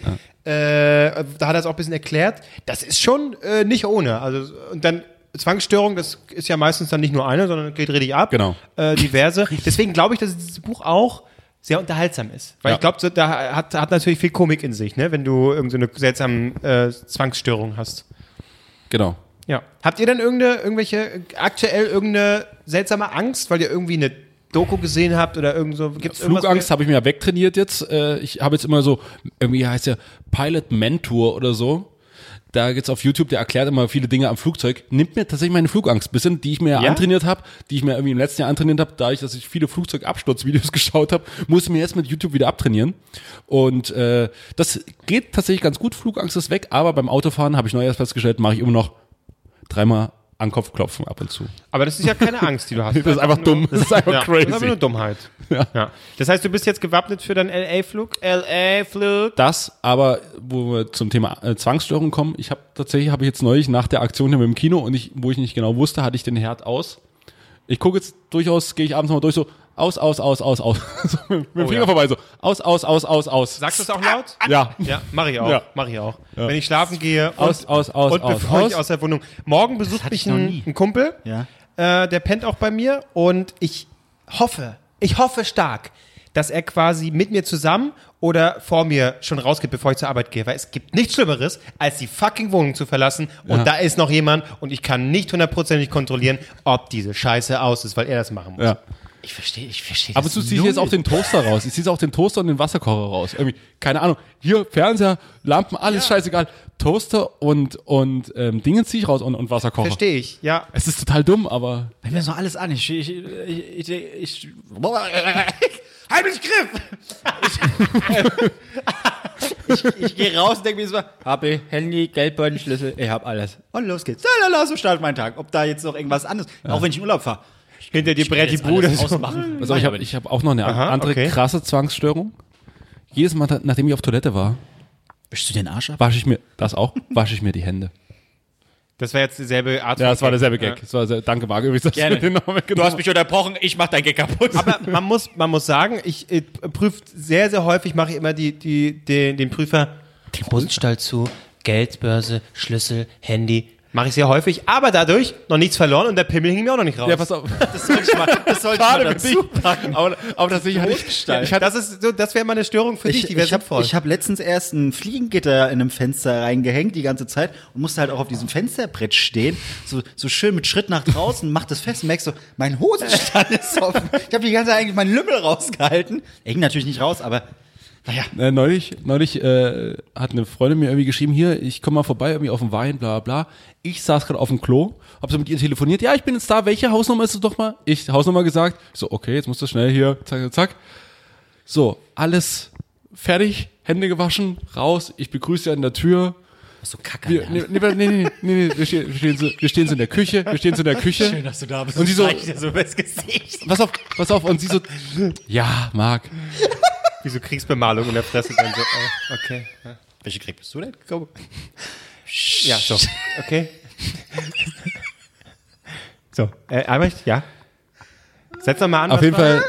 S1: Äh, da hat er es auch ein bisschen erklärt. Das ist schon äh, nicht ohne. Also und dann Zwangsstörung, das ist ja meistens dann nicht nur eine, sondern geht richtig ab.
S3: Genau.
S1: Äh, diverse. Deswegen glaube ich, dass dieses Buch auch sehr unterhaltsam ist. Weil
S3: Ja.
S1: ich glaube, so, da hat, hat natürlich viel Komik in sich, ne? wenn du irgendeine so eine seltsame äh, Zwangsstörung hast.
S3: Genau.
S1: Ja. Habt ihr denn irgendeine, irgendwelche, aktuell irgendeine seltsame Angst, weil ihr irgendwie eine Doku gesehen habt oder irgend so, gibt's
S3: Flugangst habe ich mir ja wegtrainiert jetzt. Äh, Ich habe jetzt immer so, irgendwie heißt ja Pilot Mentor oder so. Da geht's auf YouTube, der erklärt immer viele Dinge am Flugzeug. Nimmt mir tatsächlich meine Flugangst ein bisschen, die ich mir ja? antrainiert habe, die ich mir irgendwie im letzten Jahr antrainiert habe, dadurch, dass ich viele Flugzeugabsturzvideos *laughs* geschaut habe, muss ich mir jetzt mit YouTube wieder abtrainieren. Und äh, das geht tatsächlich ganz gut, Flugangst ist weg, aber beim Autofahren habe ich neu erst festgestellt, mache ich immer noch dreimal an Kopf klopfen ab und zu.
S1: Aber das ist ja keine Angst, die du hast.
S3: *laughs* Das ist einfach dumm. Das ist einfach
S1: ja, Das ist aber nur
S3: crazy.
S1: Dummheit. Ja. Das heißt, du bist jetzt gewappnet für deinen LA-Flug? LA-Flug.
S3: Das, aber wo wir zum Thema äh, Zwangsstörung kommen, ich habe tatsächlich habe ich jetzt neulich nach der Aktion hier mit dem Kino und ich, wo ich nicht genau wusste, hatte ich den Herd aus. Ich gucke jetzt durchaus, gehe ich abends nochmal durch so aus, aus, aus, aus, aus, *laughs* so, mit, mit dem
S1: Oh ja.
S3: Finger vorbei so aus, aus, aus, aus, aus.
S1: Sagst du es auch laut?
S3: ja.
S1: Ja, mach ich auch.
S3: Ja.
S1: Mach ich auch. Wenn ich schlafen gehe und,
S3: Aus, aus, aus,
S1: und
S3: aus,
S1: bevor ich
S3: aus.
S1: aus der Wohnung. Morgen besucht
S2: hatte ich
S1: mich
S2: noch
S1: ein,
S2: nie.
S1: ein Kumpel.
S2: Ja.
S1: Äh, der pennt auch bei mir und ich hoffe, ich hoffe stark, dass er quasi mit mir zusammen oder vor mir schon rausgeht, bevor ich zur Arbeit gehe. Weil es gibt nichts Schlimmeres, als die fucking Wohnung zu verlassen und da ist noch jemand und ich kann nicht hundertprozentig kontrollieren, ob diese Scheiße aus ist, weil er das machen muss.
S3: Ja.
S2: Ich verstehe, ich verstehe.
S3: Aber du ziehst jetzt auch den Toaster raus. Ich ziehe auch den Toaster und den Wasserkocher raus. Irgendwie, keine Ahnung. Hier, Fernseher, Lampen, alles scheißegal. Toaster und, und ähm, Dinge ziehe ich raus und, und Wasserkocher.
S1: Verstehe ich, ja.
S3: Es ist total dumm, aber
S2: Bei mir ist noch alles an. Ich, ich, ich, ich, ich, *laughs* ich halt mich Griff! Ich, ich, ich gehe raus und denke mir so, habe Handy, Geldbeutel, Schlüssel, ich habe alles. Und los geht's. Lalala, so startet mein Tag. Ob da jetzt noch irgendwas anderes, auch wenn ich in Urlaub fahre.
S1: Hinter dir brät die Bude.
S2: Bruder ausmachen. *laughs*
S3: Also ich habe ich hab auch noch eine
S1: Aha,
S3: andere
S1: okay.
S3: krasse Zwangsstörung. Jedes Mal, nachdem ich auf Toilette war,
S2: Bist du den Arsch ab?
S3: wasche ich mir, das auch, wasche ich mir die Hände.
S1: Das war jetzt dieselbe Art.
S3: *laughs* Ja,
S1: von
S3: das war derselbe
S1: Ja.
S3: Gag. Das war sehr, danke, Marc, übrigens, dass du den nochmal
S6: Du
S3: weggenommen
S6: hast mich unterbrochen, ich mach dein Gag kaputt.
S1: Aber man muss, man muss sagen, ich äh, prüft sehr, sehr häufig, mache ich immer die, die, den- den Prüfer den Mundstall zu, Geldbörse, Schlüssel, Handy. Mache ich sehr häufig, aber dadurch noch nichts verloren und der Pimmel hing mir auch noch nicht raus.
S3: Ja, pass auf.
S2: Das sollte ich mal, das sollte
S3: Schade
S2: *laughs*
S3: für dich. Aber, aber tatsächlich hatte ich,
S2: Notstall.
S3: ich hatte,
S1: das ist so, das wäre mal eine Störung für dich,
S2: Ich,
S1: die wäre
S2: ich habe
S1: sinnvoll.
S2: hab letztens erst ein Fliegengitter in einem Fenster reingehängt die ganze Zeit und musste halt auch auf diesem Fensterbrett stehen, so, so schön mit Schritt nach draußen, mach das fest und merkst so, mein Hosenstall ist offen. Ich habe die ganze Zeit eigentlich meinen Lümmel rausgehalten. Er ging natürlich nicht raus, aber naja.
S3: äh, neulich, neulich äh, hat eine Freundin mir irgendwie geschrieben, hier, ich komme mal vorbei, irgendwie auf dem Wein, bla bla. bla. Ich saß gerade auf dem Klo, hab so mit ihr telefoniert, ja, ich bin jetzt da, welche Hausnummer ist es doch mal? Ich Hausnummer gesagt, Ich so, okay, jetzt musst du schnell hier, zack, zack, zack. So, alles fertig, Hände gewaschen, raus, ich begrüße sie an der Tür.
S2: So kacke.
S3: Wir, nee, nee, nee, nee, nee, nee, wir stehen, wir stehen, so, wir stehen so in der Küche, wir stehen so in *laughs* der Küche. Schön, dass du da bist. Und sie so,
S6: so übers Gesicht.
S3: pass auf, pass auf, und sie so, ja, Marc,
S1: Wieso Kriegsbemalung in der Fresse dann so? äh, Okay.
S2: Welche Krieg bist du denn gekommen?
S1: Ja, so. Okay. So, äh, Albrecht, ja. Setz noch mal an.
S3: Auf
S1: was
S3: jeden
S1: war-
S3: Fall,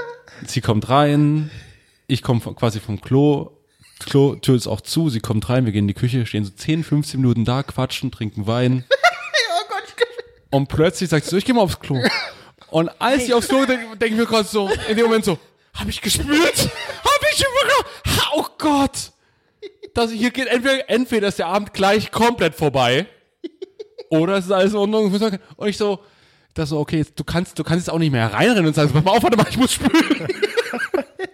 S3: sie kommt rein, ich komme quasi vom Klo, Klo, Tür ist auch zu, sie kommt rein, wir gehen in die Küche, stehen so 10, 15 Minuten da, quatschen, trinken Wein. Und plötzlich sagt sie so, ich gehe mal aufs Klo. Und als ich aufs Klo denke, denke ich mir gerade so, in dem Moment so, habe ich gespürt? Habe ich überhaupt? Ha, Oh Gott! Das hier geht entweder, entweder ist der Abend gleich komplett vorbei. Oder es ist alles in Ordnung. Und ich so, das so, okay, jetzt, du kannst, du kannst jetzt auch nicht mehr reinrennen und sagen, pass mal auf, warte mal, ich muss spülen. und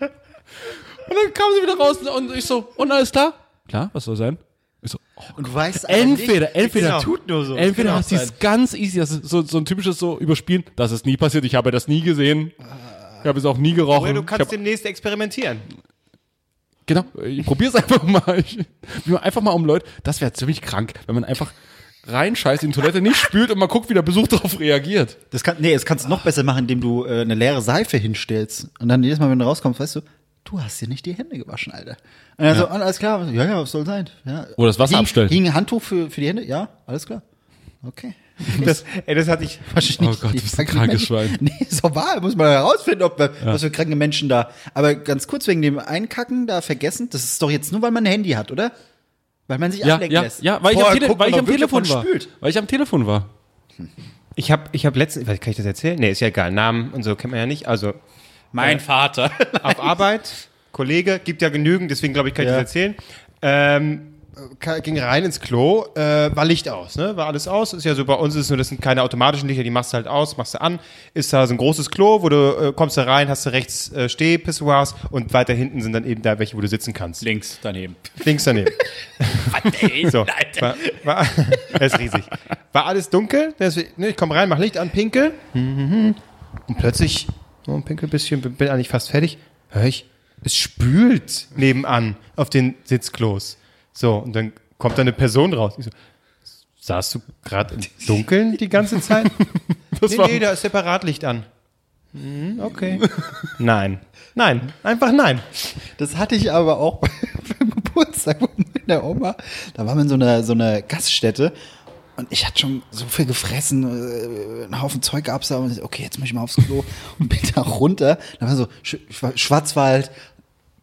S3: dann kam sie wieder raus und ich so, und alles klar? Klar, was soll sein? Ich so, oh,
S2: Und du weißt aber
S3: entweder, entweder,
S1: Genau.
S2: Tut nur so.
S3: entweder
S2: Kann auch
S3: hast du es ganz easy, das ist so, so ein typisches so überspielen, das ist nie passiert, ich habe das nie gesehen. Ich habe es auch nie gerochen.
S1: Oder du
S3: ich hab,
S1: kannst demnächst experimentieren.
S3: Genau, ich probiere es *laughs* einfach mal. Ich, wie man einfach mal um Leute, das wäre ziemlich krank, wenn man einfach reinscheißt in die Toilette, nicht spült und mal guckt, wie der Besuch darauf reagiert.
S2: Das kann, nee, das kannst du noch besser machen, indem du äh, eine leere Seife hinstellst. Und dann jedes Mal, wenn du rauskommst, weißt du, du hast dir nicht die Hände gewaschen, Alter. Und dann so, "Ah, alles klar, ja, ja, was soll sein. Ja.
S3: Oder das Wasser
S2: hing,
S3: abstellen.
S2: Hing ein Handtuch für, für die Hände? Ja, alles klar. Okay. *laughs*
S1: Das, ey, das hatte ich.
S2: Wahrscheinlich
S3: Oh Gott,
S2: die
S3: du bist ein
S2: kranken
S3: krankes
S2: Menschen.
S3: Schwein.
S2: *laughs* Nee, ist doch wahr. Muss man herausfinden, ob, wir- was für kranke Menschen da. Aber ganz kurz wegen dem Einkacken da vergessen, das ist doch jetzt nur, weil man ein Handy hat, oder? Weil man sich
S3: Ja,
S2: ablenken
S3: ja,
S2: lässt.
S3: ja, weil
S2: Vorher
S3: ich am, Tele
S2: guckt
S3: weil
S2: man
S3: ich am
S2: doch wirklich, ob man
S3: Telefon war.
S2: spült.
S3: Weil ich am Telefon war.
S1: Ich habe ich hab letztens, kann ich das erzählen? Nee, ist ja egal. Namen und so kennt man ja nicht. Also
S6: Mein Vater.
S1: auf Arbeit, Kollege, gibt ja genügend, deswegen glaube ich, kann ich das erzählen. Ähm, ka- ging rein ins Klo, äh, war Licht aus, ne? War alles aus. Ist ja so, bei uns ist es nur, das sind keine automatischen Lichter, die machst du halt aus, machst du an. Ist da so ein großes Klo, wo du äh, kommst da rein, hast du rechts äh, Stehpissoirs und weiter hinten sind dann eben da welche, wo du sitzen kannst.
S6: Links daneben.
S1: Links daneben. so, war, war, *laughs* er ist riesig. War alles dunkel, deswegen, ne, ich komme rein, mach Licht an, pinkel. Und plötzlich, so ein pinkel bisschen, bin- bin eigentlich fast fertig, höre ich, es spült nebenan auf den Sitzklos. So, und dann kommt da eine Person raus. Ich so, saßt du gerade im Dunkeln die ganze Zeit? nee,
S3: war-
S1: nee, da ist Separatlicht an. Hm, Okay. Nein. Nein. Einfach nein.
S2: Das hatte ich aber auch *laughs* beim Geburtstag von meiner Oma. Da waren wir in so einer, so einer Gaststätte und ich hatte schon so viel gefressen, äh, einen Haufen Zeug gab's da und ich, okay, jetzt muss ich mal aufs Klo und bin da runter. Da war so Sch Schwa- Schwarzwald,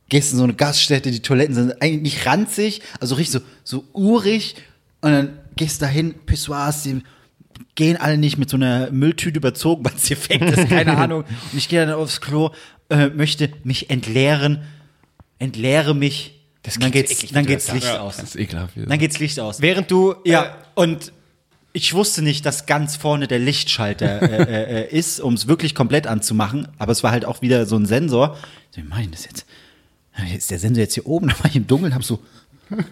S2: gehst in so eine Gaststätte, die Toiletten sind eigentlich nicht ranzig, also richtig so, so urig und dann gehst da hin, Pissoirs, die gehen alle nicht mit so einer Mülltüte überzogen, weil es hier
S3: *laughs*
S2: fängt ist, keine Ahnung. Und ich gehe dann aufs Klo, äh, möchte mich entleeren entleere mich. Das dann
S3: klingt so
S2: geht's,
S3: eklig,
S2: dann
S3: wie du
S2: geht's
S3: das
S2: Licht
S3: sagst.
S2: aus.
S3: Das ist ekelhaft.
S2: Dann geht's Licht aus.
S1: Während du. Äh,
S2: Ja, und ich wusste nicht, dass ganz vorne der Lichtschalter äh, äh, äh, ist, um es wirklich komplett anzumachen. Aber es war halt auch wieder so ein Sensor. So, Wie meinen das jetzt? Ist der Sensor jetzt hier oben? Da war ich im Dunkeln, hab so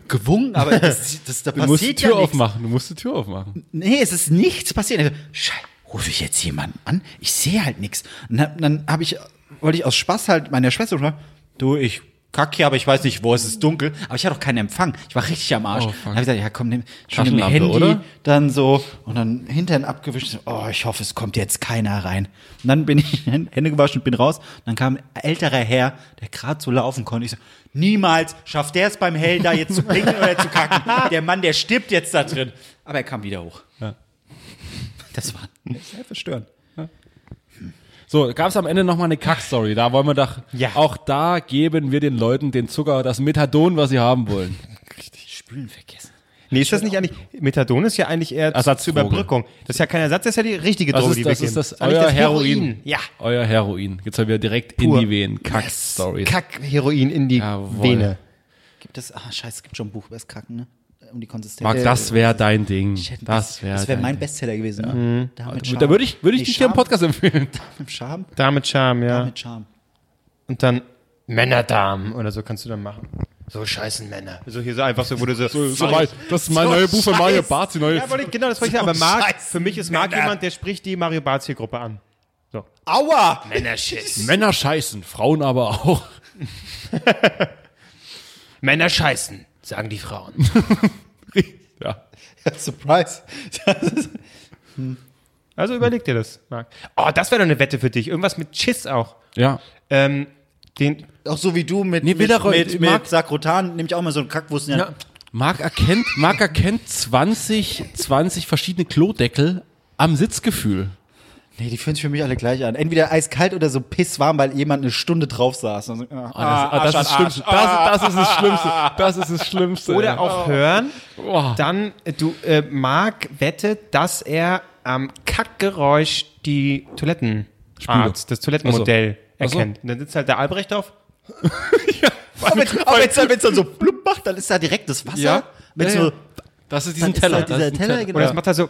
S2: gewunken, aber das, das, da
S3: Du musst die
S2: passiert
S3: Tür
S2: ja nichts.
S3: aufmachen. Du musst die Tür aufmachen.
S2: Nee, es ist nichts passiert. Ich so, Scheiße, rufe ich jetzt jemanden an? Ich sehe halt nichts. Und dann, dann habe ich, wollte ich aus Spaß halt meiner Schwester fragen, du, ich kacke hier, aber ich weiß nicht, wo es ist dunkel. Aber ich hatte auch keinen Empfang. Ich war richtig am Arsch.
S3: Oh, fuck.
S2: dann habe ich gesagt, ja komm, nimm, schon nimm
S3: Taschenlampe,
S2: Handy,
S3: oder?
S2: dann so und dann Hintern abgewischt. So, Oh, ich hoffe, es kommt jetzt keiner rein. Und dann bin ich *laughs* Hände gewaschen und bin raus. Und dann kam ein älterer Herr, der gerade so laufen konnte. Ich so, niemals schafft der es beim Hell da jetzt zu blinken oder zu kacken. Der Mann, der stirbt jetzt da drin. Aber er kam wieder hoch. Das war sehr verstörend.
S3: So, gab es am Ende nochmal eine Kackstory. Da wollen wir doch.
S1: Ja.
S3: Auch da geben wir den Leuten den Zucker, das Methadon, was sie haben wollen.
S2: Spülen vergessen.
S1: nee, ist das nicht eigentlich. Methadon ist ja eigentlich eher
S3: Ersatzdroge.
S1: zur Überbrückung. Das ist ja kein Ersatz, das ist ja die richtige
S3: Das
S1: Droge,
S3: ist,
S1: die
S3: das,
S1: wir
S3: ist
S1: geben.
S3: das,
S1: eigentlich
S3: euer Heroin.
S1: Ja.
S3: Euer Heroin. Jetzt haben wir direkt
S1: Pur.
S3: in die Venen. Kackstory.
S1: Kack-Heroin in die
S3: Jawohl.
S1: Vene.
S2: Gibt es, ah, scheiße, es gibt schon ein Buch über das Kacken, ne? Um die Konsistenz.
S3: Marc, das wäre dein Ding.
S2: Ich hätte-
S3: Das wäre
S2: das wär mein Bestseller gewesen. Ne? Da, mit
S3: Mhm. Da würde ich, würde ich
S2: Nee,
S3: dich hier im
S2: Charme.
S3: Podcast empfehlen.
S2: Mit Charme?
S1: Damit Charme, ja.
S2: Mit Charme. *laughs*
S1: Und dann Männerdarm oder so kannst du dann machen. So scheißen Männer.
S3: Also
S1: So hier so einfach so, wo du so.
S3: das ist mein neues Buch von Mario Barth, die neue.
S1: ja, wollte ich, genau, das wollte ich sagen. Aber
S2: So
S1: Marc,
S2: scheißen
S1: für mich ist Marc
S2: Männer.
S1: jemand, der spricht die Mario Barth Gruppe an.
S2: Aua!
S3: Männer scheißen, Frauen aber auch.
S1: Männer scheißen, sagen die Frauen.
S3: Ja.
S2: Surprise.
S1: *laughs* Also überleg dir das, Marc. Oh, das wäre doch eine Wette für dich. Irgendwas mit Schiss auch.
S3: Ja.
S1: Ähm, den,
S2: Auch so wie du mit,
S3: Nee,
S2: mit,
S3: Widerreu-
S2: mit,
S3: Marc-
S2: mit Sakrotan, nehme ich auch mal so einen Kackwurst. in die Hand.
S3: Marc erkennt, Marc erkennt 20, 20 verschiedene Klodeckel am Sitzgefühl.
S2: Nee, die fühlen sich für mich alle gleich an. Entweder eiskalt oder so pisswarm, weil jemand eine Stunde drauf saß. Und so, ah.
S3: Ah, das, ist das Schlimmste. Das, das ist das Schlimmste. Das ist das Schlimmste.
S1: oder
S3: ja.
S1: auch hören.
S3: Boah.
S1: Dann, äh, du, äh, Marc wettet, dass er am Kackgeräusch die Toilettenarzt, das Toilettenmodell
S3: Ach so.
S1: erkennt. Und dann sitzt halt der Albrecht auf.
S2: Aber wenn es dann, wenn's dann so blub macht, dann ist da direkt das Wasser.
S3: Ja.
S2: Mit
S3: Ja,
S2: so,
S3: ja. Das ist
S2: dann
S3: diesen
S2: ist
S3: Teller.
S2: da dieser
S3: das ist ein
S2: Teller,
S1: Oder
S2: genau.
S1: es macht er so,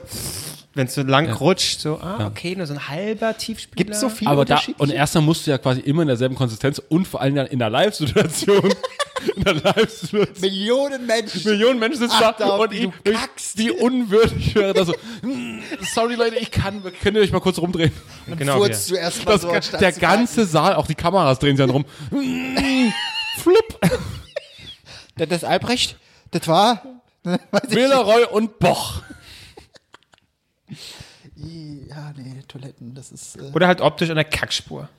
S1: wenn es so lang rutscht, so, ah, okay, nur so ein halber Tiefspieler.
S2: Gibt's so viele
S3: Aber da, und
S2: unterschiedliche?
S3: erstmal musst du ja quasi immer in derselben Konsistenz und vor allem dann in der Live-Situation. *laughs* in der Live-Situation.
S2: Millionen Menschen.
S3: Millionen Menschen sitzen
S2: Acht
S3: da
S2: auf,
S3: und
S2: wie
S3: ich,
S2: du
S3: ich,
S2: kackst.
S3: die unwürdig wäre da so, "Hm, sorry Leute, ich kann, könnt ihr euch mal kurz rumdrehen?
S1: genau, hier.
S2: Furzt zuerst mal
S3: Das,
S2: so. anstatt
S3: der
S2: zu
S3: ganze Saal, auch die Kameras drehen sich dann rum. Hm, Flupp,
S2: kacken. Das Albrecht, das war. *laughs*
S3: Willeroy und Boch.
S2: Ja, nee, Toiletten, das ist. Äh,
S1: Oder halt optisch an der Kackspur.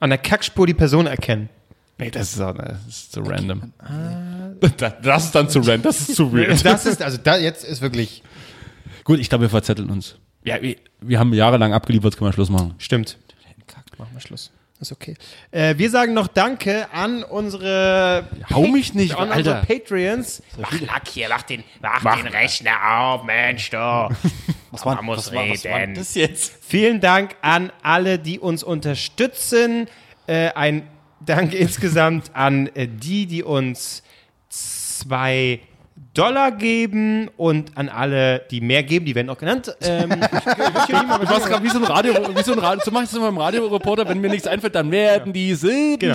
S1: An der Kackspur die Person erkennen.
S3: Nee, das ist, auch- das ist zu random.
S6: Ah.
S3: Das, das ist dann zu random, das ist zu weird.
S1: Das ist, also da jetzt ist wirklich.
S3: Gut, ich glaube, wir verzetteln uns. Ja, wir, wir haben jahrelang abgeliefert, jetzt können wir Schluss machen.
S1: Stimmt. Machen wir Schluss. Ist okay. Äh, wir sagen noch Danke an unsere.
S3: Hau mich nicht,
S1: an
S3: Alter.
S1: unsere Patreons.
S8: Mach, mach hier, mach den, mach, den Rechner auf, Mensch, du.
S2: was war,
S8: man muss
S2: war- was war
S8: reden.
S2: das jetzt?
S1: Vielen Dank an alle, die uns unterstützen. Äh, ein Dank *laughs* insgesamt an äh, die, die uns zwei Dollar geben und an alle, die mehr geben, die werden auch genannt.
S3: *laughs*
S1: Ähm,
S3: Ich war gerade wie so ein Radio, wie so ein Radio, so mache ich das immer im Radioreporter, wenn mir nichts einfällt, dann werden die Silben
S1: Genau.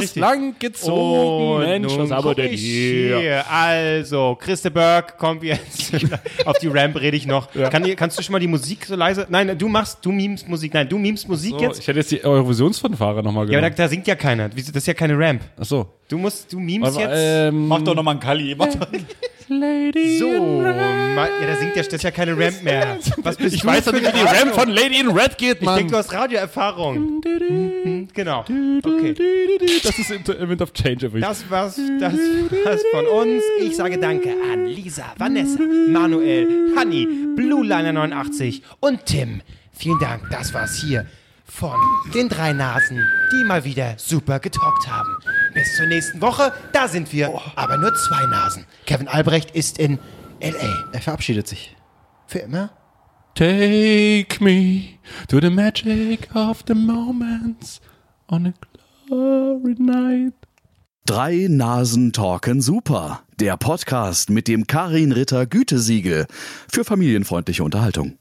S1: *laughs* Richtig.
S3: lang gezogen. Mensch, Oh, was aber
S1: guck
S3: denn
S1: ich
S3: hier?
S1: Also, Christe Berg, kommt jetzt. *laughs* Auf die Ramp rede ich noch. Kann, kannst du schon mal die Musik so leise? Nein, du machst, du mimst Musik. Nein, du mimst Musik
S3: So,
S1: jetzt.
S3: Oh, ich hätte jetzt die Eurovisionsfanfare nochmal
S1: Ja, aber da,
S3: gehört.
S1: da singt ja keiner. Wieso- Das ist ja keine Ramp.
S3: Achso.
S1: Du musst, du mimst
S3: Aber,
S1: jetzt.
S3: ähm,
S2: Mach doch nochmal einen Kalli. Mach doch.
S1: äh, So, ma- ja, da singt ja, das ist ja keine Ramp *laughs* mehr. Was bist
S3: ich
S1: du
S3: weiß doch
S1: für
S3: nicht,
S1: eine
S3: wie die Ramp
S1: Ahnung?
S3: von Lady in Red geht,
S1: Ich
S3: Mann.
S1: denke, du hast Radioerfahrung. Mhm, genau. Okay.
S3: Das ist im Wind of Change übrigens.
S1: Das war's, das war's von uns. Ich sage Danke an Lisa, Vanessa, Manuel, Hanni, BlueLiner89 und Tim. Vielen Dank, das war's hier von den drei Nasen, die mal wieder super getalkt haben. Bis zur nächsten Woche, da sind wir,
S2: Oh.
S1: aber nur zwei Nasen. Kevin Albrecht ist in L.A.
S2: Er verabschiedet sich.
S1: Für immer.
S3: Take me to the magic of the moments on a glory night.
S9: Drei Nasen talken super. Der Podcast mit dem Karin Ritter Gütesiegel für familienfreundliche Unterhaltung.